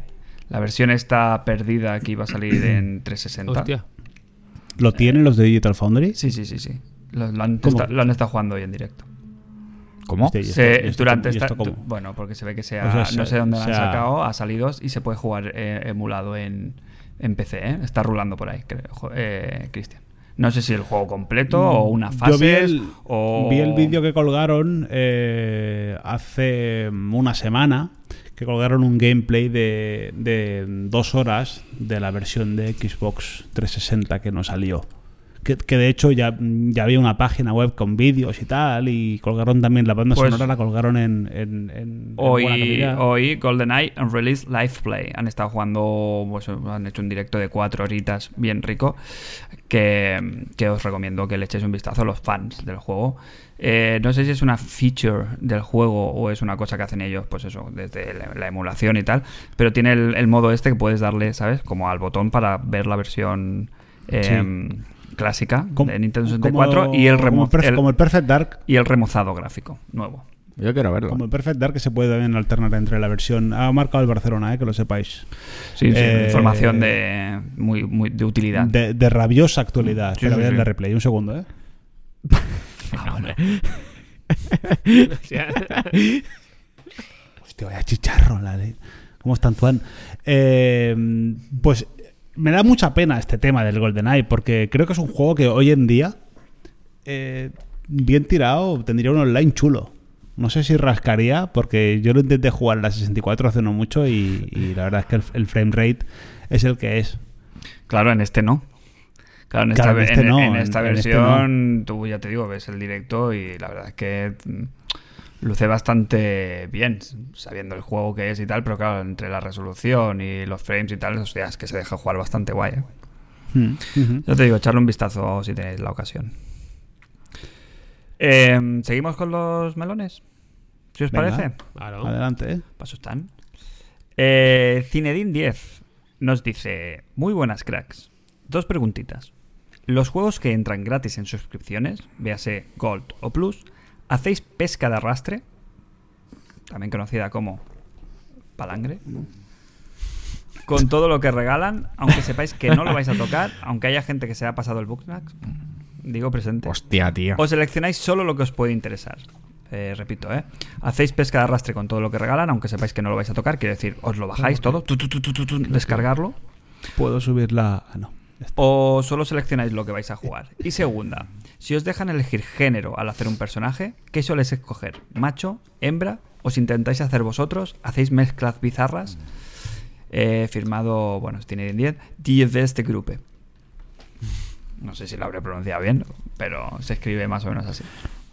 Speaker 1: La versión está perdida que iba a salir en 360.
Speaker 2: Hostia.
Speaker 4: ¿Lo tienen los de Digital Foundry?
Speaker 1: Sí, sí, sí, sí. Lo, lo han,
Speaker 4: ¿Cómo?
Speaker 1: esta- lo han estado jugando hoy en directo.
Speaker 3: ¿Cómo?
Speaker 4: Hostia, ¿y esto-
Speaker 1: Se-
Speaker 4: y esto
Speaker 1: durante
Speaker 4: cómo- y
Speaker 1: esta,
Speaker 4: esto
Speaker 1: du-
Speaker 4: cómo? Pues
Speaker 1: bueno, porque se ve que se
Speaker 4: O
Speaker 1: ha-
Speaker 4: sea,
Speaker 1: no
Speaker 4: se-
Speaker 1: sé dónde lo
Speaker 4: se
Speaker 1: han
Speaker 4: ha-
Speaker 1: sacado, ha salido y se puede jugar eh, emulado en, en PC, ¿eh? está rulando por ahí, creo, jo- eh, Cristian. No sé si el juego completo o una fase
Speaker 4: Mm, Yo vi el,
Speaker 1: o
Speaker 4: vi el vídeo que colgaron eh, hace una semana, que colgaron un gameplay de, de dos horas de la versión de Xbox 360 que no salió. Que, que de hecho ya, ya había una página web con vídeos y tal, y colgaron también la banda
Speaker 1: Pues-
Speaker 4: sonora, la colgaron en, en- en- en buena
Speaker 1: Hoy,
Speaker 4: calidad.
Speaker 1: hoy GoldenEye and Release Live Play. Han estado jugando, pues, han hecho un directo de cuatro horitas bien rico. Que, que os recomiendo que le echéis un vistazo a los fans del juego. Eh, no sé si es una feature del juego o es una cosa que hacen ellos, pues eso, desde la, la emulación y tal. Pero tiene el, el modo este que puedes darle, ¿sabes? Como al botón para ver la versión em, clásica
Speaker 4: Com-
Speaker 1: de Nintendo 64 y el,
Speaker 4: como
Speaker 1: remo-
Speaker 4: el perf-
Speaker 1: el-
Speaker 4: como el Perfect Dark
Speaker 1: y el remozado gráfico nuevo.
Speaker 3: Yo quiero verlo.
Speaker 4: Como el Perfect Dark que se puede también alternar entre la versión. Ha marcado el Barcelona, eh, que lo sepáis.
Speaker 1: Sí, sí,
Speaker 4: Eh,
Speaker 1: información de muy, muy de utilidad.
Speaker 4: De, de rabiosa actualidad.
Speaker 1: Sí,
Speaker 4: Espera,
Speaker 1: sí,
Speaker 4: voy a
Speaker 1: sí.
Speaker 4: darle replay. Un segundo, ¿eh?
Speaker 2: O sea,
Speaker 4: Hostia, vaya chicharro, la ley. ¿Cómo están, Tuan? Eh, pues me da mucha pena este tema del GoldenEye, porque creo que es un juego que hoy en día, eh, bien tirado, tendría un online chulo. No sé si rascaría, porque yo lo intenté jugar en la 64 hace no mucho y, y la verdad es que el, el frame rate es el que es.
Speaker 1: Claro, en este no. Claro, en esta,
Speaker 4: Claro, en
Speaker 1: ve-
Speaker 4: este
Speaker 1: en-
Speaker 4: no,
Speaker 1: en esta
Speaker 4: en- en este
Speaker 1: versión, tú ya te digo, ves el directo y la verdad es que mm, luce bastante bien, sabiendo el juego que es y tal, pero claro, entre la resolución y los frames y tal, hostia, es que se deja jugar bastante guay. ¿eh?
Speaker 4: Hmm. Ujú.
Speaker 1: Yo te digo, echarle un vistazo si tenéis la ocasión. Eh, ¿Seguimos con los melones? ¿Si os
Speaker 4: Venga.
Speaker 1: parece?
Speaker 2: claro.
Speaker 4: Adelante, ¿eh?
Speaker 1: Paso están. Eh, Cinedin 10 nos dice: Muy buenas, cracks. Dos preguntitas. ¿Los juegos que entran gratis en suscripciones, véase Gold o Plus, hacéis pesca de arrastre? También conocida como palangre. Con todo lo que regalan, aunque sepáis que no lo vais a tocar, aunque haya gente que se ha pasado el bookmark, digo presente.
Speaker 3: Hostia, tío.
Speaker 1: O seleccionáis solo lo que os puede interesar. Eh, repito, ¿eh? Hacéis pesca de arrastre con todo lo que regalan, aunque sepáis que no lo vais a tocar. Quiero decir, os lo bajáis todo, tu, tu, tu, tu, tu, tu, descargarlo.
Speaker 4: Puedo subir la. Ah, no.
Speaker 1: O solo seleccionáis lo que vais a jugar. Y segunda, si os dejan elegir género al hacer un personaje, ¿qué soléis escoger? ¿Macho? ¿Hembra? ¿Os intentáis hacer vosotros? ¿Hacéis mezclas bizarras? Eh, firmado, bueno, tiene 10, 10 de este grupo. No sé si lo habré pronunciado bien, pero se escribe más o menos así.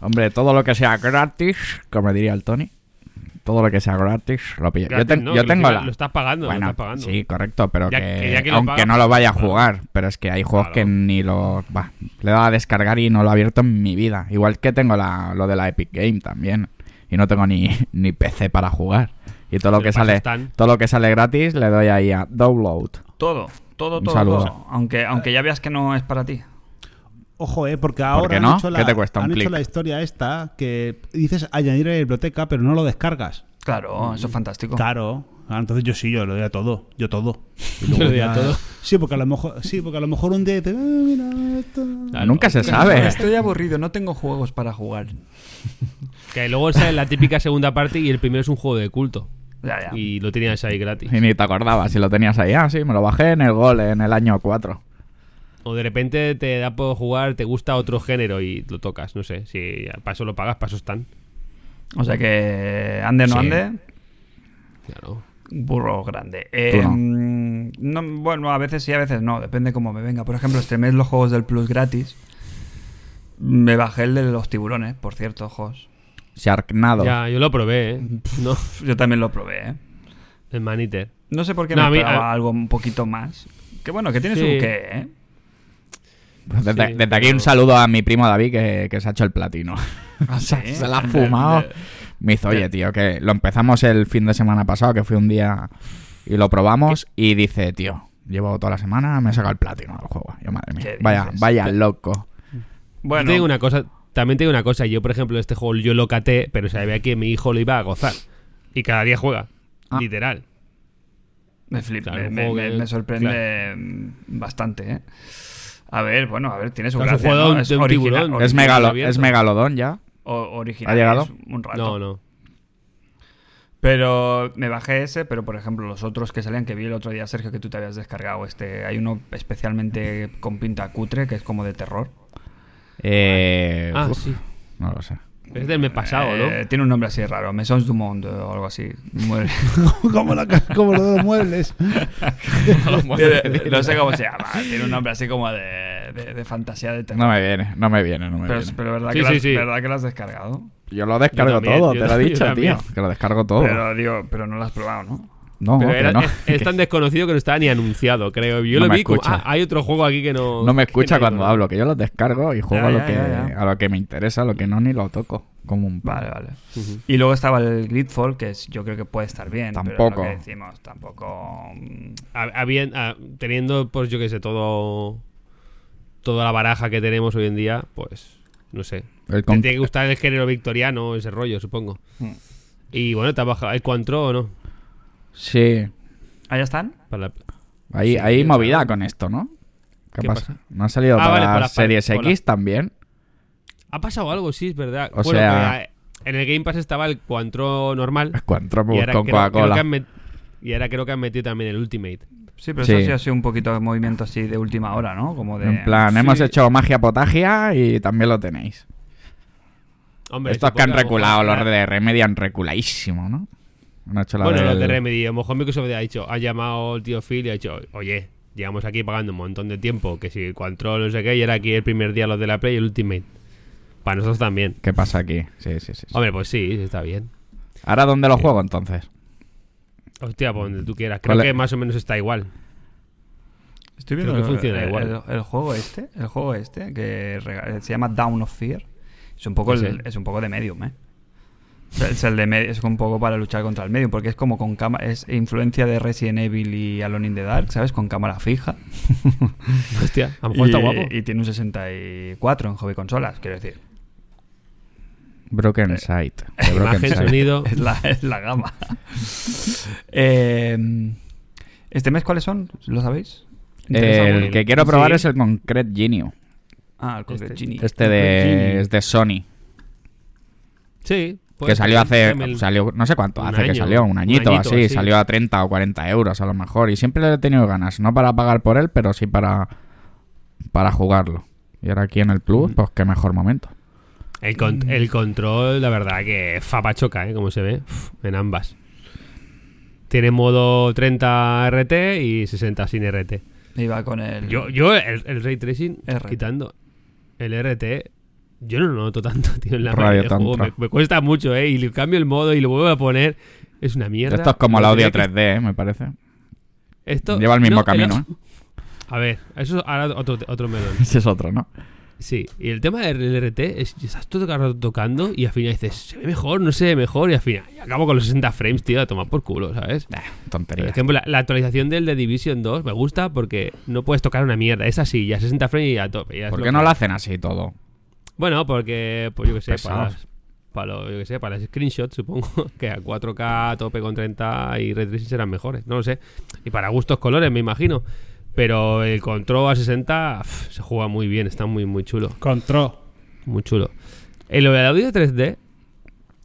Speaker 3: Hombre, todo lo que sea gratis, como diría el Tony, todo lo que sea gratis, lo pillo.
Speaker 2: Gratis,
Speaker 3: yo ten-
Speaker 2: ¿no?
Speaker 3: yo
Speaker 2: Que
Speaker 3: tengo
Speaker 2: encima
Speaker 3: la...
Speaker 2: Lo estás pagando, lo
Speaker 3: Bueno,
Speaker 2: estás pagando.
Speaker 3: sí, correcto, pero
Speaker 2: Ya-
Speaker 3: que,
Speaker 2: que ya que lo
Speaker 3: aunque
Speaker 2: pagas,
Speaker 3: no lo vaya a
Speaker 2: claro.
Speaker 3: jugar, pero es que hay juegos
Speaker 2: Claro.
Speaker 3: que ni lo... Bah, le he dado a descargar y no lo he abierto en mi vida. Igual que tengo la, lo de la Epic Game también. Y no tengo ni, ni PC para jugar. Y todo lo
Speaker 2: Pero
Speaker 3: que
Speaker 2: para eso
Speaker 3: sale
Speaker 2: están.
Speaker 3: todo lo que sale gratis le doy ahí a download.
Speaker 1: Todo, todo,
Speaker 3: Un
Speaker 1: todo.
Speaker 3: saludo.
Speaker 1: todo. Aunque, aunque ya veas que no es para ti.
Speaker 4: Ojo, eh, porque ahora
Speaker 3: qué
Speaker 4: han,
Speaker 3: no?
Speaker 4: hecho, la,
Speaker 3: ¿Qué te cuesta? Un
Speaker 4: han hecho
Speaker 3: clic.
Speaker 4: la historia esta que dices añadir a la biblioteca, pero no lo descargas.
Speaker 3: Mm.
Speaker 1: Claro, eso es
Speaker 3: Oh.
Speaker 1: fantástico.
Speaker 4: Claro. Ah, entonces yo sí, yo lo doy a todo. Yo todo. Y
Speaker 2: Yo
Speaker 4: luego
Speaker 2: lo doy a
Speaker 4: ya-
Speaker 2: todo.
Speaker 4: Sí, porque a lo mejor, sí, porque a lo mejor un día dices, "Ah, mira esto".
Speaker 2: Claro.
Speaker 3: Nunca se sabe.
Speaker 1: Estoy aburrido, no tengo juegos para jugar.
Speaker 2: Que luego sale la típica segunda parte y el primero es un juego de culto.
Speaker 1: Ya, ya.
Speaker 2: Y lo tenías ahí gratis.
Speaker 3: Y ni te acordabas si lo tenías ahí. Ah, sí, me lo bajé en el gol en el año 4.
Speaker 2: O de repente te da por jugar, te gusta otro género y lo tocas. No sé, si para eso lo pagas, para eso están.
Speaker 1: O sea que ande o no
Speaker 3: Sí.
Speaker 1: ande,
Speaker 2: Claro.
Speaker 1: burro grande.
Speaker 3: Tú
Speaker 1: Eh, no, bueno, a veces sí, a veces no, depende cómo me venga. Por ejemplo, streamé los juegos del Plus gratis. Me bajé el de los tiburones, por cierto, ojos.
Speaker 3: Sharknado.
Speaker 2: Ya, yo lo probé, ¿eh? No,
Speaker 1: Yo también lo probé, ¿eh?
Speaker 2: el Maniter.
Speaker 1: No sé por qué
Speaker 2: No,
Speaker 1: me
Speaker 2: a mí-
Speaker 1: esperaba
Speaker 2: a-
Speaker 1: algo un poquito más. Que bueno, que tiene
Speaker 2: Sí.
Speaker 1: su qué, ¿eh?
Speaker 3: Pues desde,
Speaker 2: sí,
Speaker 3: desde aquí
Speaker 2: pero-
Speaker 3: un saludo a mi primo David que, que se ha hecho el platino.
Speaker 1: sí?
Speaker 3: se la ha fumado.
Speaker 1: De-
Speaker 3: Me dice, oye, tío, que lo empezamos el fin de semana pasado, que fue un día y lo probamos. Y dice, tío, llevo toda la semana, me he sacado el platino del juego. Yo, madre mía.
Speaker 1: ¿Qué
Speaker 3: Vaya,
Speaker 1: dices?
Speaker 3: vaya loco.
Speaker 1: Bueno,
Speaker 2: Te digo una cosa, también te digo una cosa. Yo, por ejemplo, este juego yo lo caté, pero sabía que mi hijo lo iba a gozar. Y cada día juega.
Speaker 3: Ah.
Speaker 2: Literal.
Speaker 1: me flipa,
Speaker 2: Claro, un
Speaker 1: me,
Speaker 2: juego
Speaker 1: me-
Speaker 2: que-
Speaker 1: me sorprende mm, bastante, ¿eh? A ver, bueno, a ver, tiene su
Speaker 2: Claro, es un
Speaker 1: gracia,
Speaker 2: juego de
Speaker 1: ¿no?
Speaker 2: un-
Speaker 1: Es
Speaker 2: de un
Speaker 1: original,
Speaker 2: tiburón.
Speaker 1: original,
Speaker 3: Es, megalo-
Speaker 2: abierto.
Speaker 3: es megalodón ya.
Speaker 1: o- original,
Speaker 3: ¿Ha llegado?
Speaker 1: es Un rato.
Speaker 2: No, no.
Speaker 1: Pero me bajé ese, pero por ejemplo los otros que salían, que vi el otro día, Sergio, que tú te habías descargado, este, hay uno especialmente con pinta cutre, que es como de terror.
Speaker 3: Eh,
Speaker 2: Ah,
Speaker 3: uf,
Speaker 2: sí.
Speaker 3: No lo sé.
Speaker 2: Es del mes pasado, ¿no?
Speaker 1: Eh, tiene un nombre así raro, Maisons du Monde o algo así. Muy-
Speaker 4: como, la, ca- como lo de los muebles.
Speaker 1: Tiene- no sé cómo se llama, tiene un nombre así como de, de- de fantasía de terror.
Speaker 3: No me viene, no me viene, no me
Speaker 1: pero,
Speaker 3: viene.
Speaker 1: pero verdad,
Speaker 2: Sí,
Speaker 1: que lo
Speaker 2: sí,
Speaker 1: has,
Speaker 2: sí.
Speaker 1: verdad que lo has descargado.
Speaker 3: Yo lo descargo
Speaker 2: Yo también,
Speaker 3: todo,
Speaker 2: yo
Speaker 3: te lo he
Speaker 2: también,
Speaker 3: dicho,
Speaker 2: yo
Speaker 3: tío.
Speaker 2: también.
Speaker 3: Que lo descargo todo.
Speaker 1: Pero digo, pero no lo has probado, ¿no?
Speaker 3: no,
Speaker 2: Pero
Speaker 3: que
Speaker 2: era-
Speaker 3: no.
Speaker 2: es, es tan desconocido que no estaba ni anunciado, creo. Yo
Speaker 3: No
Speaker 2: lo
Speaker 3: me
Speaker 2: vi como,
Speaker 3: escucha.
Speaker 2: ah, hay otro juego aquí que no...
Speaker 3: No me
Speaker 2: que
Speaker 3: escucha
Speaker 2: nadie
Speaker 3: cuando
Speaker 2: conoce.
Speaker 3: hablo, que yo los descargo y
Speaker 1: Ya,
Speaker 3: juego a, lo
Speaker 1: ya,
Speaker 3: que,
Speaker 1: ya, ya.
Speaker 3: a lo que me interesa, a lo que no ni lo toco. Como un
Speaker 1: Vale, vale.
Speaker 2: Ujú.
Speaker 1: Y luego estaba el Gridfall, que es, yo creo que puede estar bien. pero lo
Speaker 3: Tampoco.
Speaker 1: que decimos, tampoco. mm,
Speaker 2: Ha- habien- ah, teniendo, pues yo qué sé, todo... Toda la baraja que tenemos hoy en día, pues... No sé.
Speaker 3: El
Speaker 2: Te
Speaker 3: con- Hmm.
Speaker 2: tiene que gustar el género victoriano, ese rollo, supongo.
Speaker 1: Mm.
Speaker 2: Y bueno, te ha bajado el Cuantro o no.
Speaker 3: Sí.
Speaker 1: ¿Allá están?
Speaker 2: Para la-
Speaker 3: Hay,
Speaker 2: Sí,
Speaker 3: hay
Speaker 2: sí,
Speaker 3: movida con esto, ¿no? ¿Qué,
Speaker 2: ¿Qué
Speaker 3: pasa?
Speaker 2: pasa?
Speaker 3: No ha salido
Speaker 2: Ah,
Speaker 3: para,
Speaker 2: vale, para
Speaker 3: las
Speaker 2: pa-
Speaker 3: series
Speaker 2: para-
Speaker 3: X también.
Speaker 2: Ha pasado algo, sí, es verdad.
Speaker 3: O
Speaker 2: bueno,
Speaker 3: sea-
Speaker 2: que, eh, en el Game Pass estaba el Cuantro normal.
Speaker 3: Cuatro
Speaker 2: Y ahora,
Speaker 3: con
Speaker 2: creo, creo que
Speaker 3: Coca-Cola.
Speaker 2: han met- y ahora creo que han metido también el Ultimate.
Speaker 1: Sí, pero
Speaker 3: Sí.
Speaker 1: eso sí ha sido un poquito de movimiento así de última hora, ¿no? Como de.
Speaker 3: En plan,
Speaker 2: sí.
Speaker 3: hemos hecho magia potagia y también lo tenéis.
Speaker 2: Hombre,
Speaker 3: Estos que han
Speaker 2: supongo a lo mejor-
Speaker 3: reculado, los de Remedy han reculadísimo, ¿no? Han hecho la
Speaker 2: Bueno, los de
Speaker 3: del-
Speaker 2: Remedy. A lo mejor Microsoft ha dicho, ha llamado el tío Phil y ha dicho, oye, llevamos aquí pagando un montón de tiempo. Que si el Cuantro, no sé qué, y era aquí el primer día los de la Play y el Ultimate. Para nosotros también.
Speaker 3: ¿Qué pasa aquí? Sí, sí, sí. sí.
Speaker 2: Hombre, pues sí, está bien.
Speaker 3: ¿Ahora dónde lo juego entonces?
Speaker 2: Hostia, por donde tú quieras. Creo
Speaker 3: Vale.
Speaker 2: que más o menos está igual.
Speaker 1: Estoy
Speaker 2: Creo
Speaker 1: viendo
Speaker 2: que funciona
Speaker 1: el,
Speaker 2: igual.
Speaker 1: El, el juego este, el juego este, que rega- se llama Down of Fear. Es un poco,
Speaker 2: Sí,
Speaker 1: el-
Speaker 2: sí.
Speaker 1: es un poco de medium, ¿eh? Es, el de Med- es un poco para luchar contra el medium, porque es como con cámara. Es influencia de Resident Evil y Alone in the Dark, ¿sabes? Con cámara fija.
Speaker 2: Hostia, a lo mejor está
Speaker 1: Y-
Speaker 2: guapo.
Speaker 1: Y tiene un 64 en hobby consolas, quiero decir.
Speaker 2: Eh,
Speaker 3: Broken Sight. de Broken
Speaker 2: Imagen,
Speaker 3: Sight.
Speaker 2: sonido.
Speaker 1: Es la, es la gama. Eh, ¿Este mes cuáles son? ¿Lo sabéis? ¿Interesa
Speaker 3: El
Speaker 1: alguno?
Speaker 3: que quiero probar
Speaker 2: Sí.
Speaker 3: es el Concrete Genio.
Speaker 1: Ah, el Cocktail
Speaker 2: este-
Speaker 1: Genie.
Speaker 3: Este de, es de Sony.
Speaker 2: Sí. pues,
Speaker 3: que salió hace.
Speaker 2: también el-
Speaker 3: salió, no sé cuánto
Speaker 2: un
Speaker 3: hace que
Speaker 2: año,
Speaker 3: salió, un
Speaker 2: un
Speaker 3: añito,
Speaker 2: añito,
Speaker 3: así.
Speaker 2: así.
Speaker 3: Salió a 30 o 40 euros a lo mejor. Y siempre le he tenido ganas. No para pagar por él, pero sí para. Para jugarlo. Y ahora aquí en el
Speaker 2: Mm.
Speaker 3: Plus, pues qué mejor momento.
Speaker 2: El, con- el control, la verdad que fapa choca, ¿eh? Como se ve, Uf, en ambas. Tiene modo 30 RT y 60 sin RT.
Speaker 1: Iba con el.
Speaker 2: Yo, yo el, el ray tracing,
Speaker 1: RT.
Speaker 2: quitando el RT, yo no lo noto tanto, tío, en la
Speaker 3: Radio
Speaker 2: mayoría de juegos.
Speaker 3: Tantra.
Speaker 2: Me, me cuesta mucho, ¿eh? Y le cambio el modo y lo vuelvo a poner. Es una mierda.
Speaker 3: Esto es como el
Speaker 2: Lo
Speaker 3: audio
Speaker 2: tenía que-
Speaker 3: 3D, eh, me parece.
Speaker 2: Esto,
Speaker 3: Lleva el mismo
Speaker 2: no,
Speaker 3: camino, ¿eh?
Speaker 2: A ver, eso es ahora otro, otro melón.
Speaker 3: Ese es otro, ¿no?
Speaker 2: Sí, y el tema del RT es estás todo el rato tocando y al final dices, se ve mejor, no se ve mejor, y al final y acabo con los 60 frames, tío, a tomar por culo, ¿sabes? Por
Speaker 3: Tontería.
Speaker 2: ejemplo, la, la actualización del de Division 2 me gusta porque no puedes tocar una mierda, es así, ya 60 frames y a tope. ya es
Speaker 3: ¿Por
Speaker 2: lo
Speaker 3: qué
Speaker 2: que-
Speaker 3: no lo hacen así todo?
Speaker 2: Bueno, porque, pues yo que sé, para
Speaker 3: Pesados.
Speaker 2: las, para lo- yo que sé, para las screenshots supongo que a 4K a tope con 30 y Ray Tracing serán mejores, no lo sé. Y para gustos colores, me imagino. Pero el control a 60 pf, se juega muy bien, está muy, muy chulo.
Speaker 4: Control.
Speaker 2: Muy chulo. En lo del audio 3D,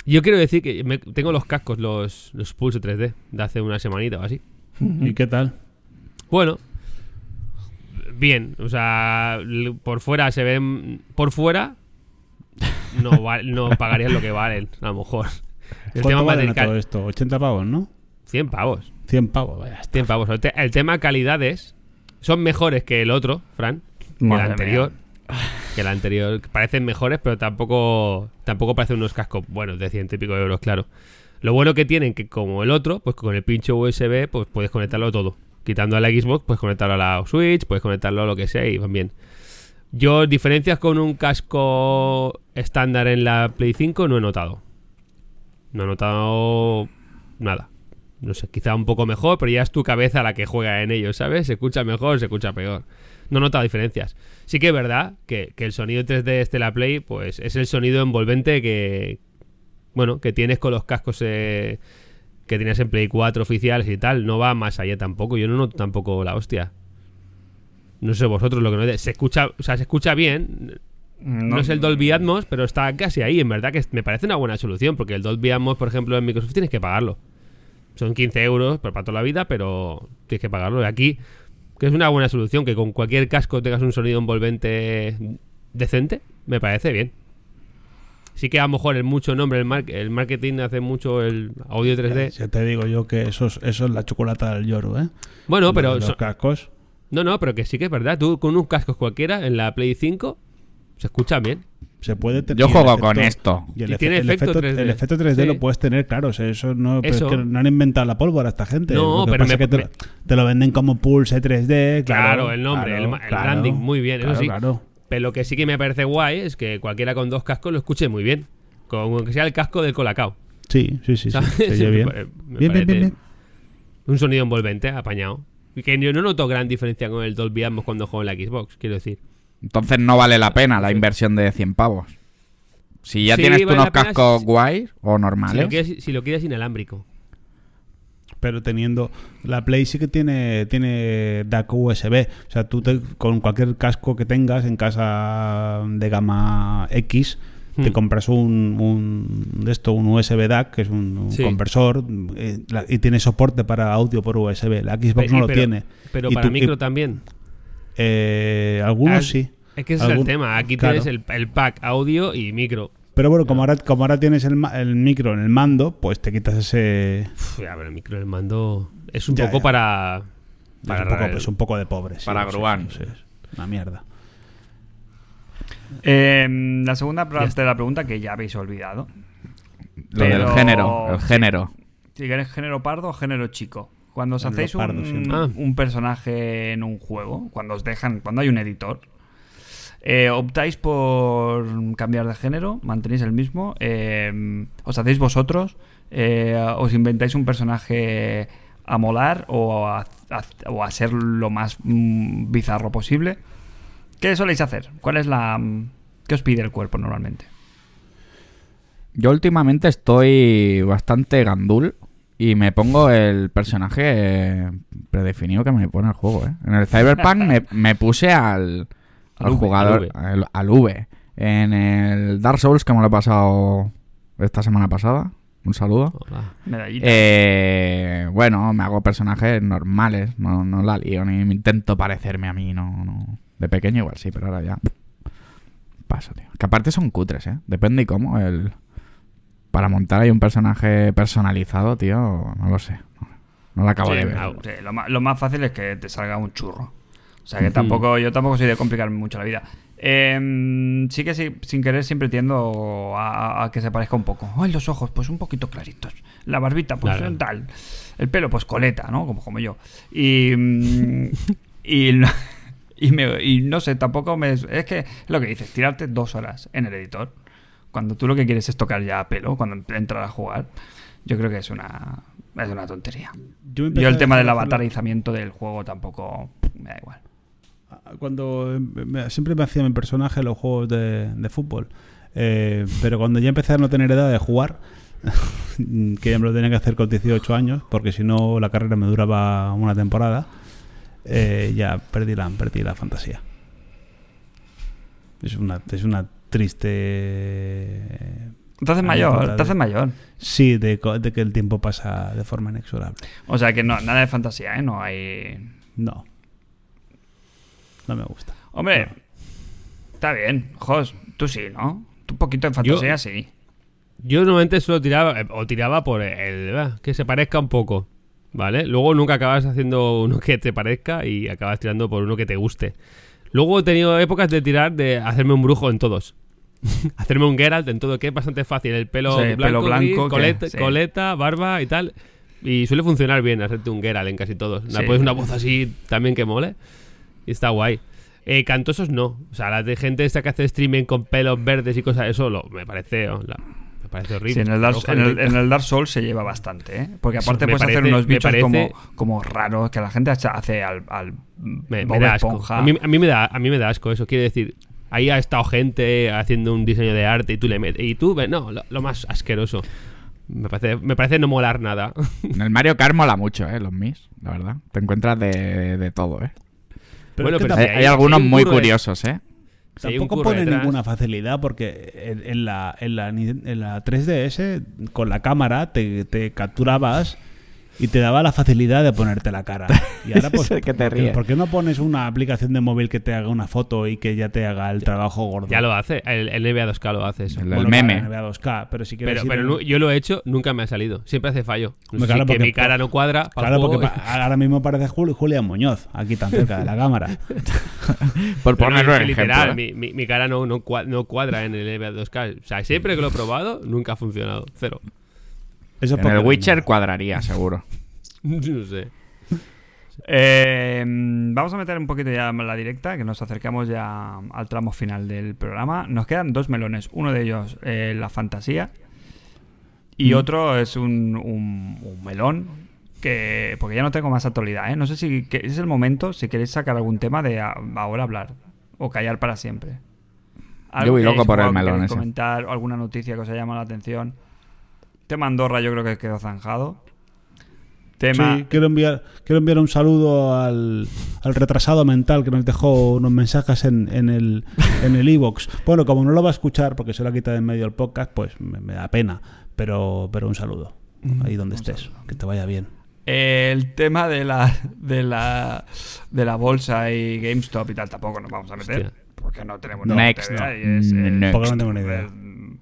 Speaker 2: yo quiero decir que me- tengo los cascos, los, los Pulse 3D, de hace una semanita o así.
Speaker 4: ¿Y qué tal?
Speaker 2: Bueno, bien, o sea, l- por fuera se ven. Por fuera, no, val- no pagarían lo que valen, a lo mejor. El
Speaker 4: ¿Cuánto
Speaker 2: tema
Speaker 4: valen a
Speaker 2: material.
Speaker 4: todo esto? 80 pavos, ¿no?
Speaker 2: 100 pavos.
Speaker 4: 100 pavos, vaya.
Speaker 2: 100 pavos. El, te- el tema calidades son mejores que el otro, Fran. Que el
Speaker 1: Madre
Speaker 2: anterior. Que el anterior. Parecen mejores, pero tampoco tampoco parecen unos cascos buenos de 100 y pico euros, claro. Lo bueno que tienen que como el otro, pues con el pincho USB pues puedes conectarlo todo. Quitando a la Xbox, puedes conectarlo a la Switch, puedes conectarlo a lo que sea y van bien. Yo diferencias con un casco estándar en la Play 5 no he notado. No he notado nada. No sé, quizá un poco mejor, pero ya es tu cabeza la que juega en ello, ¿sabes? Se escucha mejor, se escucha peor. No he notado diferencias. Sí que es verdad que, que el sonido 3D de este la Play, pues es el sonido envolvente que, bueno, que tienes con los cascos eh, que tienes en Play 4 oficiales y tal. No va más allá tampoco. Yo no noto tampoco la hostia. No sé vosotros lo que notéis. Se escucha, o sea, se escucha bien. No, es el Dolby Atmos, pero está casi ahí. En verdad que es- me parece una buena solución, porque el Dolby Atmos, por ejemplo, en Microsoft tienes que pagarlo. Son 15 euros pero para toda la vida, pero tienes que pagarlo. Y Aquí, que es una buena solución, que con cualquier casco tengas un sonido envolvente decente, me parece bien. Sí que a lo mejor el mucho nombre, el, mar- el marketing hace mucho el audio 3D.
Speaker 4: Ya te digo yo que eso es, eso es la chocolata del lloro, ¿eh?
Speaker 2: Bueno, pero
Speaker 4: Los,
Speaker 2: so-
Speaker 4: los cascos.
Speaker 2: no, no, pero que sí que es verdad. Tú con unos cascos cualquiera en la Play 5 se escuchan bien.
Speaker 4: Se puede tener-
Speaker 3: Yo
Speaker 4: y el
Speaker 3: juego con esto.
Speaker 4: Y el,
Speaker 2: Y
Speaker 4: efe-
Speaker 2: tiene
Speaker 4: el
Speaker 2: efecto
Speaker 4: efecto
Speaker 2: 3D.
Speaker 4: el efecto 3D
Speaker 2: Sí.
Speaker 4: lo puedes tener, claro. o sea, eso no, pero es
Speaker 2: Eso.
Speaker 4: que no han inventado la pólvora esta gente.
Speaker 2: No,
Speaker 4: Lo que
Speaker 2: pero
Speaker 4: pasa
Speaker 2: me-
Speaker 4: es que te, lo, te lo venden como Pulse 3D. Claro,
Speaker 2: Claro, el nombre, el ma- el branding, muy bien, eso
Speaker 4: claro,
Speaker 2: sí.
Speaker 4: Claro.
Speaker 2: Pero lo que sí que me parece guay es que cualquiera con dos cascos lo escuche muy bien. Como que sea el casco del Colacao.
Speaker 4: Sí, sí, sí. sí,
Speaker 2: ¿sabes?
Speaker 4: se oye
Speaker 2: Me
Speaker 4: bien.
Speaker 2: pare- me
Speaker 4: Bien, bien,
Speaker 2: parece
Speaker 4: bien, bien.
Speaker 2: Un sonido envolvente, apañado. Y que yo no noto gran diferencia con el Dolby Atmos cuando juego en la Xbox, quiero decir.
Speaker 3: Entonces no vale la pena la inversión de 100 pavos. Si ya
Speaker 2: Sí,
Speaker 3: tienes tú
Speaker 2: vale
Speaker 3: unos
Speaker 2: la pena
Speaker 3: cascos
Speaker 2: si-
Speaker 3: guays
Speaker 2: Si
Speaker 3: o
Speaker 2: lo,
Speaker 3: normales.
Speaker 2: quieres, si lo quieres inalámbrico.
Speaker 4: Pero teniendo. La Play sí que tiene, tiene DAC USB. O sea, tú te- con cualquier casco que tengas en casa de gama X. Te
Speaker 2: Hmm.
Speaker 4: compras un, un de esto, un USB DAC, que es un, un
Speaker 2: Sí.
Speaker 4: conversor, eh, la- y tiene soporte para audio por USB. La Xbox
Speaker 2: Eh, Y-
Speaker 4: no lo
Speaker 2: pero-
Speaker 4: tiene.
Speaker 2: Pero
Speaker 4: Y
Speaker 2: para
Speaker 4: tú- y-
Speaker 2: micro también.
Speaker 4: Eh, algunos
Speaker 2: Ah,
Speaker 4: sí.
Speaker 2: Es que ese es el
Speaker 4: Algún-
Speaker 2: tema. Aquí
Speaker 4: claro.
Speaker 2: tienes el, el pack audio y micro.
Speaker 4: Pero bueno, como ahora, como ahora tienes el, ma- el micro en el mando, pues te quitas ese.
Speaker 2: Uf, ya, pero el micro del mando es un
Speaker 4: Ya,
Speaker 2: poco
Speaker 4: ya.
Speaker 2: para. para
Speaker 4: es, un poco,
Speaker 2: raro.
Speaker 4: es un poco de pobre. sí,
Speaker 3: Para
Speaker 4: sí,
Speaker 3: Gruán.
Speaker 4: sí, sí. Una mierda.
Speaker 1: Eh, la segunda
Speaker 2: Ya
Speaker 1: parte
Speaker 2: está.
Speaker 1: de la pregunta que ya habéis olvidado.
Speaker 3: Lo del
Speaker 1: Pero-
Speaker 3: género, el género.
Speaker 1: Si queréis género pardo o género chico. Cuando os
Speaker 4: Género
Speaker 1: hacéis
Speaker 4: pardo
Speaker 1: un,
Speaker 4: siempre.
Speaker 2: Ah.
Speaker 1: un personaje en un juego, cuando os dejan, cuando hay un editor, eh, optáis por cambiar de género, mantenéis el mismo, eh, os hacéis vosotros, eh, os inventáis un personaje a molar o a, a- o a ser lo más mm, bizarro posible. ¿Qué soléis hacer? ¿Cuál es la... mm, ¿Qué os pide el cuerpo normalmente?
Speaker 3: Yo últimamente estoy bastante gandul y me pongo el personaje eh, predefinido que me pone el juego. ¿eh? En el Cyberpunk me, me puse al,
Speaker 1: Al
Speaker 3: al
Speaker 1: V,
Speaker 3: jugador, al, al V. En el Dark Souls, que me lo he pasado esta semana pasada. Un saludo.
Speaker 2: Hola.
Speaker 1: Medallita.
Speaker 3: Eh, bueno, me hago personajes normales, no, no la lío, ni me intento parecerme a mí, no, no. De pequeño igual sí, pero ahora ya. Paso, tío. Que aparte son cutres, ¿eh? Depende y cómo. El... Para montar ahí un personaje personalizado, tío, no lo sé. No lo acabo
Speaker 1: Sí,
Speaker 3: de ver.
Speaker 1: claro, sí, lo, ma- lo más fácil es que te salga un churro. O sea que tampoco, yo tampoco soy de complicarme mucho la vida. Eh, sí que sí, sin querer siempre tiendo a, a- a que se parezca un poco. Ay, los ojos, pues un poquito claritos. La barbita, pues
Speaker 2: Claro.
Speaker 1: tal. El pelo, pues coleta, ¿no? Como, como yo. Y. mm, y, no- y me- y no sé, tampoco me. Es que lo que dices, tirarte dos horas en el editor. Cuando tú lo que quieres es tocar ya pelo, cuando entrar a jugar, yo creo que es una. Es una tontería.
Speaker 4: Yo, empecé
Speaker 1: Yo el
Speaker 4: a
Speaker 1: tema del
Speaker 4: hacerlo-
Speaker 1: avatarizamiento del juego tampoco me da igual.
Speaker 4: Cuando eh, me- siempre me hacía mi personaje en los juegos de, de fútbol. Eh, pero cuando ya empecé a no tener edad de jugar, que ya me lo tenía que hacer con 18 años, porque si no la carrera me duraba una temporada, eh, ya perdí la, perdí la fantasía. Es una, es una triste...
Speaker 1: Te haces
Speaker 4: Ah,
Speaker 1: mayor,
Speaker 4: total.
Speaker 1: te haces mayor.
Speaker 4: Sí, de, co- de que el tiempo pasa de forma inexorable.
Speaker 1: O sea que no, nada de fantasía, ¿eh? No hay...
Speaker 4: No. No me gusta.
Speaker 1: Hombre, está bien. Jos, tú sí, ¿no? Tú un poquito de fantasía
Speaker 2: Yo-
Speaker 1: sí.
Speaker 2: Yo normalmente solo tiraba, eh, o tiraba por el, ah, que se parezca un poco. ¿vale? Luego nunca acabas haciendo uno que te parezca y acabas tirando por uno que te guste. Luego he tenido épocas de tirar de hacerme un brujo en todos. hacerme un Geralt en todo, que es bastante fácil. El pelo
Speaker 1: Sí,
Speaker 2: blanco,
Speaker 1: pelo
Speaker 2: gris,
Speaker 1: blanco, que-
Speaker 2: coleta,
Speaker 1: sí.
Speaker 2: coleta, barba y tal. Y suele funcionar bien hacerte un Geralt en casi todos.
Speaker 1: Sí.
Speaker 2: La pones una voz así también que mole. Y está guay. Eh, cantosos no. O sea, la de gente esta que hace streaming con pelos verdes y cosas, eso lo- me parece. oh, la- me parece horrible.
Speaker 1: Sí, en, el Dark,
Speaker 2: Ojalá
Speaker 1: en, el,
Speaker 2: que-
Speaker 1: en el Dark Souls se lleva bastante, ¿eh? Porque
Speaker 2: Eso
Speaker 1: aparte
Speaker 2: me
Speaker 1: puedes hacer
Speaker 2: parece-
Speaker 1: unos
Speaker 2: me
Speaker 1: bichos
Speaker 2: parece-
Speaker 1: como, como raros que la gente hace- hace al, al
Speaker 2: Me, me
Speaker 1: Bob
Speaker 2: da asco.
Speaker 1: Esponja.
Speaker 2: A mí, a mí me da, a mí me da asco eso. Quiere decir, ahí ha estado gente haciendo un diseño de arte y tú le metes. Y tú, ve- no, lo, lo más asqueroso. Me parece, me parece no molar nada.
Speaker 3: En el Mario Kart mola mucho, ¿eh? Los Mis, la verdad. Te encuentras de, de todo, ¿eh?
Speaker 2: Bueno,
Speaker 4: es que
Speaker 2: pero
Speaker 4: tam-
Speaker 2: Sí,
Speaker 3: Hay,
Speaker 2: ahí-
Speaker 3: hay algunos
Speaker 2: sí, un
Speaker 3: muy
Speaker 2: curro, eh.
Speaker 3: curiosos, ¿eh?
Speaker 2: Si hay un
Speaker 4: Tampoco
Speaker 2: curro
Speaker 4: pone
Speaker 2: detrás-
Speaker 4: ninguna facilidad porque en, en la, en, la, ni- en la 3DS con la cámara te, te capturabas y te daba la facilidad de ponerte la cara. Y ahora pues,
Speaker 3: Es el que te
Speaker 4: ¿por qué-
Speaker 3: ríes.
Speaker 4: ¿por qué no pones una aplicación de móvil que te haga una foto y que ya te haga el trabajo gordo?
Speaker 2: Ya lo hace. El, el NBA 2K lo hace eso.
Speaker 3: El-
Speaker 4: Bueno,
Speaker 3: meme.
Speaker 4: para NBA 2K, pero si quieres
Speaker 2: Pero,
Speaker 4: ir
Speaker 2: pero
Speaker 4: en-
Speaker 2: nu- yo lo he hecho, nunca me ha salido. Siempre hace fallo. No sé
Speaker 4: Hombre, claro,
Speaker 2: si que
Speaker 4: porque-
Speaker 2: mi cara no cuadra. pa'l
Speaker 4: Claro, porque
Speaker 2: juego.
Speaker 4: pa- ahora mismo parece Jul- Julián Muñoz, aquí tan cerca de la cámara.
Speaker 2: Pero
Speaker 3: Por ponerlo
Speaker 2: es
Speaker 3: en
Speaker 2: que
Speaker 3: ejemplo.
Speaker 2: literal,
Speaker 3: ¿eh?
Speaker 2: mi, mi- mi cara no, no, cua- no cuadra en el NBA 2K. O sea, siempre que lo he probado, nunca ha funcionado. Cero.
Speaker 4: Eso es
Speaker 3: En
Speaker 4: porque-
Speaker 3: el Witcher cuadraría, seguro.
Speaker 2: No sé.
Speaker 1: Eh, vamos a meter un poquito ya la directa, que nos acercamos ya al tramo final del programa. Nos quedan dos melones. Uno de ellos, eh, la fantasía. Y
Speaker 3: Mm.
Speaker 1: otro es un, un- un melón. Que, porque ya no tengo más actualidad. ¿eh? No sé si que- es el momento, si queréis sacar algún tema de a- ahora hablar. O callar para siempre. Algo
Speaker 3: Yo voy
Speaker 1: que hayáis
Speaker 3: loco por el
Speaker 1: jugado que
Speaker 3: melón
Speaker 1: queréis
Speaker 3: ese.
Speaker 1: comentar, o alguna noticia que os haya llamado la atención. Tema Andorra yo creo que quedó zanjado. Tema...
Speaker 4: Sí, quiero enviar, quiero enviar un saludo al, al retrasado mental que nos dejó unos mensajes en, en el en el iVoox. bueno, como no lo va a escuchar porque se lo ha quitado en medio el podcast, pues me, me da pena. Pero, pero un saludo.
Speaker 3: Mm,
Speaker 4: Ahí donde estés. Que te vaya bien.
Speaker 1: Eh, El tema de la, de la de la bolsa y GameStop y tal tampoco nos vamos a meter.
Speaker 2: Hostia.
Speaker 1: Porque no tenemos
Speaker 3: No.
Speaker 1: ni
Speaker 3: Next,
Speaker 1: puta idea
Speaker 3: no.
Speaker 1: y es, eh,
Speaker 3: Mm, next.
Speaker 4: Porque no tengo ni idea.
Speaker 1: eh,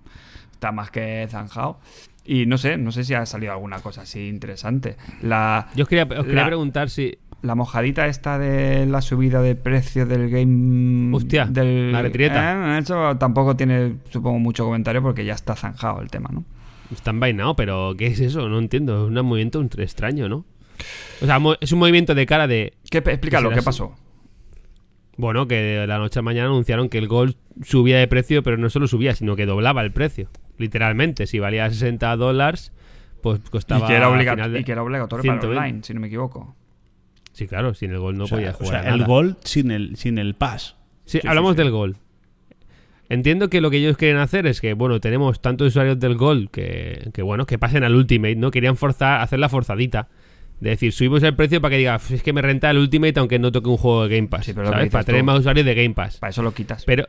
Speaker 1: Está más que zanjado. Y no sé, no sé si ha salido alguna cosa así interesante. La,
Speaker 2: Yo os quería, os quería
Speaker 1: La-
Speaker 2: preguntar si.
Speaker 1: la mojadita esta de la subida de precio del game.
Speaker 2: Hostia,
Speaker 1: del,
Speaker 2: la retrieta.
Speaker 1: Eh, eso tampoco tiene, supongo, mucho comentario porque ya está zanjado el tema, ¿no?
Speaker 2: Están vainados, pero ¿qué es eso? No entiendo. Es un movimiento un- extraño, ¿no? O sea, mo- es un movimiento de cara de.
Speaker 1: ¿Qué, explícalo,
Speaker 2: Será
Speaker 1: ¿qué
Speaker 2: así.
Speaker 1: pasó?
Speaker 2: Bueno, que de la noche a la mañana anunciaron que el Gold subía de precio, pero no solo subía, sino que doblaba el precio. Literalmente, si valía 60 dólares, pues costaba.
Speaker 1: y, que era
Speaker 2: al
Speaker 1: obliga-
Speaker 2: final de-
Speaker 1: y que era obligatorio
Speaker 2: 120.
Speaker 1: para online, si no me equivoco.
Speaker 2: Sí, claro, sin el Gold no
Speaker 4: o sea,
Speaker 2: podía
Speaker 4: o
Speaker 2: jugar.
Speaker 4: sea,
Speaker 2: a
Speaker 4: el
Speaker 2: nada.
Speaker 4: gol sin el, sin el pass.
Speaker 2: Sí,
Speaker 1: Sí,
Speaker 2: hablamos
Speaker 1: sí, sí.
Speaker 2: del gol. Entiendo que lo que ellos quieren hacer es que, bueno, tenemos tantos usuarios del gol que, que, bueno, que pasen al Ultimate, ¿no? Querían forzar, hacer la forzadita. De decir, subimos el precio para que diga, "Uf, es que me renta el Ultimate aunque no toque un juego de Game Pass.
Speaker 1: Sí, pero lo que
Speaker 2: ¿sabes?
Speaker 1: dices
Speaker 2: Para tener
Speaker 1: tú.
Speaker 2: más usuarios de Game Pass.
Speaker 1: Para eso lo quitas.
Speaker 2: Pero,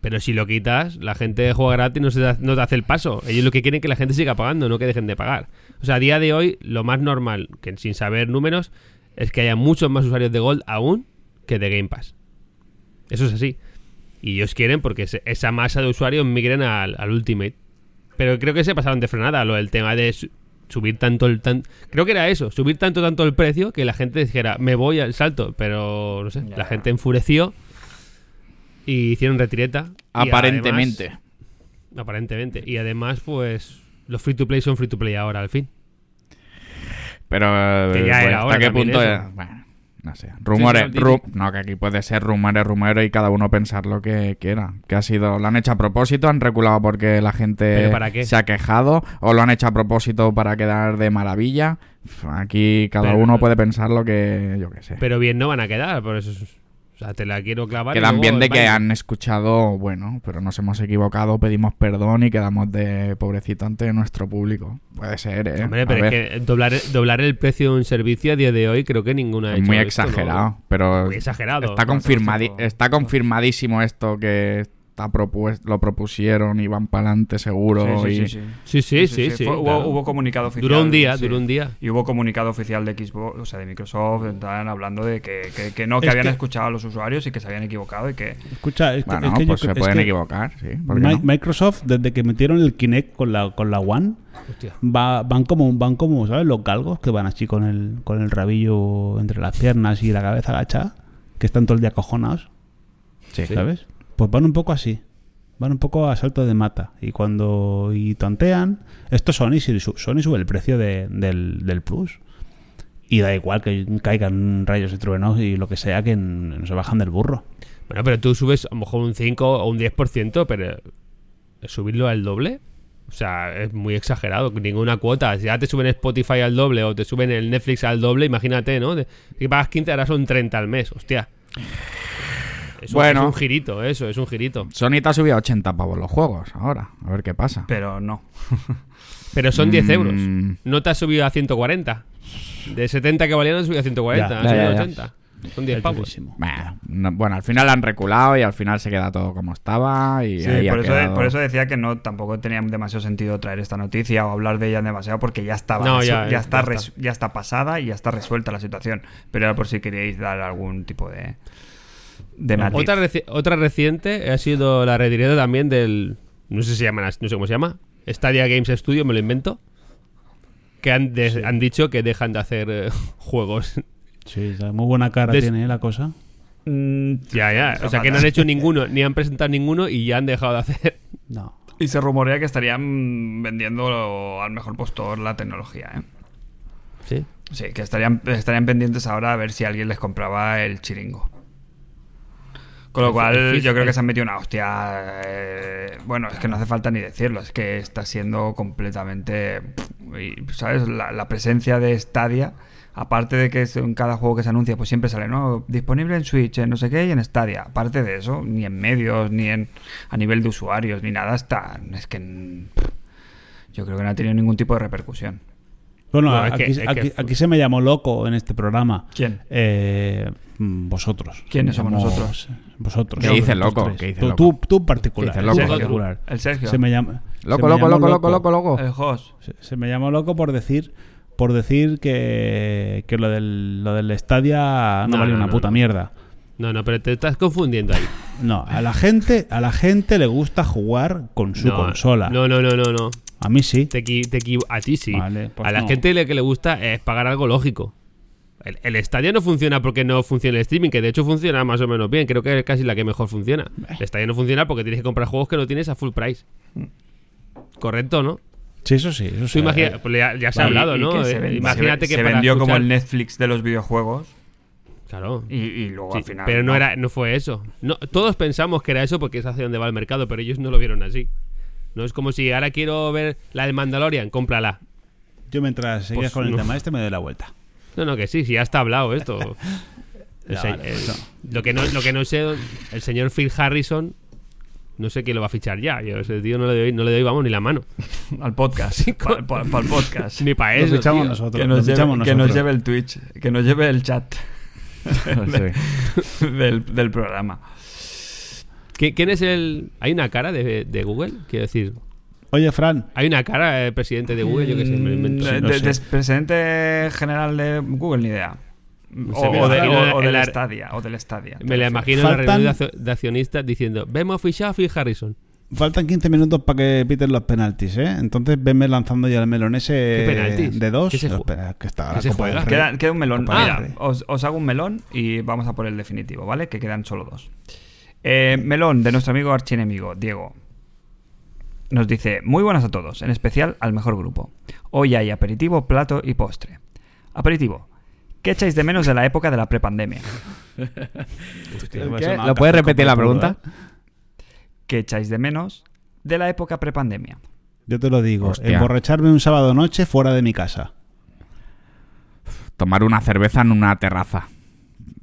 Speaker 2: pero si lo quitas, la gente juega gratis no, se da- no te hace el paso. Ellos lo que quieren es que la gente siga pagando, no que dejen de pagar. O sea, a día de hoy, lo más normal, que sin saber números, es que haya muchos más usuarios de Gold aún que de Game Pass. Eso es así. Y ellos quieren porque se- esa masa de usuarios migren al, al Ultimate. Pero creo que se pasaron de frenada lo del tema de su- subir tanto el tan creo que era eso subir tanto tanto el precio que la gente dijera me voy al salto pero no sé
Speaker 1: Ya.
Speaker 2: la gente enfureció y hicieron retireta. Y
Speaker 3: Aparentemente.
Speaker 2: además- aparentemente. Y además, pues. Los free to play son free to play ahora, al fin.
Speaker 3: Pero eh,
Speaker 2: Que ya
Speaker 3: bueno,
Speaker 2: era hora
Speaker 3: hasta qué
Speaker 2: también
Speaker 3: punto
Speaker 2: eso.
Speaker 3: era- bueno, no sé. Rumores,
Speaker 2: sí, sí,
Speaker 3: ru- no, que aquí puede ser rumores, rumores y cada uno pensar lo que quiera. Que ha sido, lo han hecho a propósito, han reculado porque la gente
Speaker 2: ¿Pero para qué?
Speaker 3: se ha quejado o lo han hecho a propósito para quedar de maravilla. Pf, Aquí cada
Speaker 2: Pero-
Speaker 3: uno puede pensar lo que yo qué sé.
Speaker 2: Pero bien no van a quedar, por eso. es- O sea, te la quiero clavar. y
Speaker 3: Quedan
Speaker 2: luego
Speaker 3: bien de que
Speaker 2: vaya.
Speaker 3: han escuchado, bueno, pero nos hemos equivocado, pedimos perdón y quedamos de pobrecito ante nuestro público. Puede ser, ¿eh?
Speaker 2: Hombre,
Speaker 3: A
Speaker 2: pero
Speaker 3: ver.
Speaker 2: es que doblar, doblar el precio de un servicio a día de hoy, creo que ninguna ha
Speaker 3: Es
Speaker 2: hecho
Speaker 3: muy
Speaker 2: esto, Pues ¿no?
Speaker 3: exagerado, pero
Speaker 2: Muy exagerado.
Speaker 3: está, confirmadi-
Speaker 1: Cuatro, cinco.
Speaker 3: está confirmadísimo esto que está propues- lo propusieron y van para adelante seguro.
Speaker 1: Sí, sí, sí,
Speaker 3: y-
Speaker 1: sí.
Speaker 2: Sí, sí, sí, sí.
Speaker 1: Fue- hubo,
Speaker 2: claro.
Speaker 1: hubo comunicado oficial.
Speaker 2: Duró un día,
Speaker 1: sí.
Speaker 2: duró un día.
Speaker 1: Y hubo comunicado oficial de Xbox, o sea, de Microsoft, estaban hablando de que, que- que no, que
Speaker 4: Es
Speaker 1: habían
Speaker 4: que-
Speaker 1: escuchado a los usuarios y que se habían equivocado y que...
Speaker 4: Escucha, es que,
Speaker 3: Bueno,
Speaker 4: es que yo
Speaker 3: pues
Speaker 4: creo-
Speaker 3: se
Speaker 4: es
Speaker 3: pueden
Speaker 4: que
Speaker 3: equivocar, sí. ¿por qué
Speaker 4: Mi-
Speaker 3: no?
Speaker 4: Microsoft, desde que metieron el Kinect con la, con la One,
Speaker 2: Hostia.
Speaker 4: va- van como, van como, ¿sabes? Los galgos que van así con el, con el rabillo entre las piernas y la cabeza agachada, que están todo el día acojonados.
Speaker 3: Sí.
Speaker 4: ¿sabes? Pues van un poco así. Van un poco a salto de mata. Y cuando y tontean, esto es Sony, si su- Sony sube el precio de- del, del Plus. Y da igual que caigan rayos y truenos y lo que sea, que n- no se bajan del burro.
Speaker 2: Bueno, pero tú subes a lo mejor un 5 o un 10%, pero subirlo al doble, o sea, es muy exagerado, ninguna cuota. Si ya te suben Spotify al doble o te suben el Netflix al doble, imagínate, ¿no? De- Si pagas 15, ahora son 30 al mes, hostia. Es un,
Speaker 3: Bueno.
Speaker 2: es un girito, eso, es un girito.
Speaker 3: Sony te ha subido a 80 pavos los juegos ahora. A ver qué pasa.
Speaker 1: Pero no.
Speaker 2: Pero son 10 euros.
Speaker 3: Mm.
Speaker 2: No te has subido a 140. De 70 que valían, no has subido a 140,
Speaker 3: Ya,
Speaker 2: has
Speaker 3: ya,
Speaker 2: subido a
Speaker 3: ya, ya.
Speaker 2: 80. Son 10
Speaker 4: Es
Speaker 2: pavos.
Speaker 4: durísimo.
Speaker 3: Bueno, no- bueno, al final la han reculado y al final se queda todo como estaba y
Speaker 1: Sí,
Speaker 3: ahí ha
Speaker 1: por, eso,
Speaker 3: quedado-
Speaker 1: por eso decía que no tampoco tenía demasiado sentido traer esta noticia o hablar de ella demasiado porque ya estaba
Speaker 2: No,
Speaker 1: resu-
Speaker 2: ya,
Speaker 1: ya,
Speaker 2: ya
Speaker 1: está
Speaker 2: está.
Speaker 1: resu- ya está pasada y ya está resuelta la situación. Pero era por si queríais dar algún tipo de... de matiz.
Speaker 2: Otra, reci- otra reciente ha sido la retirada también del. No sé, si se llaman as- no sé cómo se llama. Stadia Games Studio, me lo invento. Que han, de- han dicho que dejan de hacer eh, juegos.
Speaker 4: Sí, o sea, muy buena cara
Speaker 2: Des-
Speaker 4: tiene ¿eh? la cosa.
Speaker 1: Mm,
Speaker 2: ya, ya. O sea, que no han hecho ninguno, ni han presentado ninguno y ya han dejado de hacer.
Speaker 4: No.
Speaker 1: Y se rumorea que estarían vendiendo al mejor postor la tecnología, ¿eh?
Speaker 2: Sí.
Speaker 1: Sí, que estarían, estarían pendientes ahora a ver si alguien les compraba el chiringo. Con lo
Speaker 2: El- el
Speaker 1: cual,
Speaker 2: fis-
Speaker 1: yo creo que
Speaker 2: el-
Speaker 1: se han metido una hostia. eh, bueno, es que no hace falta ni decirlo, es que está siendo completamente. pff, y, ¿Sabes? La, la presencia de Stadia, aparte de que es- en cada juego que se anuncia, pues siempre sale, ¿no? Disponible en Switch, en no sé qué, y en Stadia. Aparte de eso, ni en medios, ni en a nivel de usuarios, ni nada, está. Es que. mm, pff, Yo creo que no ha tenido ningún tipo de repercusión.
Speaker 4: Bueno,
Speaker 2: No, es
Speaker 4: aquí,
Speaker 2: que- es que-
Speaker 4: aquí- aquí se me llamó loco en este programa.
Speaker 1: ¿Quién?
Speaker 4: Eh, mm, vosotros.
Speaker 1: ¿Quiénes somos
Speaker 4: Llamó-
Speaker 1: nosotros?
Speaker 4: Vosotros.
Speaker 3: ¿Qué
Speaker 4: Yo,
Speaker 3: dices,
Speaker 4: vosotros
Speaker 3: loco?
Speaker 4: tres.
Speaker 3: ¿Qué dices,
Speaker 4: tú,
Speaker 3: loco?
Speaker 4: tú, tú en particular.
Speaker 3: ¿Qué dices,
Speaker 4: en
Speaker 3: loco?
Speaker 4: particular.
Speaker 1: El Sergio.
Speaker 4: Se me llama,
Speaker 3: Loco,
Speaker 4: se me
Speaker 3: loco,
Speaker 4: llamó
Speaker 3: loco, loco, loco, loco.
Speaker 1: El host.
Speaker 4: Se, se me llamó loco por decir por decir que, que lo del lo del Stadia no,
Speaker 2: No,
Speaker 4: vale
Speaker 2: no,
Speaker 4: una
Speaker 2: no,
Speaker 4: puta
Speaker 2: no.
Speaker 4: mierda.
Speaker 2: No, no, pero te estás confundiendo ahí.
Speaker 4: No, a la gente a la gente le gusta jugar con su
Speaker 2: No,
Speaker 4: consola.
Speaker 2: No, no, no, no. no.
Speaker 4: A mí sí.
Speaker 2: Te, equi- te equi- a ti sí.
Speaker 4: Vale, pues
Speaker 2: a la
Speaker 4: no.
Speaker 2: gente le que le gusta es pagar algo lógico. El, el Stadia no funciona porque no funciona el streaming, que de hecho funciona más o menos bien. Creo que es casi la que mejor funciona. El Stadia no funciona porque tienes que comprar juegos que no tienes a full price. Correcto, ¿no?
Speaker 4: Sí, eso sí, eso
Speaker 2: Tú
Speaker 4: sí. Eh,
Speaker 2: imagina, Mm. pues ya, ya se ha
Speaker 1: Vale,
Speaker 2: hablado,
Speaker 1: y- y
Speaker 2: ¿no?
Speaker 1: que se
Speaker 2: Eh,
Speaker 1: ven-
Speaker 2: Imagínate
Speaker 1: se,
Speaker 2: que
Speaker 1: se
Speaker 2: para
Speaker 1: vendió como
Speaker 2: escuchar-
Speaker 1: el Netflix de los videojuegos
Speaker 2: Claro.
Speaker 1: y, y luego
Speaker 2: Sí,
Speaker 1: al final.
Speaker 2: pero no, era, no fue eso. No, todos pensamos que era eso porque es hacia donde va el mercado, pero ellos no lo vieron así. No es como si ahora quiero ver la del Mandalorian, cómprala.
Speaker 4: Yo mientras sigas
Speaker 2: Pues
Speaker 4: con el
Speaker 2: no.
Speaker 4: tema este me doy la vuelta.
Speaker 2: No, no, que sí, sí, ya está hablado esto. El
Speaker 4: Ya,
Speaker 2: se-
Speaker 4: vale,
Speaker 2: el-
Speaker 4: pues
Speaker 2: lo, que no, lo que no sé, el señor Phil Harrison, no sé quién lo va a fichar ya. Yo a ese tío no le doy, no le doy vamos, ni la mano.
Speaker 1: Al podcast. Para el podcast.
Speaker 2: Ni para
Speaker 4: Lo
Speaker 2: eso.
Speaker 4: fichamos
Speaker 2: tío.
Speaker 4: nosotros.
Speaker 1: Que
Speaker 4: lo
Speaker 1: nos,
Speaker 4: fichamos
Speaker 1: lleve, que nos
Speaker 4: nosotros.
Speaker 1: lleve el Twitch. Que nos lleve el chat
Speaker 3: Sí.
Speaker 1: del, del programa.
Speaker 2: ¿Qui- ¿Quién es el...? ¿Hay una cara de, de Google? Quiero decir,
Speaker 4: Oye, Fran,
Speaker 2: ¿hay una cara de presidente de Google? Yo qué sé, me lo invento.
Speaker 1: De-
Speaker 4: no
Speaker 1: de-
Speaker 4: sé.
Speaker 1: del presidente general de Google, ni idea. O,
Speaker 2: sé, me
Speaker 1: o de-
Speaker 2: imagino
Speaker 1: o- o
Speaker 2: el
Speaker 1: del
Speaker 2: ar-
Speaker 1: Stadia. O del Stadia.
Speaker 2: Me la imagino en la
Speaker 4: Faltan-
Speaker 2: reunión de azo- de accionistas diciendo, vemos fichado a Phil Harrison.
Speaker 4: faltan 15 minutos para que piten los penaltis, ¿eh? Entonces venme lanzando ya el melón ese
Speaker 2: ¿Qué penaltis?
Speaker 4: de dos.
Speaker 2: ¿Qué se
Speaker 4: Los
Speaker 2: ju-
Speaker 4: penal- que está la
Speaker 2: qué se
Speaker 4: Copa del
Speaker 2: juega?
Speaker 4: Rey.
Speaker 1: Queda, queda un melón.
Speaker 4: Copa del
Speaker 1: Ah,
Speaker 4: Rey.
Speaker 1: os, os hago un melón y vamos a por el definitivo, ¿vale? Que quedan solo dos. Eh, melón de nuestro amigo archienemigo, Diego. Nos dice, muy buenas a todos, en especial al mejor grupo. Hoy hay aperitivo, plato y postre. Aperitivo. ¿Qué echáis de menos de la época de la prepandemia?
Speaker 4: Pues
Speaker 3: ¿Qué?
Speaker 4: una
Speaker 3: ¿Lo puedes
Speaker 4: café
Speaker 3: repetir
Speaker 4: con
Speaker 3: la
Speaker 4: puro,
Speaker 3: pregunta?
Speaker 4: ¿eh?
Speaker 1: ¿Qué echáis de menos de la época prepandemia?
Speaker 4: Yo te lo digo,
Speaker 3: Hostia.
Speaker 4: emborracharme un sábado noche fuera de mi casa.
Speaker 3: Tomar una cerveza en una terraza.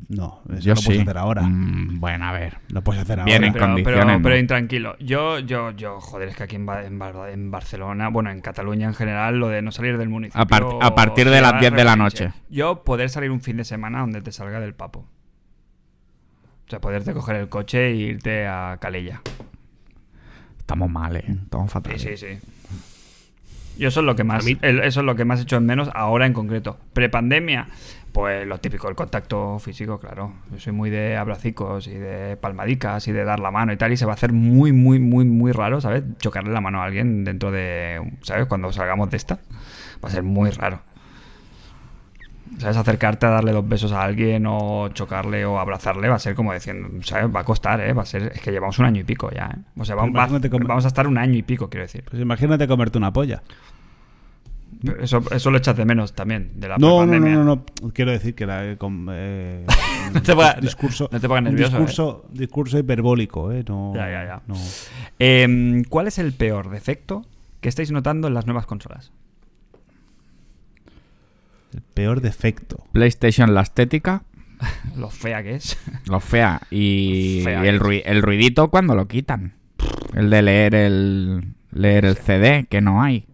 Speaker 4: No, eso
Speaker 3: Yo
Speaker 4: lo
Speaker 3: sí.
Speaker 4: puedes hacer ahora.
Speaker 3: Mm, bueno, a ver.
Speaker 4: Lo puedes hacer ahora.
Speaker 3: Bien, En
Speaker 1: pero, pero,
Speaker 3: condiciones,
Speaker 1: pero
Speaker 3: ¿no?
Speaker 1: intranquilo. Yo, yo, yo, joder, es que aquí en, Ba- en Bar- en Barcelona, bueno, en Cataluña en general, lo de no salir del municipio.
Speaker 3: A par- a partir de
Speaker 1: se
Speaker 3: las
Speaker 1: va
Speaker 3: 10 de la
Speaker 1: repinche.
Speaker 3: noche.
Speaker 1: Yo poder salir un fin de semana donde te salga del papo. O sea, poderte coger el coche e irte a Calella.
Speaker 3: Estamos mal, ¿eh?
Speaker 4: Mm.
Speaker 3: Estamos fatal.
Speaker 1: Sí, sí, sí. Yo eso es lo que más,
Speaker 2: A mí-
Speaker 1: el- eso es lo que más hecho en menos ahora en concreto. Prepandemia, pues lo típico, el contacto físico, claro. Yo soy muy de abracicos y de palmadicas y de dar la mano y tal, y se va a hacer muy, muy, muy, muy raro, ¿sabes? Chocarle la mano a alguien dentro de, ¿sabes? Cuando salgamos de esta, va a ser muy raro. ¿Sabes? Acercarte a darle dos besos a alguien o chocarle o abrazarle va a ser como diciendo, ¿sabes? Va a costar, ¿eh? Va a ser, es que llevamos un año y pico ya, ¿eh? O sea, va-
Speaker 4: Pero
Speaker 1: va-
Speaker 4: imagínate cómo-
Speaker 1: vamos a estar un año y pico, quiero decir.
Speaker 4: Pues imagínate comerte una polla.
Speaker 1: Pero Eso, eso lo echas de menos también, de la
Speaker 4: No, no, no,
Speaker 1: pandemia.
Speaker 4: no, no. Quiero decir que la, eh, con, eh,
Speaker 1: No te pongas-
Speaker 4: un discurso,
Speaker 1: no te pongas
Speaker 4: un
Speaker 1: nervioso,
Speaker 4: discurso, discurso hiperbólico, ¿eh? No,
Speaker 1: Ya, ya, ya.
Speaker 4: no.
Speaker 1: Eh, ¿Cuál es el peor defecto que estáis notando en las nuevas consolas?
Speaker 4: El peor defecto.
Speaker 3: PlayStation, la estética,
Speaker 1: Lo fea que es.
Speaker 3: lo fea. Y,
Speaker 1: Fea
Speaker 3: y el,
Speaker 1: que
Speaker 3: rui- el ruidito cuando lo quitan. El de leer el, leer el CD, que no hay.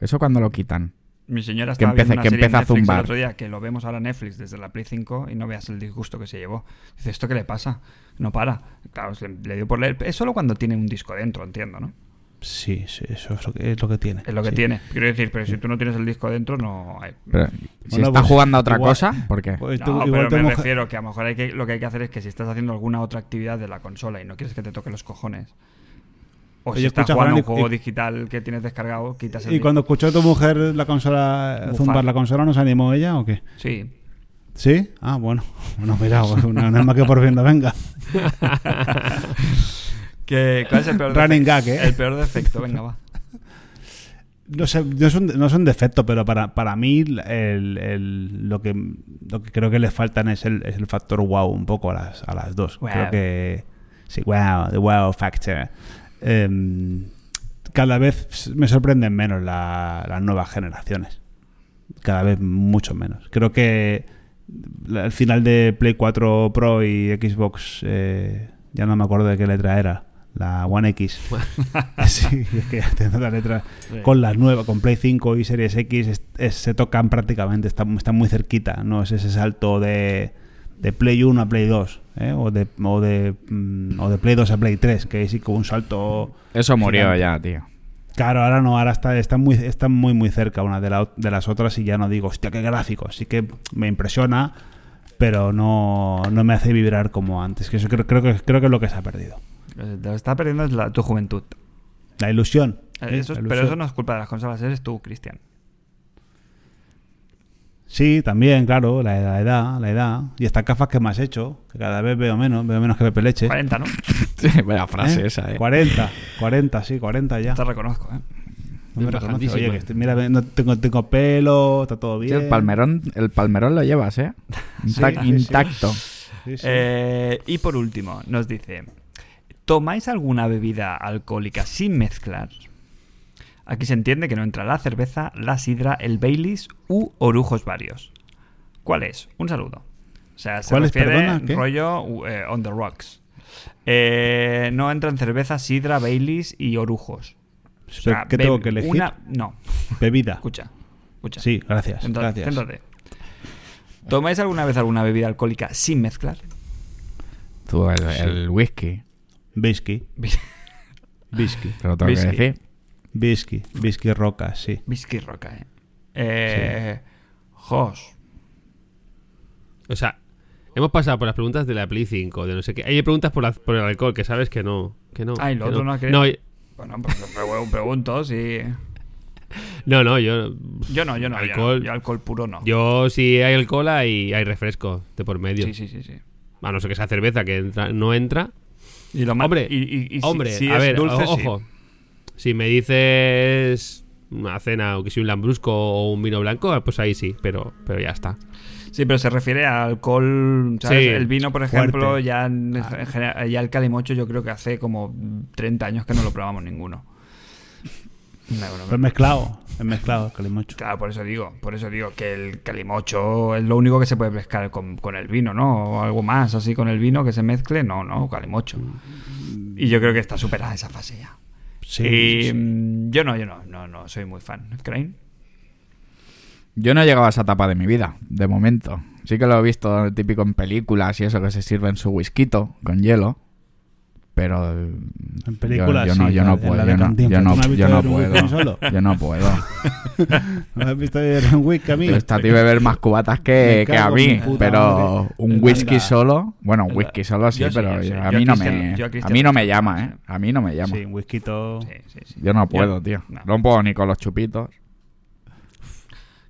Speaker 3: Eso cuando lo quitan.
Speaker 1: Mi señora
Speaker 3: Que
Speaker 1: estaba
Speaker 3: empiece-
Speaker 1: viendo una
Speaker 3: que
Speaker 1: serie en
Speaker 3: empiece a
Speaker 1: Netflix
Speaker 3: zumbar.
Speaker 1: el otro día, que lo vemos ahora en Netflix desde la Play 5 y no veas el disgusto que se llevó. Dice, ¿esto qué le pasa? No para. Claro, se le, le dio por leer. Es solo cuando tiene un disco dentro, entiendo, ¿no?
Speaker 4: Sí, sí, eso es lo que, es lo que tiene.
Speaker 1: Es lo que
Speaker 4: sí.
Speaker 1: tiene. Quiero decir, pero si tú no tienes el disco dentro, no hay...
Speaker 3: Pero si
Speaker 4: Bueno,
Speaker 3: está
Speaker 4: pues,
Speaker 3: jugando a otra
Speaker 4: igual-
Speaker 3: cosa, ¿por qué?
Speaker 4: Pues tú
Speaker 1: No,
Speaker 4: igual
Speaker 1: pero
Speaker 4: te
Speaker 1: me
Speaker 4: moja-
Speaker 1: refiero que a lo mejor hay que, lo que hay que hacer es que si estás haciendo alguna otra actividad de la consola y no quieres que te toque los cojones, o
Speaker 4: Oye,
Speaker 1: si estás
Speaker 4: escucha,
Speaker 1: jugando
Speaker 4: Fran,
Speaker 1: un juego
Speaker 4: y-
Speaker 1: digital que tienes descargado, quitas el
Speaker 4: ¿Y
Speaker 1: disco.
Speaker 4: cuando escuchó tu mujer la consola
Speaker 1: Bufar.
Speaker 4: zumbar la consola, nos animó ella o qué?
Speaker 1: Sí.
Speaker 4: ¿Sí? Ah, bueno. Bueno, mira, bueno, nada más que por bien no venga.
Speaker 1: ¿Qué- ¿Cuál es el peor
Speaker 4: Running
Speaker 1: defecto?
Speaker 4: gag, ¿eh?
Speaker 1: El peor defecto, venga, va.
Speaker 4: No, sé, no, es un, no es un defecto, pero para, para mí el- el- lo, que, lo que creo que le faltan es el, es el factor wow un poco a las, a las dos.
Speaker 1: Wow.
Speaker 4: Creo que... Sí, wow, the wow factor. Em, cada vez me sorprenden menos la- las nuevas generaciones. Cada vez mucho menos. Creo que la- el final de Play 4 Pro y Xbox, eh, ya no me acuerdo de qué letra era. La One X. sí, es que ya tengo la letra con las nuevas, con Play 5 y Series X, es- es- se tocan prácticamente, están, están muy cerquita, no es ese salto de, de Play 1 a Play 2, ¿eh? o, de, o, de, mm, o de Play 2 a Play 3, que es sí como un salto...
Speaker 3: Eso murió
Speaker 4: Gigante.
Speaker 3: ya, tío.
Speaker 4: Claro, ahora no, ahora está, están, muy, están muy muy cerca una de, la ot- de las otras y ya no digo, hostia, qué gráfico, sí que me impresiona, pero no, no me hace vibrar como antes, que eso creo, creo, que, creo que es lo que se ha perdido.
Speaker 1: Lo que está perdiendo es la- tu juventud.
Speaker 4: La ilusión.
Speaker 1: Eh,
Speaker 4: ¿eh?
Speaker 1: eso es-
Speaker 4: La
Speaker 1: pero
Speaker 4: ilusión.
Speaker 1: eso no es culpa de las consolas, eres tú, Cristian.
Speaker 4: Sí, también, claro, la, la edad, la edad. Y estas gafas que me has hecho, que cada vez veo menos, veo menos que Pepe Leche.
Speaker 1: 40, ¿no?
Speaker 3: Vaya frase esa, eh.
Speaker 4: 40, 40, sí, 40 ya.
Speaker 1: Te reconozco, ¿eh?
Speaker 4: No me reconoce.
Speaker 2: Bajantísima.
Speaker 4: Oye, que estoy- mira, no tengo, tengo pelo, está todo
Speaker 3: Sí,
Speaker 4: bien.
Speaker 3: el palmerón, el palmerón lo llevas, eh. Intac-
Speaker 4: sí, sí.
Speaker 3: intacto.
Speaker 4: Sí, sí.
Speaker 1: Eh, y por último, nos dice: ¿Tomáis alguna bebida alcohólica sin mezclar? Aquí se entiende que no entra la cerveza, la sidra, el Baileys u orujos varios. ¿Cuál es? Un saludo. O sea, se
Speaker 4: ¿Cuál es?
Speaker 1: refiere
Speaker 4: Perdona, ¿qué?
Speaker 1: rollo u- eh, on the rocks. Eh, no entran cerveza, sidra, Baileys y orujos.
Speaker 4: Pero,
Speaker 1: O sea,
Speaker 4: ¿Qué
Speaker 1: be-
Speaker 4: tengo que elegir?
Speaker 1: una- no,
Speaker 4: Bebida.
Speaker 1: escucha. escucha.
Speaker 4: Sí, gracias.
Speaker 1: Céntrate,
Speaker 4: gracias.
Speaker 1: céntrate. ¿Tomáis alguna vez alguna bebida alcohólica sin mezclar?
Speaker 3: Tú, el, el whisky.
Speaker 4: Whisky, whisky,
Speaker 3: Te lo tengo
Speaker 1: Whisky.
Speaker 3: que decir.
Speaker 4: whisky, whisky roca, sí.
Speaker 1: Whisky Roca, eh. Eh, Jos.
Speaker 2: O sea, hemos pasado por las preguntas de la Play 5, de no sé qué. Hay preguntas por, la- por el alcohol, que sabes que no. Que no
Speaker 1: Ah, y lo
Speaker 2: que
Speaker 1: otro no has querido.
Speaker 2: no, y-
Speaker 1: Bueno, pues pre- pregunto si.
Speaker 2: no, no, yo.
Speaker 1: Yo no, yo no. yo no.
Speaker 2: Alcohol.
Speaker 1: Yo, alcohol puro no.
Speaker 2: Yo, si hay alcohol, hay, hay refresco de por medio.
Speaker 1: Sí, sí, sí, sí.
Speaker 2: A no ser que sea cerveza, que entra- no entra.
Speaker 1: Y lo más-
Speaker 2: Hombre,
Speaker 1: y, y- y si-
Speaker 2: Hombre,
Speaker 1: si
Speaker 2: a
Speaker 1: es
Speaker 2: ver,
Speaker 1: dulce,
Speaker 2: o-
Speaker 1: sí.
Speaker 2: ojo. Si me dices una cena o que si un lambrusco o un vino blanco, pues ahí sí, pero, pero ya está.
Speaker 1: Sí. pero se refiere a alcohol. ¿sabes?
Speaker 2: Sí. Ah.
Speaker 1: el vino, por ejemplo,
Speaker 4: Fuerte.
Speaker 1: ya, en- en general- ya el calimocho, yo creo que hace como 30 años que no lo probamos ninguno. No, bueno,
Speaker 4: Pero mezclado, es mezclado, calimocho.
Speaker 1: Claro, por eso digo, por eso digo que el calimocho es lo único que se puede pescar con, con el vino, ¿no? O algo más así con el vino que se mezcle, no, no, calimocho. Y yo creo que está superada esa fase ya.
Speaker 4: Sí,
Speaker 1: y
Speaker 4: sí, sí.
Speaker 1: mm, yo no, yo no, no, no, soy muy fan. ¿Crane?
Speaker 3: Yo no he llegado a esa etapa de mi vida, de momento. Sí que lo he visto típico en películas y eso que se sirven su whisky con hielo. Pero.
Speaker 4: En películas,
Speaker 3: Yo, yo no,
Speaker 4: sí,
Speaker 3: yo no
Speaker 4: en
Speaker 3: puedo.
Speaker 4: la de
Speaker 3: Yo no,
Speaker 4: Cantinflas.
Speaker 3: yo no-
Speaker 4: ¿Tú no has
Speaker 3: yo
Speaker 4: visto
Speaker 3: no
Speaker 4: Iron Man
Speaker 3: puedo.
Speaker 4: solo?
Speaker 3: Yo no puedo.
Speaker 4: ¿No has visto John Wick a mí?
Speaker 3: Te gusta a ti beber más cubatas que,
Speaker 4: Me
Speaker 3: que a
Speaker 4: cago
Speaker 3: mí,
Speaker 4: en puta
Speaker 3: pero
Speaker 4: madre.
Speaker 3: un
Speaker 4: Es
Speaker 3: whisky
Speaker 4: verdad.
Speaker 3: solo, bueno, un
Speaker 1: Es
Speaker 3: whisky
Speaker 1: verdad.
Speaker 3: solo sí,
Speaker 1: Yo sí,
Speaker 3: pero
Speaker 1: yo sí.
Speaker 3: a
Speaker 1: Yo
Speaker 3: mí
Speaker 1: a
Speaker 3: no
Speaker 1: Cristian-
Speaker 3: me
Speaker 1: yo a
Speaker 3: a
Speaker 1: Cristian
Speaker 3: mí no
Speaker 1: lo
Speaker 3: me
Speaker 1: conozco,
Speaker 3: llama,
Speaker 1: sí.
Speaker 3: ¿eh? A mí no me llama.
Speaker 4: Sí, un whisky.
Speaker 1: Sí, sí, sí.
Speaker 3: Yo no puedo,
Speaker 1: Yo-
Speaker 3: tío. No.
Speaker 1: no.
Speaker 3: puedo ni con los chupitos.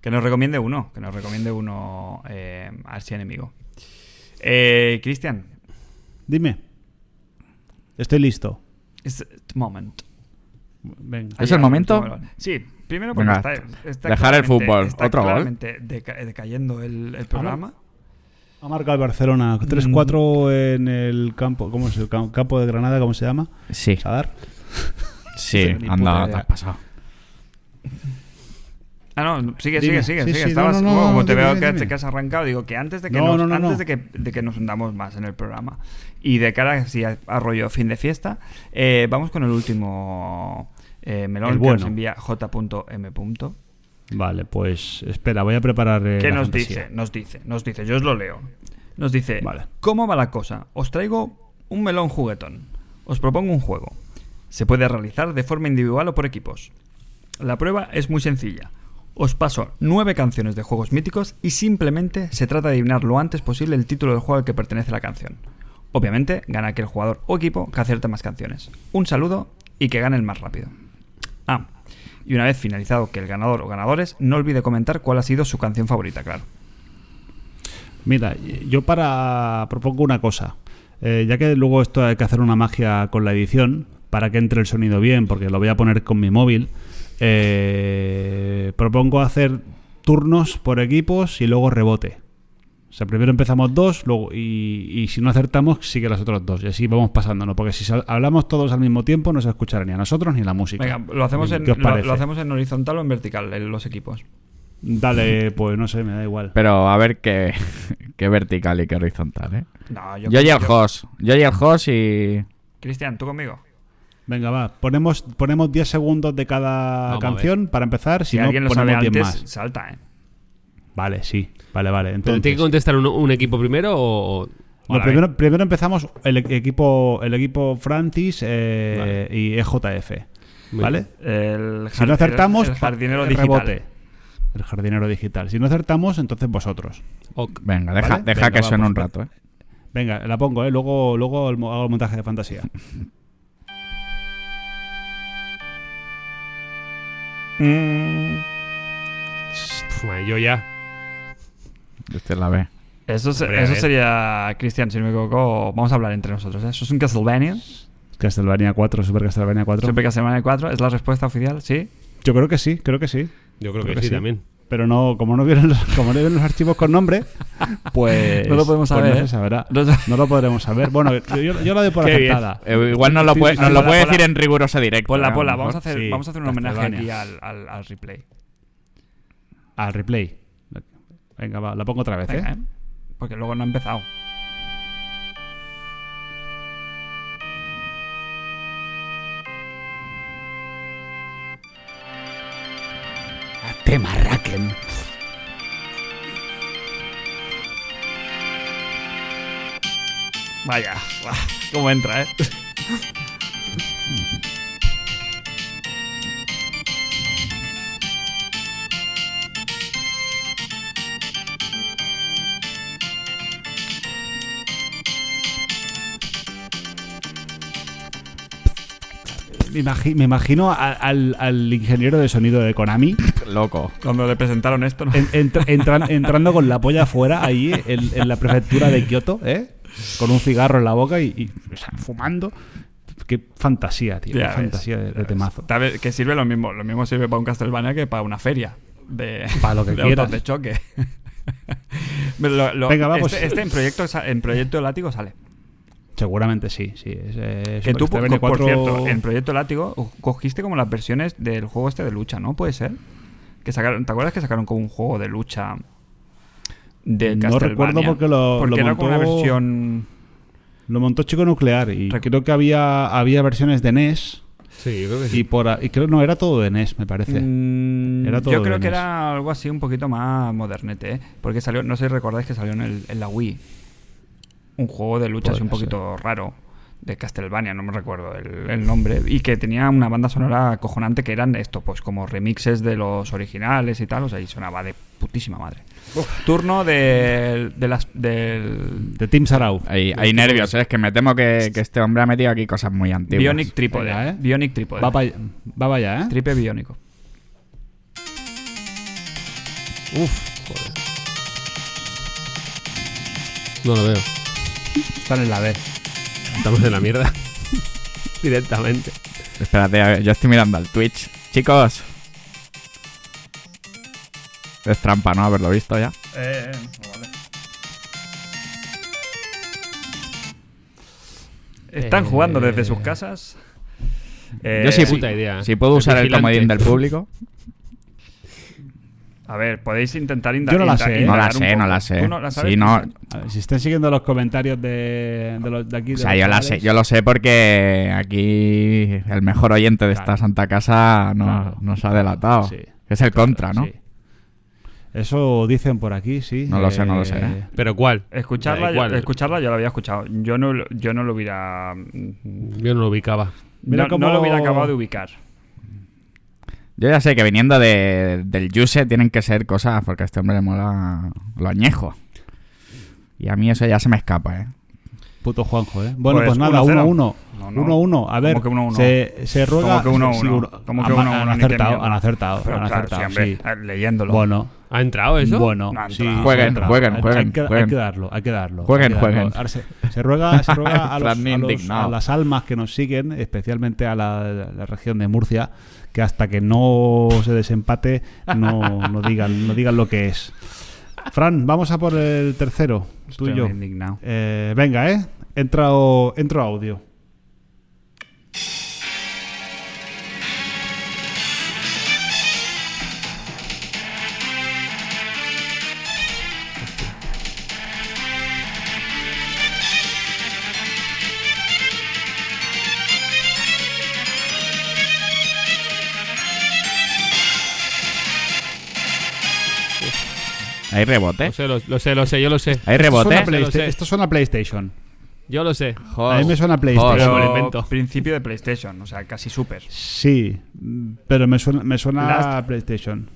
Speaker 1: Que nos recomiende uno, que nos recomiende uno eh, así enemigo. Eh, Cristian,
Speaker 4: Dime. Estoy listo.
Speaker 1: it's the moment.
Speaker 4: Venga.
Speaker 3: ¿Es
Speaker 1: Ha
Speaker 3: el
Speaker 1: llegado
Speaker 3: momento?
Speaker 1: último gol. Sí, primero porque está,
Speaker 3: Venga,
Speaker 1: está
Speaker 3: dejar el
Speaker 1: claramente-
Speaker 3: fútbol.
Speaker 1: está
Speaker 3: ¿Otro gol?
Speaker 1: claramente deca- decayendo el, el programa.
Speaker 4: Ha marcado el Barcelona 3-4 en el campo. ¿Cómo es el cam- campo de Granada? ¿Cómo se llama?
Speaker 3: Sí,
Speaker 4: Sadar.
Speaker 3: sí,
Speaker 4: ni puta
Speaker 3: anda, te
Speaker 4: idea.
Speaker 3: has pasado.
Speaker 1: Ah, no, sigue, sigue,
Speaker 4: Dime.
Speaker 1: sigue,
Speaker 4: Sí,
Speaker 1: sigue.
Speaker 4: sí,
Speaker 1: Estabas,
Speaker 4: no, no, no,
Speaker 1: como
Speaker 4: no,
Speaker 1: te
Speaker 4: dime,
Speaker 1: veo
Speaker 4: dime,
Speaker 1: que,
Speaker 4: dime.
Speaker 1: que has arrancado, digo que antes de que nos,
Speaker 4: No, no, no,
Speaker 1: antes
Speaker 4: no.
Speaker 1: De, que, de que nos hundamos más en el programa y de cara así a, a rollo fin de fiesta, eh, vamos con el último eh, melón
Speaker 4: El
Speaker 1: que nos
Speaker 4: bueno.
Speaker 1: envía j.m. punto.
Speaker 4: Vale, pues espera, voy a preparar. eh,
Speaker 1: ¿Qué
Speaker 4: la
Speaker 1: nos
Speaker 4: fantasía.
Speaker 1: dice? Nos dice, nos dice, yo os lo leo. Nos dice,
Speaker 4: Vale.
Speaker 1: ¿cómo va la cosa? Os traigo un melón juguetón. Os propongo un juego. Se puede realizar de forma individual o por equipos. La prueba es muy sencilla. Os paso nueve canciones de juegos míticos y simplemente se trata de adivinar lo antes posible el título del juego al que pertenece la canción. Obviamente, gana aquel jugador o equipo que acierte más canciones. Un saludo y que gane el más rápido. Ah, y una vez finalizado que el ganador o ganadores, no olvide comentar cuál ha sido su canción favorita, claro.
Speaker 4: Mira, yo para propongo una cosa. Eh, ya que luego esto hay que hacer una magia con la edición para que entre el sonido bien, porque lo voy a poner con mi móvil, eh, propongo hacer turnos por equipos y luego rebote. O sea, primero empezamos dos luego, y, y si no acertamos, sigue los otros dos. Y así vamos pasándonos. Porque si sal- hablamos todos al mismo tiempo, no se escuchará ni a nosotros ni la música.
Speaker 1: Venga, lo hacemos,
Speaker 4: ¿Qué
Speaker 1: en,
Speaker 4: os
Speaker 1: lo,
Speaker 4: parece?
Speaker 1: lo hacemos en horizontal o en vertical, en los equipos.
Speaker 4: Dale, pues no sé, me da igual.
Speaker 3: Pero a ver qué, qué vertical y qué horizontal, ¿eh?
Speaker 1: No, yo,
Speaker 3: Yo y el
Speaker 1: yo-
Speaker 3: host. Yo y el host y.
Speaker 1: Cristian, tú conmigo.
Speaker 4: Venga, va. Ponemos, ponemos 10 segundos de cada
Speaker 2: Vamos a ver.
Speaker 4: canción para empezar. Si,
Speaker 1: Si,
Speaker 4: no,
Speaker 1: alguien lo
Speaker 4: ponemos
Speaker 1: sabe
Speaker 4: 10
Speaker 1: antes,
Speaker 4: más.
Speaker 1: salta, ¿eh?
Speaker 4: Vale, sí. Vale, vale.
Speaker 2: ¿Pero
Speaker 4: Entonces,
Speaker 2: tiene que contestar un, un equipo primero o.? o- o a
Speaker 4: no,
Speaker 2: la
Speaker 4: primero, primero empezamos el e- equipo, el equipo Francis eh, y EJF.
Speaker 2: Muy
Speaker 4: ¿Vale?
Speaker 2: bien.
Speaker 1: El
Speaker 4: Si
Speaker 1: jar-
Speaker 4: no acertamos,
Speaker 1: el, el jardinero
Speaker 4: el
Speaker 1: digital.
Speaker 4: rebote. El jardinero digital. Si no acertamos, entonces vosotros.
Speaker 2: vez? Ok.
Speaker 3: Venga, deja,
Speaker 4: Vale,
Speaker 3: deja
Speaker 4: venga,
Speaker 3: que
Speaker 4: va,
Speaker 3: suene
Speaker 4: pues,
Speaker 3: un rato, ¿eh?
Speaker 4: Venga, la pongo, ¿eh? Luego, luego el mo- hago el montaje de fantasía.
Speaker 1: Mm,
Speaker 2: Pf, madre, yo ya.
Speaker 3: Usted la ve.
Speaker 1: eso se-
Speaker 2: Hombre, a
Speaker 1: eso
Speaker 2: ver.
Speaker 1: sería, Cristian, si no me equivoco, vamos a hablar entre nosotros. ¿eh? Eso es un Castlevania.
Speaker 4: Castlevania 4, Super Castlevania 4.
Speaker 1: Siempre Castlevania 4 es la respuesta oficial, ¿sí?
Speaker 4: Yo creo que sí, creo que sí.
Speaker 2: Yo creo
Speaker 4: Creo
Speaker 2: que,
Speaker 4: que
Speaker 2: sí,
Speaker 4: sí.
Speaker 2: también.
Speaker 4: Pero no, como no vieron los, como no vieron los archivos con nombre, pues
Speaker 1: No lo podemos
Speaker 4: pues
Speaker 1: saber,
Speaker 4: no
Speaker 1: ¿eh?
Speaker 4: se sabrá.
Speaker 1: No se-
Speaker 4: No lo podremos saber. Bueno, yo, yo la doy por
Speaker 2: Qué bien.
Speaker 4: acertada.
Speaker 3: Eh, igual nos lo
Speaker 4: Sí,
Speaker 3: puede,
Speaker 4: sí,
Speaker 3: nos
Speaker 4: sí,
Speaker 3: lo
Speaker 4: pola,
Speaker 3: puede
Speaker 4: pola.
Speaker 3: decir en riguroso directo.
Speaker 1: Pola,
Speaker 3: ¿eh?
Speaker 1: pola,
Speaker 3: A lo
Speaker 1: vamos a
Speaker 3: mejor.
Speaker 1: hacer,
Speaker 4: sí,
Speaker 1: vamos a hacer un homenaje aquí
Speaker 4: Castlevania.
Speaker 1: al, al, al replay.
Speaker 4: Al replay. Venga, va, la pongo otra vez,
Speaker 1: Venga,
Speaker 4: ¿eh?
Speaker 1: ¿eh? Porque luego no ha empezado.
Speaker 3: Tema Raken.
Speaker 1: Vaya, guau, cómo entra, ¿eh?
Speaker 4: Me, imagi- me imagino a- al, al ingeniero de sonido de Konami
Speaker 3: Loco.
Speaker 1: Cuando le presentaron esto, ¿no?
Speaker 4: en- entra- entran- entrando con la polla afuera ahí en, en la prefectura de Kioto, ¿eh? Con un cigarro en la boca y, y, o sea, fumando. Qué fantasía, tío.
Speaker 1: Ya
Speaker 4: qué
Speaker 1: ves,
Speaker 4: fantasía de,
Speaker 1: ya
Speaker 4: de
Speaker 1: ves.
Speaker 4: temazo.
Speaker 1: Tal vez que sirve lo mismo. Lo mismo sirve para un Castlevania que para una feria. De,
Speaker 4: Para lo que
Speaker 1: de
Speaker 4: quieras.
Speaker 1: autos de choque. Pero lo- lo-
Speaker 4: Venga, vamos.
Speaker 1: Este, este en, proyecto, sa- en proyecto látigo sale.
Speaker 4: Seguramente sí, sí. Es, eh,
Speaker 1: Que tú, por,
Speaker 4: Castlevania
Speaker 1: por
Speaker 4: 4
Speaker 1: cierto, en proyecto látigo uh, cogiste como las versiones del juego este de lucha, ¿no? Puede ser. Que sacaron, ¿Te acuerdas que sacaron como un juego de lucha de
Speaker 4: No
Speaker 1: Castlevania?
Speaker 4: recuerdo porque lo-
Speaker 1: Porque
Speaker 4: lo
Speaker 1: era como una
Speaker 4: montó-
Speaker 1: versión.
Speaker 4: Lo montó Chico Nuclear y
Speaker 1: Recu-
Speaker 4: creo que había, había versiones de E NES
Speaker 2: Sí, yo creo que sí.
Speaker 4: y por a- y creo no era todo de NES, me parece.
Speaker 1: Mm,
Speaker 4: Era todo
Speaker 1: yo creo
Speaker 4: de
Speaker 1: que
Speaker 4: NES.
Speaker 1: era algo así un poquito más modernete, ¿eh? porque salió, no sé si recordáis que salió en, el- en la Wii un juego de lucha así un
Speaker 4: Podría
Speaker 1: poquito raro de Castlevania, no me recuerdo el, el nombre, y que tenía una banda sonora acojonante que eran esto, pues como remixes de los originales y tal, o sea, y sonaba de putísima madre. Turno del, de las, del
Speaker 4: De Tim Sarau.
Speaker 3: Hay, hay nervios, ¿eh? es que me temo que, que este hombre ha metido aquí cosas muy antiguas.
Speaker 1: Bionic Trípode.
Speaker 4: Venga, ¿eh?
Speaker 1: Bionic Trípode.
Speaker 3: pues.
Speaker 4: Va para allá, ¿eh?
Speaker 1: Tripe biónico.
Speaker 2: Uf, joder. No lo veo.
Speaker 1: Están en la B.
Speaker 2: Estamos en la mierda. Directamente.
Speaker 3: Espérate, a ver, yo estoy mirando al Twitch. Chicos. Es trampa, ¿no? Haberlo visto ya.
Speaker 1: Eh, vale. Están
Speaker 2: Eh,
Speaker 1: jugando desde sus casas. Eh,
Speaker 3: yo sí,
Speaker 2: puta idea.
Speaker 3: Si puedo
Speaker 2: Es
Speaker 3: usar el
Speaker 2: vigilante.
Speaker 3: comodín del público.
Speaker 1: A ver, podéis intentar inda-
Speaker 4: Yo no la
Speaker 1: inda-
Speaker 4: sé, ¿eh?
Speaker 3: No
Speaker 1: indagar
Speaker 3: la
Speaker 1: un
Speaker 3: sé, no
Speaker 1: poco.
Speaker 3: la
Speaker 1: ¿Tú
Speaker 3: sé.
Speaker 1: no la sabes?
Speaker 3: Sí, no.
Speaker 4: A ver, si están siguiendo los comentarios de, de los de aquí.
Speaker 3: O
Speaker 4: de
Speaker 3: sea,
Speaker 4: los
Speaker 3: yo la
Speaker 4: chavales,
Speaker 3: sé, yo lo sé porque aquí el mejor oyente de esta
Speaker 4: Claro.
Speaker 3: santa casa nos,
Speaker 4: Claro.
Speaker 3: nos ha delatado.
Speaker 4: Sí.
Speaker 3: Es el contra, ¿no?
Speaker 4: sí. Eso dicen por aquí, sí.
Speaker 3: No lo sé, no lo sé, ¿eh?
Speaker 2: ¿Pero cuál?
Speaker 1: Escucharla,
Speaker 2: Da igual.
Speaker 1: escucharla yo la había escuchado. Yo no, lo- yo no lo hubiera. mm,
Speaker 2: Yo no lo ubicaba.
Speaker 4: Mira
Speaker 1: no,
Speaker 4: cómo-
Speaker 1: no lo hubiera acabado de ubicar.
Speaker 3: Yo ya sé que viniendo de- del Yuse tienen que ser cosas porque a este hombre le mola lo añejo. Y a mí eso ya se me escapa, ¿eh?
Speaker 4: Puto Juanjo, ¿eh. Bueno,
Speaker 1: Pues
Speaker 4: pues, nada, 1-1.
Speaker 1: 1-0.
Speaker 4: 1-1.
Speaker 1: No, no.
Speaker 4: A ver,
Speaker 1: ¿Cómo que 1-1?
Speaker 4: Se, se
Speaker 1: Como
Speaker 4: ruega.
Speaker 1: que 1-1.
Speaker 4: sí, uno-
Speaker 1: Como que
Speaker 4: han-
Speaker 1: 1-1,
Speaker 4: Han
Speaker 1: ni qué
Speaker 4: acertado,
Speaker 1: mierda.
Speaker 4: han acertado.
Speaker 1: Pero
Speaker 4: han
Speaker 1: claro,
Speaker 4: acertado,
Speaker 1: sí, hombre,
Speaker 4: sí.
Speaker 1: eh, leyéndolo.
Speaker 4: Bueno.
Speaker 2: ¿Ha entrado eso?
Speaker 4: Bueno,
Speaker 1: No ha
Speaker 4: sí,
Speaker 1: entrado.
Speaker 4: sí,
Speaker 3: Jueguen,
Speaker 4: ha entrado.
Speaker 3: jueguen,
Speaker 4: Hay-
Speaker 3: jueguen,
Speaker 4: Hay que, hay
Speaker 3: jueguen.
Speaker 4: que darlo, hay que darlo.
Speaker 3: Jueguen,
Speaker 4: hay que darlo.
Speaker 3: jueguen.
Speaker 4: Ahora se, se ruega, se ruega a, los-
Speaker 3: Fran
Speaker 4: a los-
Speaker 3: indignado.
Speaker 4: a las almas que nos siguen, especialmente a la, la región de Murcia, que hasta que no se desempate no, no digan, no digan lo que es. Fran, vamos a por el tercero,
Speaker 1: Estoy
Speaker 4: tuyo.
Speaker 1: indignado.
Speaker 4: Eh, venga, ¿eh? Entra, o- entra audio.
Speaker 3: Hay
Speaker 4: ¿eh?
Speaker 3: rebote.
Speaker 4: Pues,
Speaker 2: Lo sé, lo, lo sé, lo sé, yo lo sé.
Speaker 3: Hay
Speaker 4: Esto
Speaker 3: rebote.
Speaker 4: suena a Playsta-
Speaker 2: Lo sé.
Speaker 4: Esto suena a PlayStation.
Speaker 2: Yo lo sé.
Speaker 3: Joder.
Speaker 4: A mí me suena a PlayStation.
Speaker 3: Joder.
Speaker 1: Pero
Speaker 2: me lo invento.
Speaker 1: principio de PlayStation, o sea, casi super.
Speaker 4: Sí, pero me suena, me suena
Speaker 1: Last-
Speaker 4: a PlayStation.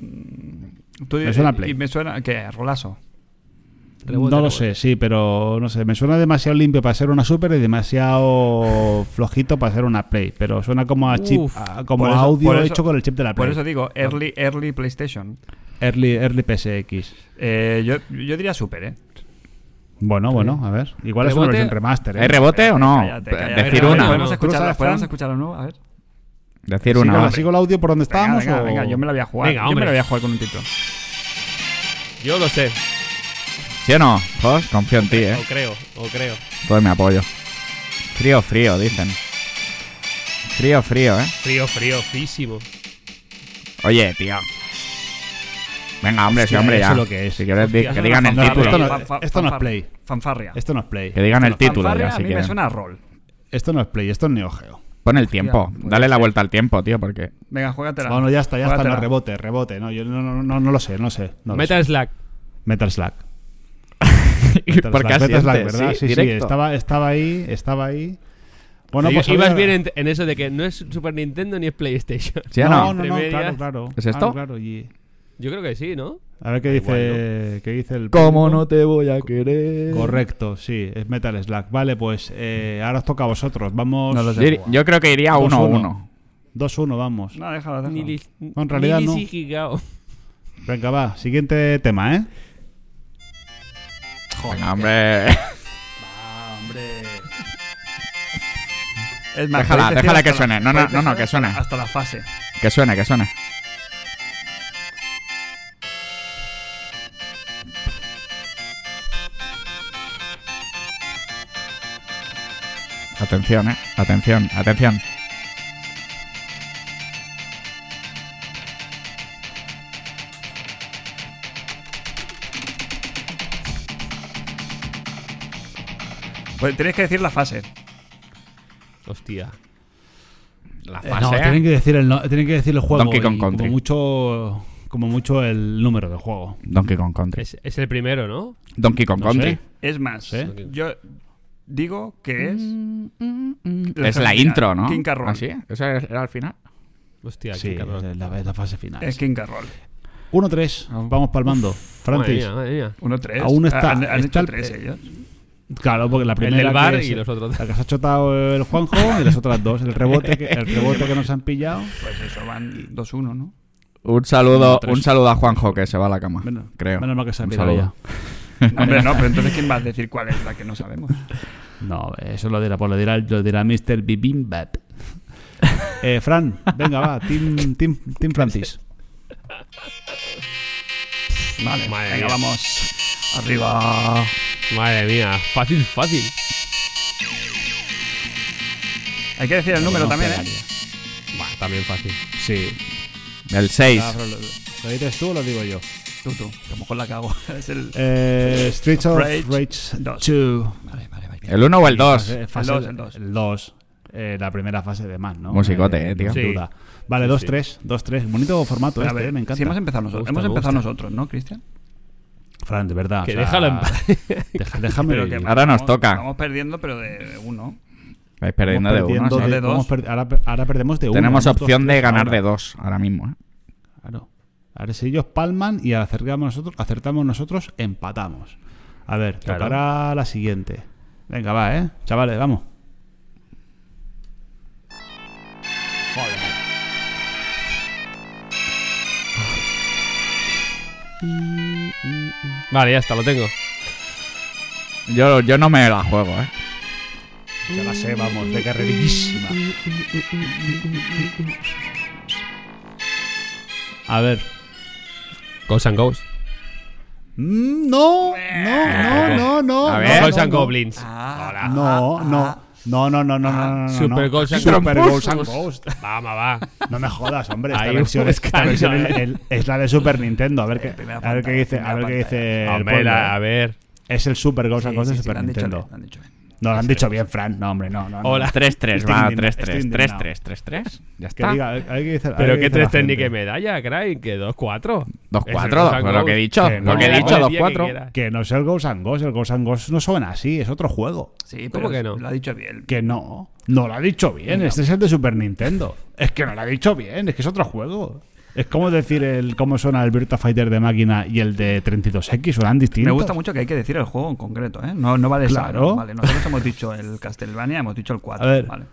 Speaker 1: Tú dices-
Speaker 4: suena a Play.
Speaker 1: Y me suena que rolazo.
Speaker 2: Rebote,
Speaker 4: no lo
Speaker 2: rebote.
Speaker 4: sé, sí, pero no sé. Me suena demasiado limpio para ser una Super y demasiado flojito para ser una Play. Pero suena como a chip,
Speaker 2: Uf,
Speaker 4: a- como
Speaker 1: por
Speaker 4: a
Speaker 1: eso-
Speaker 4: audio
Speaker 1: por eso-
Speaker 4: hecho con el chip de la
Speaker 1: Por
Speaker 4: Play.
Speaker 1: eso digo, early, early PlayStation.
Speaker 4: early, early PSX.
Speaker 1: Eh, yo, yo diría super, ¿eh?
Speaker 4: Bueno, bueno, a ver. Igual es una
Speaker 2: ¿Rebote?
Speaker 4: versión remaster. ¿eh?
Speaker 3: ¿Hay rebote o no?
Speaker 1: Cállate,
Speaker 3: Pe-
Speaker 1: cállate.
Speaker 3: Decir
Speaker 1: A ver,
Speaker 2: una.
Speaker 1: ¿Podemos
Speaker 2: ¿Tú
Speaker 1: escucharla,
Speaker 4: sabes,
Speaker 1: ¿podemos
Speaker 4: Fran?
Speaker 1: escucharla nueva? A ver.
Speaker 3: Decir
Speaker 4: ¿Sigo,
Speaker 3: una.
Speaker 4: la-
Speaker 3: hombre.
Speaker 4: sigo el audio por donde estábamos?
Speaker 1: venga,
Speaker 4: o-
Speaker 1: venga, yo me la voy a jugar.
Speaker 2: Venga,
Speaker 1: yo me
Speaker 2: hombre.
Speaker 1: la voy a jugar con un título.
Speaker 2: Yo lo sé.
Speaker 3: ¿Sí o no? Jos, confío en ti, ¿eh?
Speaker 2: O creo, o creo.
Speaker 3: Todo mi apoyo. Frío, frío, dicen. Frío, frío, ¿eh?
Speaker 2: Frío, frío, físimo.
Speaker 3: Oye, tío. Venga, hombre, sí,
Speaker 4: Hostia,
Speaker 3: hombre,
Speaker 4: eso
Speaker 3: ya.
Speaker 4: es lo que es.
Speaker 3: Si quieres, di-
Speaker 2: Hostia,
Speaker 3: que
Speaker 2: eso
Speaker 3: digan
Speaker 2: es
Speaker 3: el
Speaker 2: una
Speaker 3: título.
Speaker 4: Esto no-
Speaker 1: Fan- fan-
Speaker 4: esto no es
Speaker 1: fan-
Speaker 4: Play. Este
Speaker 1: Fanfarria.
Speaker 4: Esto no es Play.
Speaker 3: Que digan el título
Speaker 1: Fanfarria
Speaker 3: ya,
Speaker 1: a
Speaker 3: si
Speaker 1: mí me
Speaker 3: quieren.
Speaker 1: suena a rol.
Speaker 4: Esto no es Play, esto es Neo Geo.
Speaker 3: Pon el tiempo.
Speaker 1: Hostia, puede
Speaker 3: Dale la vuelta al tiempo, tío, porque.
Speaker 1: Venga, juégatela.
Speaker 4: Bueno, ya está, ya está.
Speaker 1: Juégatela.
Speaker 4: No, rebote, rebote. No, yo no, no, no, no lo sé, no lo sé. no lo
Speaker 2: Metal Slack.
Speaker 4: sé. Metal Slack. Metal
Speaker 3: porque
Speaker 4: Slack,
Speaker 3: así
Speaker 4: Metal Slack,
Speaker 3: antes,
Speaker 4: ¿verdad?
Speaker 3: sí,
Speaker 4: Sí, sí,
Speaker 3: directo.
Speaker 4: estaba, estaba ahí, estaba ahí. Bueno,
Speaker 2: O sea,
Speaker 4: pues.
Speaker 2: ibas
Speaker 4: había-
Speaker 2: bien en, en eso de que no es Super Nintendo ni es PlayStation.
Speaker 3: ¿Sí o
Speaker 4: no,
Speaker 3: no?
Speaker 4: no,
Speaker 2: Entre
Speaker 4: no,
Speaker 2: medias.
Speaker 4: claro, claro.
Speaker 3: ¿Es
Speaker 4: Claro,
Speaker 3: esto?
Speaker 4: claro, y-
Speaker 2: Yo creo que sí, ¿no?
Speaker 4: A ver qué dice, qué dice el.
Speaker 3: ¿Cómo
Speaker 4: público.
Speaker 3: no te voy a querer?
Speaker 4: Correcto, sí, es Metal Slack. Vale, pues eh, ahora os toca a vosotros. Vamos.
Speaker 1: No lo
Speaker 3: Yo, ir- yo creo que iría 1-1.
Speaker 4: 2-1, vamos.
Speaker 1: No, déjalo, déjalo.
Speaker 2: Ni lis-
Speaker 4: No, en realidad
Speaker 2: ni
Speaker 4: no.
Speaker 2: lisigigao.
Speaker 4: Venga, va, siguiente tema, ¿eh?
Speaker 3: Venga, hombre.
Speaker 1: Es más,
Speaker 3: Déjala,
Speaker 1: podéis decir
Speaker 3: déjala
Speaker 1: hasta
Speaker 3: que suene. No, no,
Speaker 1: podéis
Speaker 3: no, no,
Speaker 1: dejar
Speaker 3: que suene.
Speaker 1: Hasta la fase.
Speaker 3: Que suene, que suene. Atención, eh. Atención, atención.
Speaker 1: Pues tenéis que decir la fase.
Speaker 2: Hostia.
Speaker 3: La
Speaker 4: Eh, no, tienen que, decir el no- tienen que decir el juego.
Speaker 3: Donkey Kong
Speaker 4: y
Speaker 3: Country.
Speaker 4: Como mucho, como mucho el número del juego.
Speaker 3: Donkey Kong Country.
Speaker 2: Es, es el primero, ¿no?
Speaker 3: Donkey Kong
Speaker 4: No
Speaker 3: Country.
Speaker 4: sé.
Speaker 1: Es más,
Speaker 4: ¿Sí?
Speaker 1: yo digo que es.
Speaker 4: Mm,
Speaker 3: Es la intro, ¿no? ¿Ah,
Speaker 1: King Carroll.
Speaker 3: ¿Así? ¿Esa era al final?
Speaker 2: Hostia, qué
Speaker 4: Sí,
Speaker 2: cabrón.
Speaker 4: es la, es la fase final.
Speaker 1: Es King Carroll.
Speaker 3: Oh.
Speaker 4: 1-3, vamos palmando.
Speaker 2: Madre
Speaker 4: Francis.
Speaker 2: mía, madre mía.
Speaker 1: Uno tres. Ah,
Speaker 4: Aún está-
Speaker 1: Han, han
Speaker 4: está
Speaker 1: hecho
Speaker 4: el- eh,
Speaker 1: tres ellos.
Speaker 4: Claro, porque la primera
Speaker 2: del
Speaker 4: que
Speaker 2: bar
Speaker 4: es
Speaker 2: y los otros.
Speaker 4: La que se ha chotado el Juanjo y las otras dos. El rebote que, el rebote que nos han pillado.
Speaker 1: Pues eso van 2-1, ¿no?
Speaker 3: Un saludo,
Speaker 4: Tres.
Speaker 3: un saludo a Juanjo que se va a la cama.
Speaker 4: Menos,
Speaker 3: creo.
Speaker 4: menos mal que se ha
Speaker 3: Un
Speaker 4: pillado ya.
Speaker 3: saludo.
Speaker 1: No, Hombre, no, pero entonces ¿quién va a decir cuál es la que no sabemos?
Speaker 4: No, eso lo dirá, pues lo dirá, lo dirá Mr. Bibimbap. Eh, Fran, venga, va, Team, team, team Francis.
Speaker 1: Vale,
Speaker 2: Madre
Speaker 1: venga,
Speaker 2: mía.
Speaker 1: vamos. Arriba.
Speaker 2: Madre mía, fácil, fácil.
Speaker 1: Hay que decir el número
Speaker 4: No
Speaker 1: también, ¿eh?
Speaker 4: pegaría.
Speaker 2: Bah, también fácil.
Speaker 4: Sí.
Speaker 3: El 6.
Speaker 4: Ah, pero ¿Lo lo dices tú o lo digo yo?
Speaker 1: Tú, tú. que A lo mejor la cago. Es el.
Speaker 4: Eh, Streets of
Speaker 1: Rage
Speaker 4: Rage
Speaker 1: dos.
Speaker 4: 2.
Speaker 1: Vale, vale, vale.
Speaker 3: ¿El 1 o el 2?
Speaker 4: El
Speaker 1: El dos, el dos.
Speaker 4: 2. El 2. la primera fase de más, ¿no?
Speaker 3: Musicote, eh, tío.
Speaker 4: sin
Speaker 2: Sí.
Speaker 4: duda. Vale, 2-3. 2-3. Bonito formato
Speaker 1: Pero a
Speaker 4: este,
Speaker 1: ver,
Speaker 4: eh, me encanta.
Speaker 1: Si hemos empezado
Speaker 2: Me
Speaker 1: nosotros,
Speaker 2: gusta,
Speaker 1: hemos
Speaker 2: me
Speaker 1: empezado
Speaker 2: gusta.
Speaker 1: nosotros, ¿no, Cristian?
Speaker 4: Fran, de verdad.
Speaker 2: Que
Speaker 4: o sea,
Speaker 2: déjala en paz.
Speaker 4: deja- déjame
Speaker 1: Pero
Speaker 4: vivir.
Speaker 1: que
Speaker 3: Ahora nos
Speaker 1: vamos-
Speaker 3: toca.
Speaker 1: Vamos perdiendo, pero de uno.
Speaker 3: Vais perdiendo de
Speaker 4: Vamos
Speaker 3: 1.
Speaker 4: perdiendo
Speaker 1: sí. De dos.
Speaker 4: vamos per- ahora, per- ahora perdemos de 1.
Speaker 3: Tenemos opción de ganar de 2 ahora mismo. ¿eh?
Speaker 4: Claro. Ahora si ellos palman y acercamos nosotros, acertamos nosotros, empatamos. A ver,
Speaker 2: Claro.
Speaker 4: tocará la siguiente. Venga, va, ¿eh? Chavales, vamos.
Speaker 2: Vale, ya está, lo tengo.
Speaker 3: Yo, yo no me la juego, ¿eh?
Speaker 4: Ya la sé, vamos, de carrerillísima. A ver.
Speaker 2: Ghosts and Ghosts.
Speaker 4: Mm, No, no, no, no, no.
Speaker 3: Eh, A
Speaker 4: no,
Speaker 3: ver.
Speaker 4: no,
Speaker 2: Ghosts and
Speaker 4: no.
Speaker 2: Goblins.
Speaker 1: Ah,
Speaker 4: No, no. No, no, no, no, no, no, no.
Speaker 2: Super
Speaker 4: no.
Speaker 2: Ghost and
Speaker 4: Super
Speaker 3: Ghost.
Speaker 4: Ghost and Ghost.
Speaker 2: Vamos, va.
Speaker 4: No me jodas, hombre. Esta
Speaker 2: Ahí
Speaker 4: versión,
Speaker 2: un
Speaker 4: es, esta
Speaker 2: escándalo,
Speaker 4: versión
Speaker 2: ¿eh?
Speaker 4: es, el- es la de Super Nintendo. A ver qué,
Speaker 1: Eh, primera
Speaker 4: a ver
Speaker 1: pantalla,
Speaker 4: qué dice, a
Speaker 1: primera
Speaker 4: ver qué dice el
Speaker 2: Hombre,
Speaker 4: pueblo,
Speaker 2: la-
Speaker 4: ¿eh?
Speaker 2: a ver.
Speaker 4: Es el Super Ghost
Speaker 1: Sí,
Speaker 4: and Ghost
Speaker 1: sí,
Speaker 4: de
Speaker 1: sí, lo
Speaker 4: Super
Speaker 1: han dicho
Speaker 4: Nintendo.
Speaker 1: bien, lo han dicho bien.
Speaker 4: No, lo han dicho bien, Fran. No, hombre, no, no. no.
Speaker 2: Hola.
Speaker 3: 3-3,
Speaker 4: Estoy
Speaker 3: va,
Speaker 4: indignado,
Speaker 3: 3-3,
Speaker 4: estoy
Speaker 3: 3-3, 3-3. Ya
Speaker 4: Que
Speaker 3: está.
Speaker 4: diga, hay que decir- hay
Speaker 2: Pero qué
Speaker 4: que decir
Speaker 2: tres
Speaker 4: la gente.
Speaker 2: técnicas y medalla, cray. Que 2-4. Es el
Speaker 3: 2-4,
Speaker 2: Ghosts and
Speaker 3: lo que he
Speaker 2: Ghosts.
Speaker 3: dicho.
Speaker 4: Que
Speaker 3: Lo
Speaker 4: no.
Speaker 3: que he dicho,
Speaker 4: Vale,
Speaker 2: día que
Speaker 3: 2-4.
Speaker 2: quieras.
Speaker 4: Que no es el Ghost and Ghost. El Ghost and Ghost no suena así. Es otro juego.
Speaker 1: Sí,
Speaker 2: ¿Cómo
Speaker 1: pero
Speaker 2: que no?
Speaker 1: lo ha dicho bien.
Speaker 4: Que no. No lo ha dicho bien. Este es el de Super Nintendo. Es que no lo ha dicho bien. Es que es otro juego. Es como decir el cómo suena el Virtua Fighter de máquina y el de 32X. Suenan distintos.
Speaker 1: Me gusta mucho que hay que decir el juego en concreto, ¿eh? No, no vale
Speaker 4: Claro.
Speaker 1: esa, Vale, nosotros hemos dicho el Castlevania, hemos dicho el 4.
Speaker 4: A ver.
Speaker 1: Vale.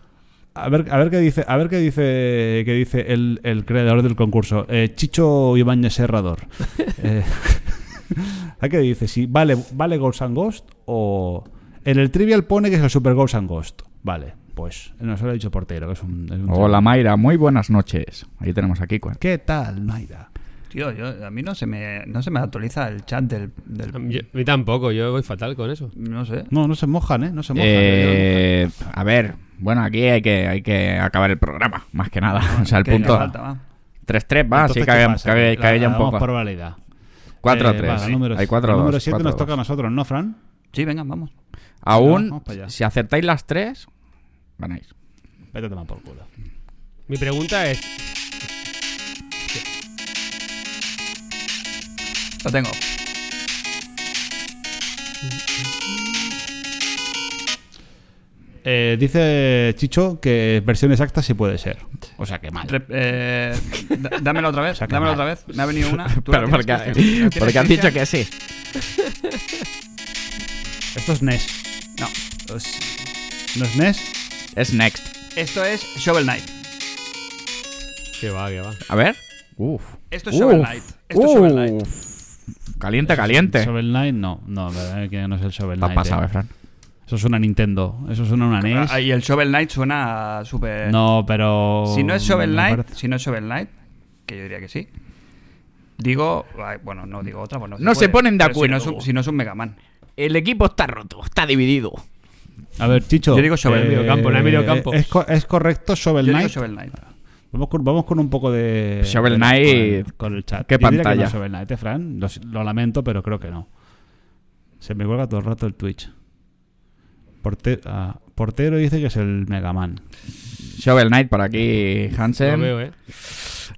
Speaker 4: A ver, a ver qué dice, a ver qué dice, qué dice el, el creador del concurso, Eh, Chicho Ibáñez Serrador. Eh, ¿A qué dice? Si vale, vale Ghost and Ghost o en el trivial pone que es el Super Ghost and Ghost. Vale, pues nos lo ha dicho portero. que Es un, es un-
Speaker 3: Hola Mayra, muy buenas noches. Ahí tenemos a Kiko. ¿eh?
Speaker 4: ¿Qué tal, Naida?
Speaker 1: Tío, yo, a mí no se me, no se me actualiza el chat del... del-
Speaker 2: Yo- A mí tampoco, yo voy fatal con eso.
Speaker 1: no sé.
Speaker 4: No, no se mojan, ¿eh? No se mojan.
Speaker 3: Eh, a ver, bueno, aquí hay que, hay que acabar el programa, más que nada. O sea, el
Speaker 1: ¿Qué- qué
Speaker 3: punto
Speaker 1: falta, va?
Speaker 3: 3-3, va,
Speaker 4: Entonces,
Speaker 3: sí,
Speaker 4: ¿qué
Speaker 3: cae,
Speaker 4: pasa?
Speaker 3: cae-
Speaker 4: La-
Speaker 3: cae ya un
Speaker 4: damos
Speaker 3: poco.
Speaker 4: por válida. Eh,
Speaker 3: 4-3.
Speaker 4: va, número-
Speaker 3: hay 4
Speaker 4: el número 7 nos toca a nosotros, ¿no, Fran?
Speaker 1: Sí, venga, vamos.
Speaker 3: Aún,
Speaker 4: No, vamos para allá.
Speaker 3: si acertáis las 3, ganáis.
Speaker 4: Vete a tomar por culo.
Speaker 2: Mi pregunta es:
Speaker 1: Lo tengo.
Speaker 4: Eh, dice Chicho que versión exacta sí puede ser. O sea que mal.
Speaker 1: Re- eh, da- dámelo otra vez,
Speaker 4: sea, que
Speaker 1: dámelo
Speaker 4: mal.
Speaker 1: otra vez. Me ha venido una. ¿Tú la
Speaker 3: Pero
Speaker 1: tienes,
Speaker 3: porque,
Speaker 1: Cristian? ¿La tienes,
Speaker 3: porque han dicho
Speaker 1: Cristian?
Speaker 3: que sí.
Speaker 4: Esto es NES.
Speaker 1: No. Pues,
Speaker 4: ¿No es E NES?
Speaker 3: Es next.
Speaker 1: esto es Shovel Knight.
Speaker 2: Que va, que va.
Speaker 3: A ver. Uf.
Speaker 1: Esto es Shovel
Speaker 3: Uf.
Speaker 1: Knight. Esto es Shovel Knight.
Speaker 3: Uf. Caliente, caliente.
Speaker 4: Shovel Knight, no. No, verdad que no es el Shovel
Speaker 3: Está
Speaker 4: Knight.
Speaker 3: pasado,
Speaker 4: eh.
Speaker 3: eh, Fran.
Speaker 4: Eso suena a Nintendo. Eso suena a una NES.
Speaker 1: Ah, y el Shovel Knight suena a súper.
Speaker 4: no, pero.
Speaker 1: eh. Si no es Shovel
Speaker 4: me
Speaker 1: Knight,
Speaker 4: parece-
Speaker 1: si no es Shovel Knight, que yo diría que sí. Digo, ay, bueno, no digo otra, pues no,
Speaker 3: No se
Speaker 1: puede.
Speaker 3: ponen de
Speaker 1: Pero si no es
Speaker 3: acuerdo.
Speaker 1: un- Si no es un Mega Man.
Speaker 3: El equipo está roto, está dividido.
Speaker 4: A ver, Chicho.
Speaker 1: Yo digo Shovel. No hay
Speaker 4: eh,
Speaker 1: medio
Speaker 2: campo, no hay medio campo.
Speaker 4: Es, co- es correcto Shovel
Speaker 1: Yo digo
Speaker 4: Knight.
Speaker 1: Shovel Knight.
Speaker 4: Vamos, con, vamos con un poco de.
Speaker 3: Shovel
Speaker 4: de-
Speaker 3: Knight.
Speaker 4: Con el, con el chat.
Speaker 3: Qué
Speaker 4: Yo diría que
Speaker 3: pantalla.
Speaker 4: no es Shovel Knight, eh, Fran. Lo, lo lamento, pero creo que no. Se me cuelga todo el rato el Twitch. Porte- ah, portero dice que es el Mega Man.
Speaker 3: Shovel Knight por aquí, Hansen.
Speaker 2: Lo veo, eh.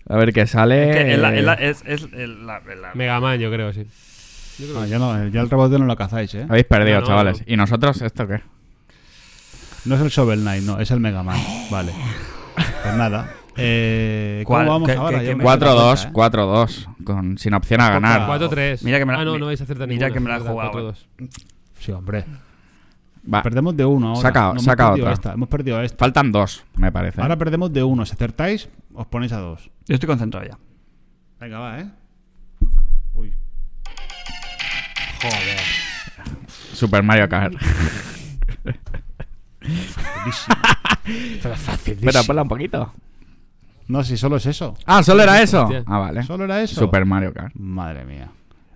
Speaker 3: A ver qué sale.
Speaker 1: Que es la- es la- es- es el- la- la-
Speaker 2: Mega Man, yo creo, sí. Yo creo
Speaker 4: No,
Speaker 2: que-
Speaker 4: ya, no, ya el rebote no lo cazáis, ¿eh?
Speaker 3: Habéis perdido,
Speaker 2: No, no,
Speaker 3: chavales.
Speaker 2: no.
Speaker 3: ¿Y nosotros esto qué?
Speaker 4: No es el Shovel Knight, no, es el Mega Man.
Speaker 2: Eh.
Speaker 4: Vale. Pues nada. Eh, ¿Cómo
Speaker 1: ¿Cuál?
Speaker 4: vamos
Speaker 1: ¿Qué-
Speaker 4: ahora?
Speaker 1: qué-
Speaker 4: Ya
Speaker 1: qué-
Speaker 4: me he hecho la
Speaker 3: 4-2,
Speaker 4: cuenta, ¿eh?
Speaker 3: 4-2, con- sin opción a ganar.
Speaker 2: 4-3.
Speaker 1: Mira que me la-
Speaker 2: ah, no,
Speaker 1: mi-
Speaker 2: no vais a hacer tan
Speaker 1: mira que me la he jugado,
Speaker 4: Sí, hombre.
Speaker 3: Va,
Speaker 4: ¿eh? Perdemos de uno ahora.
Speaker 3: Saca-
Speaker 4: hemos
Speaker 3: saca
Speaker 4: perdido
Speaker 3: otra.
Speaker 4: esta, hemos perdido esta.
Speaker 3: Faltan dos, me parece.
Speaker 4: Ahora perdemos de uno. Si acertáis, os ponéis a dos.
Speaker 1: Yo estoy concentrado ya.
Speaker 4: Venga, va, ¿eh? Uy. Joder.
Speaker 3: Super Mario Kart. Espera, ponla un poquito.
Speaker 4: No, si solo es eso.
Speaker 3: Ah, solo era eso.
Speaker 2: Hostia.
Speaker 3: Ah, vale.
Speaker 4: Solo era eso.
Speaker 3: Super Mario Kart.
Speaker 4: Madre mía.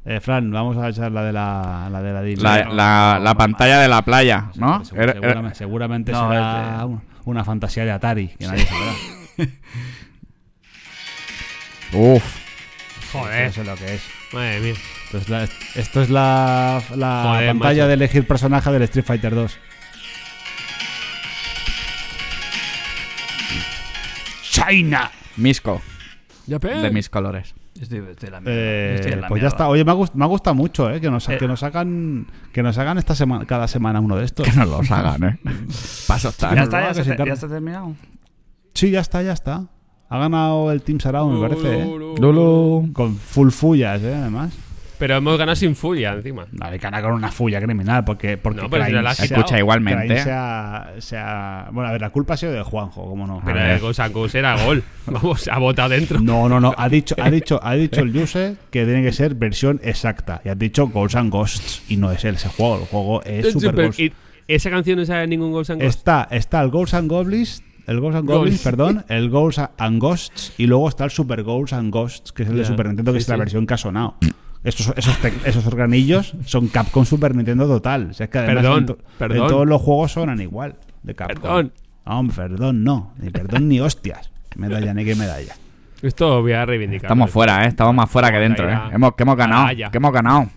Speaker 4: Eh, Fran, vamos a echar la de la, la de ¿eh? la Disney.
Speaker 3: La,
Speaker 1: no,
Speaker 3: la-
Speaker 1: no,
Speaker 3: la
Speaker 1: no,
Speaker 3: pantalla de la playa, ¿no?
Speaker 4: Segu-
Speaker 3: Era- era-
Speaker 4: seguramente seguramente
Speaker 1: No,
Speaker 4: será
Speaker 1: es
Speaker 4: un- una fantasía de Atari, que nadie sabrá.
Speaker 3: Uf.
Speaker 2: Joder.
Speaker 4: No sé lo que es.
Speaker 2: Madre mía.
Speaker 4: Esto es la, esto es la, la
Speaker 2: Joder,
Speaker 4: pantalla
Speaker 2: macho.
Speaker 4: de elegir personaje del Street Fighter 2.
Speaker 1: ¡China!
Speaker 3: Misco. De
Speaker 2: Japan.
Speaker 3: mis colores.
Speaker 1: Estoy, estoy en la mierda.
Speaker 4: Eh,
Speaker 1: Estoy en la
Speaker 4: pues ya
Speaker 1: mierda.
Speaker 4: está. Oye, me ha, gust- me ha gustado mucho, ¿eh? Que nos,
Speaker 1: Eh.
Speaker 4: que nos hagan que nos hagan esta semana cada semana uno de estos.
Speaker 3: Que no los hagan, ¿eh? Paso está.
Speaker 1: ¿Ya
Speaker 4: Nos
Speaker 1: está? ¿Ya,
Speaker 4: roba que
Speaker 1: se
Speaker 4: se
Speaker 1: te-
Speaker 4: encargue.
Speaker 1: ya está terminado?
Speaker 4: Sí, ya está, ya está. Ha ganado el Team Sarao, me parece, ¿eh?
Speaker 3: Lulu.
Speaker 4: Con full fullas, ¿eh? Además.
Speaker 2: Pero hemos ganado sin furia encima.
Speaker 4: No, le gana con una fulla criminal, porque. porque
Speaker 2: No, pero si no la has
Speaker 4: Crane se ha-
Speaker 3: Escucha, igualmente.
Speaker 4: Crane se ha- se ha- Bueno, a ver, la culpa ha sido de Juanjo, ¿cómo no?
Speaker 2: Pero eh,
Speaker 3: ver.
Speaker 2: el Gosankus era gol. Vamos, ha botado dentro.
Speaker 4: No, no, no. Ha dicho, ha dicho, ha dicho el user que tiene que ser versión exacta. Y has dicho Ghosts and Ghosts. Y no es ese juego. El juego es Super
Speaker 2: Super-
Speaker 4: Ghost.
Speaker 2: y- esa canción no sale en ningún Gosankus.
Speaker 4: Está, está el Ghosts and Goblins. El Ghosts and Goblins,
Speaker 2: Ghosts.
Speaker 4: perdón. El Ghosts and Ghosts. Y luego está el Super Ghosts and Ghosts, que es el de
Speaker 2: Ya,
Speaker 4: Super Nintendo, que
Speaker 2: sí,
Speaker 4: es la
Speaker 2: sí.
Speaker 4: versión que ha sonado. Esos, esos, te- esos organillos son Capcom Super Nintendo total. O sea, es que además
Speaker 2: Perdón,
Speaker 4: en to- en
Speaker 2: perdón.
Speaker 4: todos los juegos sonan igual de Capcom. Ah,
Speaker 2: Perdón.
Speaker 4: Hombre, perdón, no. Ni perdón ni hostias. Medalla, ni que medalla.
Speaker 2: Esto voy a reivindicar.
Speaker 3: Estamos
Speaker 2: Vale.
Speaker 3: fuera, ¿eh? Estamos más fuera que dentro, ¿eh?
Speaker 2: Venga.
Speaker 3: Hemos, que hemos ganado.
Speaker 2: Vaya.
Speaker 3: Que hemos ganado.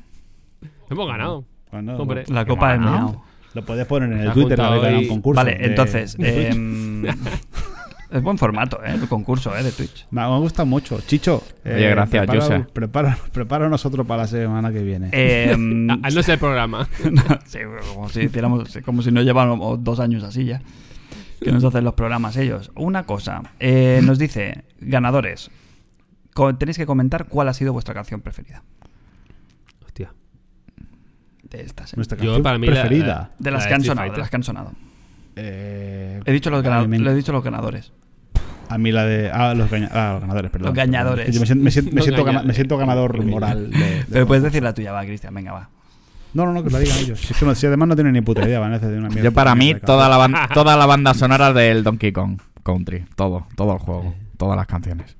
Speaker 2: Hemos ganado.
Speaker 4: Cuando-
Speaker 2: Hombre.
Speaker 1: La copa de
Speaker 4: ganado.
Speaker 1: Miau.
Speaker 4: Lo puedes poner en
Speaker 2: Se
Speaker 4: el
Speaker 2: ha
Speaker 4: Twitter,
Speaker 2: juntado
Speaker 4: la
Speaker 2: hoy-
Speaker 4: un concurso. Eh,
Speaker 1: Vale,
Speaker 4: de-
Speaker 1: entonces.
Speaker 4: de Twitch.
Speaker 1: em, es buen formato, ¿eh? El concurso, ¿eh? De Twitch.
Speaker 4: me, me gusta mucho. Chicho. eh,
Speaker 3: Oye, gracias,
Speaker 4: prepara-
Speaker 3: Jose.
Speaker 4: prepara- Prepáranos otro para la semana que viene.
Speaker 1: Em,
Speaker 2: Ah, Al no ser el programa.
Speaker 1: sí, como si hiciéramos, como si no lleváramos dos años así ya. Que nos hacen los programas ellos. Una cosa, eh, nos dice, ganadores, co- tenéis que comentar cuál ha sido vuestra canción preferida
Speaker 2: Hostia.
Speaker 1: de estas. eh.
Speaker 4: Nuestra
Speaker 2: Yo,
Speaker 4: canción
Speaker 2: para mí, la-
Speaker 4: preferida.
Speaker 2: la-
Speaker 1: De las
Speaker 2: la
Speaker 1: que
Speaker 2: de
Speaker 1: han
Speaker 2: Street
Speaker 1: sonado, de
Speaker 2: Fighter.
Speaker 1: las que han sonado.
Speaker 4: Eh,
Speaker 1: He dicho los,
Speaker 4: a
Speaker 1: gana-
Speaker 4: mí me-
Speaker 1: lo he dicho los ganadores.
Speaker 4: A mí la de. Ah, los, gaña- ah, los ganadores, perdón.
Speaker 1: Los gañadores.
Speaker 4: Yo me siento, me siento- me
Speaker 2: Los
Speaker 4: siento gana-
Speaker 2: gañadores.
Speaker 4: me siento ganador moral. de- de-
Speaker 1: Pero pues- puedes decir la tuya, va, Cristian, venga, va.
Speaker 4: No, no, no, que la digan ellos. Si, es que no- si además no tienen ni puta idea, Vanessa, de una mierda.
Speaker 3: Yo para mí,
Speaker 4: Mierda,
Speaker 3: toda la, ban- toda la banda sonora del Donkey Kong Country. Todo, todo el juego. Todas las canciones.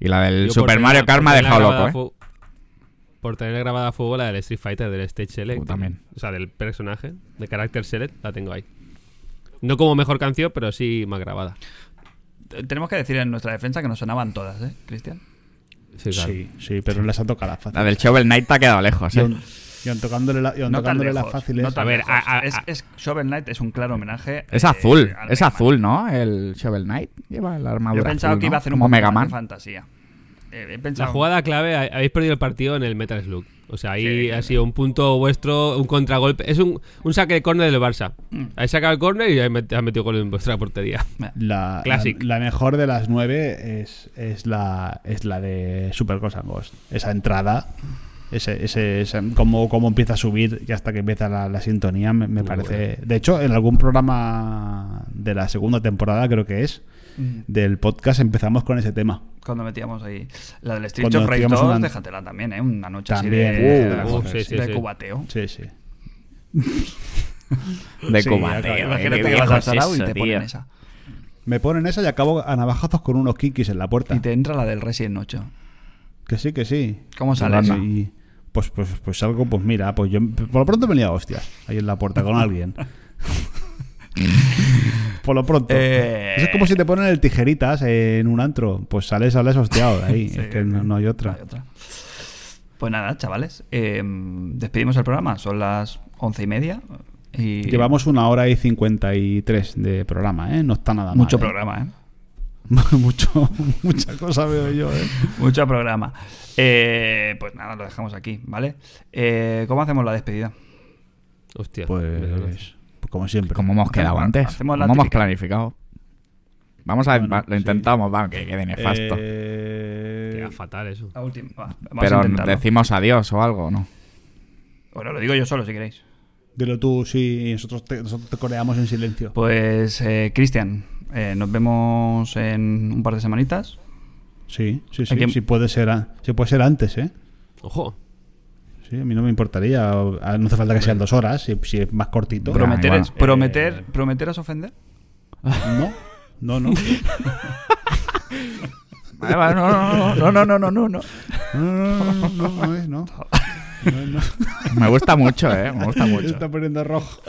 Speaker 3: Y la
Speaker 2: Yo
Speaker 3: del
Speaker 2: por
Speaker 3: Super
Speaker 2: tener-
Speaker 3: Mario Kart me ha
Speaker 2: por tener
Speaker 3: dejado
Speaker 2: grabada
Speaker 3: loco, ¿eh?
Speaker 2: a fu- Por tener grabada a fuego la del Street Fighter, del Stage Select.
Speaker 3: Tú también.
Speaker 2: O sea, del personaje, de carácter Select, la tengo ahí. No como mejor canción, pero sí más grabada.
Speaker 1: T- Tenemos que decir en nuestra defensa que nos sonaban todas, ¿eh, Cristian?
Speaker 2: Sí, claro.
Speaker 4: Sí, sí, pero les ha tocado las fáciles.
Speaker 3: ¿eh? La del Shovel Knight te ha quedado lejos,
Speaker 4: Y
Speaker 3: ¿eh?
Speaker 4: aun- y aun tocándole, la, y aun
Speaker 1: No tan
Speaker 4: tocándole
Speaker 1: lejos,
Speaker 4: las fáciles.
Speaker 1: no tan
Speaker 2: A ver,
Speaker 1: lejos.
Speaker 2: a- a-
Speaker 1: es, es- Shovel Knight es un claro homenaje.
Speaker 3: Es
Speaker 1: eh,
Speaker 3: azul,
Speaker 1: al
Speaker 3: es
Speaker 1: Mega Man.
Speaker 3: azul, ¿no? El Shovel Knight lleva la armadura.
Speaker 1: Yo pensaba
Speaker 3: azul,
Speaker 1: que
Speaker 3: ¿no?
Speaker 1: iba a hacer un
Speaker 3: Como
Speaker 1: poco
Speaker 3: Mega
Speaker 1: más de
Speaker 3: Man.
Speaker 1: fantasía. Eh, he
Speaker 2: La
Speaker 1: pensado-
Speaker 2: jugada clave, ha- habéis perdido el partido en el Metal Slug. O sea, ahí
Speaker 1: Sí,
Speaker 2: ha
Speaker 1: claro.
Speaker 2: sido un punto vuestro, un contragolpe. Es un, un saque de córner del Barça.
Speaker 1: Mm.
Speaker 2: Habéis sacado el córner y habéis met- habéis metido gol en vuestra portería.
Speaker 4: La,
Speaker 2: Classic.
Speaker 4: la, la mejor de las nueve es, es, la, es la de Super Ghost and Ghost. Esa entrada, ese, ese, ese- cómo, cómo empieza a subir y hasta que empieza la, la sintonía, me, me
Speaker 2: Muy
Speaker 4: parece. De hecho, en algún programa de la segunda temporada, creo que es,
Speaker 1: Mm,
Speaker 4: del podcast empezamos con ese tema.
Speaker 1: Cuando metíamos ahí. La del Street
Speaker 4: Cuando
Speaker 1: of Rage
Speaker 4: metíamos
Speaker 1: 2,
Speaker 4: una-
Speaker 1: déjatela también, ¿eh? Una noche
Speaker 4: También,
Speaker 1: así de,
Speaker 4: uh,
Speaker 1: de-
Speaker 4: uh,
Speaker 1: de-
Speaker 2: sí, sí,
Speaker 1: de
Speaker 2: sí.
Speaker 1: cubateo.
Speaker 4: Sí, sí.
Speaker 3: De
Speaker 4: Sí,
Speaker 3: Cuba,
Speaker 4: acá-
Speaker 3: tío, eh,
Speaker 1: Imagínate
Speaker 3: qué
Speaker 1: que
Speaker 3: viejo
Speaker 1: vas al
Speaker 3: es
Speaker 1: Sarau y
Speaker 3: eso,
Speaker 1: te
Speaker 3: tío.
Speaker 1: ponen esa.
Speaker 4: Me ponen esa y acabo a navajazos con unos kikis en la puerta.
Speaker 1: Y te entra la del Resident 8.
Speaker 4: Que sí, que sí.
Speaker 1: ¿Cómo sales?
Speaker 4: Y- y- pues, pues, pues salgo, pues mira, pues yo por lo pronto me he liado a hostias ahí en la puerta con alguien. por lo pronto.
Speaker 1: Eh.
Speaker 4: Eso es como si te ponen el tijeritas en un antro. Pues sales, sales hostiado de ahí.
Speaker 1: Sí,
Speaker 4: es que no, no hay otra.
Speaker 1: Pues nada, chavales. eh, despedimos el programa. Son las once y media. Y
Speaker 4: Llevamos una hora y 53 de programa, ¿eh? No está nada mal.
Speaker 1: mucho
Speaker 4: ¿eh?
Speaker 1: programa, ¿eh?
Speaker 4: Mucho, mucha cosa veo yo, ¿eh?
Speaker 1: Mucho programa. Eh, pues nada, lo dejamos aquí, ¿vale? Eh, ¿Cómo hacemos la despedida?
Speaker 2: Hostia.
Speaker 4: Pues, como siempre.
Speaker 3: Como hemos quedado
Speaker 1: Hacemos-
Speaker 3: antes.
Speaker 1: hacemos la
Speaker 3: Como hemos
Speaker 1: típica.
Speaker 3: planificado. Vamos a
Speaker 4: Bueno,
Speaker 3: va, lo
Speaker 4: sí.
Speaker 3: intentamos, va, que quede nefasto.
Speaker 4: Eh,
Speaker 2: Queda fatal eso.
Speaker 1: La última. Va, vamos a
Speaker 3: Pero
Speaker 1: intentarlo.
Speaker 3: decimos adiós o algo, ¿no?
Speaker 1: Bueno, lo digo yo solo si queréis.
Speaker 4: dilo tú, sí, y nosotros te, nosotros te coreamos en silencio.
Speaker 1: Pues, eh, Cristian, eh, nos vemos en un par de semanitas.
Speaker 4: Sí, sí, sí.
Speaker 1: Aquí-
Speaker 4: sí puede ser, a- sí puede ser antes, ¿eh?
Speaker 2: Ojo.
Speaker 4: Sí, a mí no me importaría. o- a- No hace falta que sean dos horas, si, si es más cortito.
Speaker 3: Broma.
Speaker 1: Prometer,
Speaker 3: bueno.
Speaker 1: es, prometer,
Speaker 4: Eh,
Speaker 1: prometer es ofender.
Speaker 4: No, no, no.
Speaker 3: Vale, vale, no, no, no, no, no, no, no, no.
Speaker 4: No, no, no, no, no, es, no. No, no.
Speaker 3: Me gusta mucho, eh. Me gusta
Speaker 4: Se
Speaker 3: mucho.
Speaker 4: está poniendo rojo.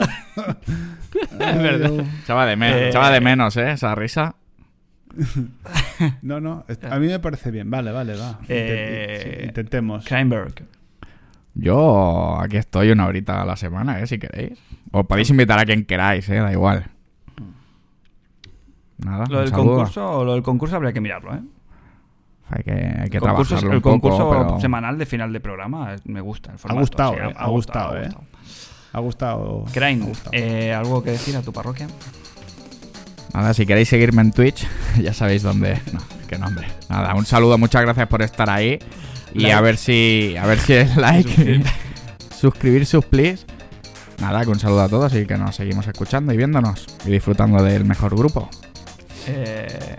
Speaker 2: Es verdad.
Speaker 3: Echaba de, men-
Speaker 1: Eh.
Speaker 3: echaba de menos, eh, esa risa.
Speaker 4: No, no, est- a mí me parece bien. Vale, vale, va. Intent-
Speaker 1: Eh,
Speaker 4: sí, intentemos.
Speaker 1: Kleinberg.
Speaker 3: Yo aquí estoy una horita a la semana, eh, si queréis. Os podéis invitar a quien queráis, eh, da igual. Nada.
Speaker 1: Lo
Speaker 3: Ah, un
Speaker 1: del
Speaker 3: saludo.
Speaker 1: concurso, lo del concurso habría que mirarlo, ¿eh?
Speaker 3: Hay que, hay que
Speaker 1: el concurso,
Speaker 3: trabajarlo
Speaker 1: el
Speaker 3: un poco,
Speaker 1: concurso
Speaker 3: pero-
Speaker 1: semanal de final de programa eh, me gusta. El formato,
Speaker 4: gustado,
Speaker 1: sí,
Speaker 4: eh, ha gustado, eh. Ha gustado.
Speaker 1: Crane,
Speaker 4: ha gustado.
Speaker 1: eh, ¿algo que decir a tu parroquia?
Speaker 3: Nada, si queréis seguirme en Twitch, ya sabéis dónde. No, qué nombre. Nada, un saludo, muchas gracias por estar ahí. Y a ver si. A ver si el like. Suscribir sus please. Nada, que un saludo a todos y que nos seguimos escuchando y viéndonos y disfrutando del mejor grupo.
Speaker 1: Eh,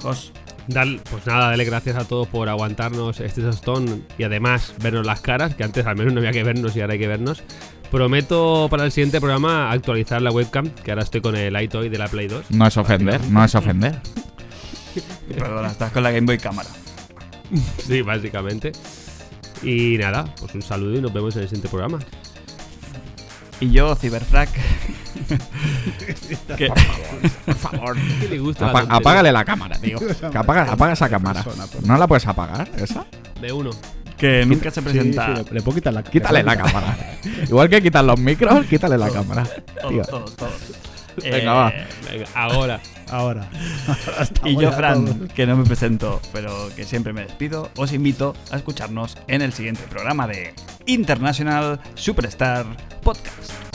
Speaker 1: Jos,
Speaker 2: Dal- pues nada, dale gracias a todos por aguantarnos este Stone y además vernos las caras, que antes al menos no había que vernos y ahora hay que vernos. Prometo para el siguiente programa actualizar la webcam, que ahora estoy con el iToy de la Play 2.
Speaker 3: No es ofender, no es ofender.
Speaker 1: perdona, estás con la Game Boy Cámara.
Speaker 2: Sí, básicamente. Y nada, pues un saludo y nos vemos en el siguiente programa.
Speaker 1: Y yo, Cyberfrack. que-
Speaker 3: Por favor.
Speaker 2: ¿Qué le gusta? la tontería?
Speaker 3: apágale la cámara, tío. Que apaga, apaga esa cámara. ¿No la puedes apagar, esa?
Speaker 2: De uno.
Speaker 1: que nunca se
Speaker 4: Sí, sí,
Speaker 1: presenta.
Speaker 4: le, le puedo quitar la
Speaker 3: Quítale la cámara. Igual que quitan los micros, quítale la cámara. Tío.
Speaker 1: Todos, todos, todos. Eh,
Speaker 3: Venga, va.
Speaker 2: Venga, ahora.
Speaker 4: Ahora. Ahora
Speaker 1: Y
Speaker 4: estamos
Speaker 1: yo,
Speaker 4: ya todos.
Speaker 1: Fran, que no me presento, pero que siempre me despido, os invito a escucharnos en el siguiente programa de International Superstar Podcast.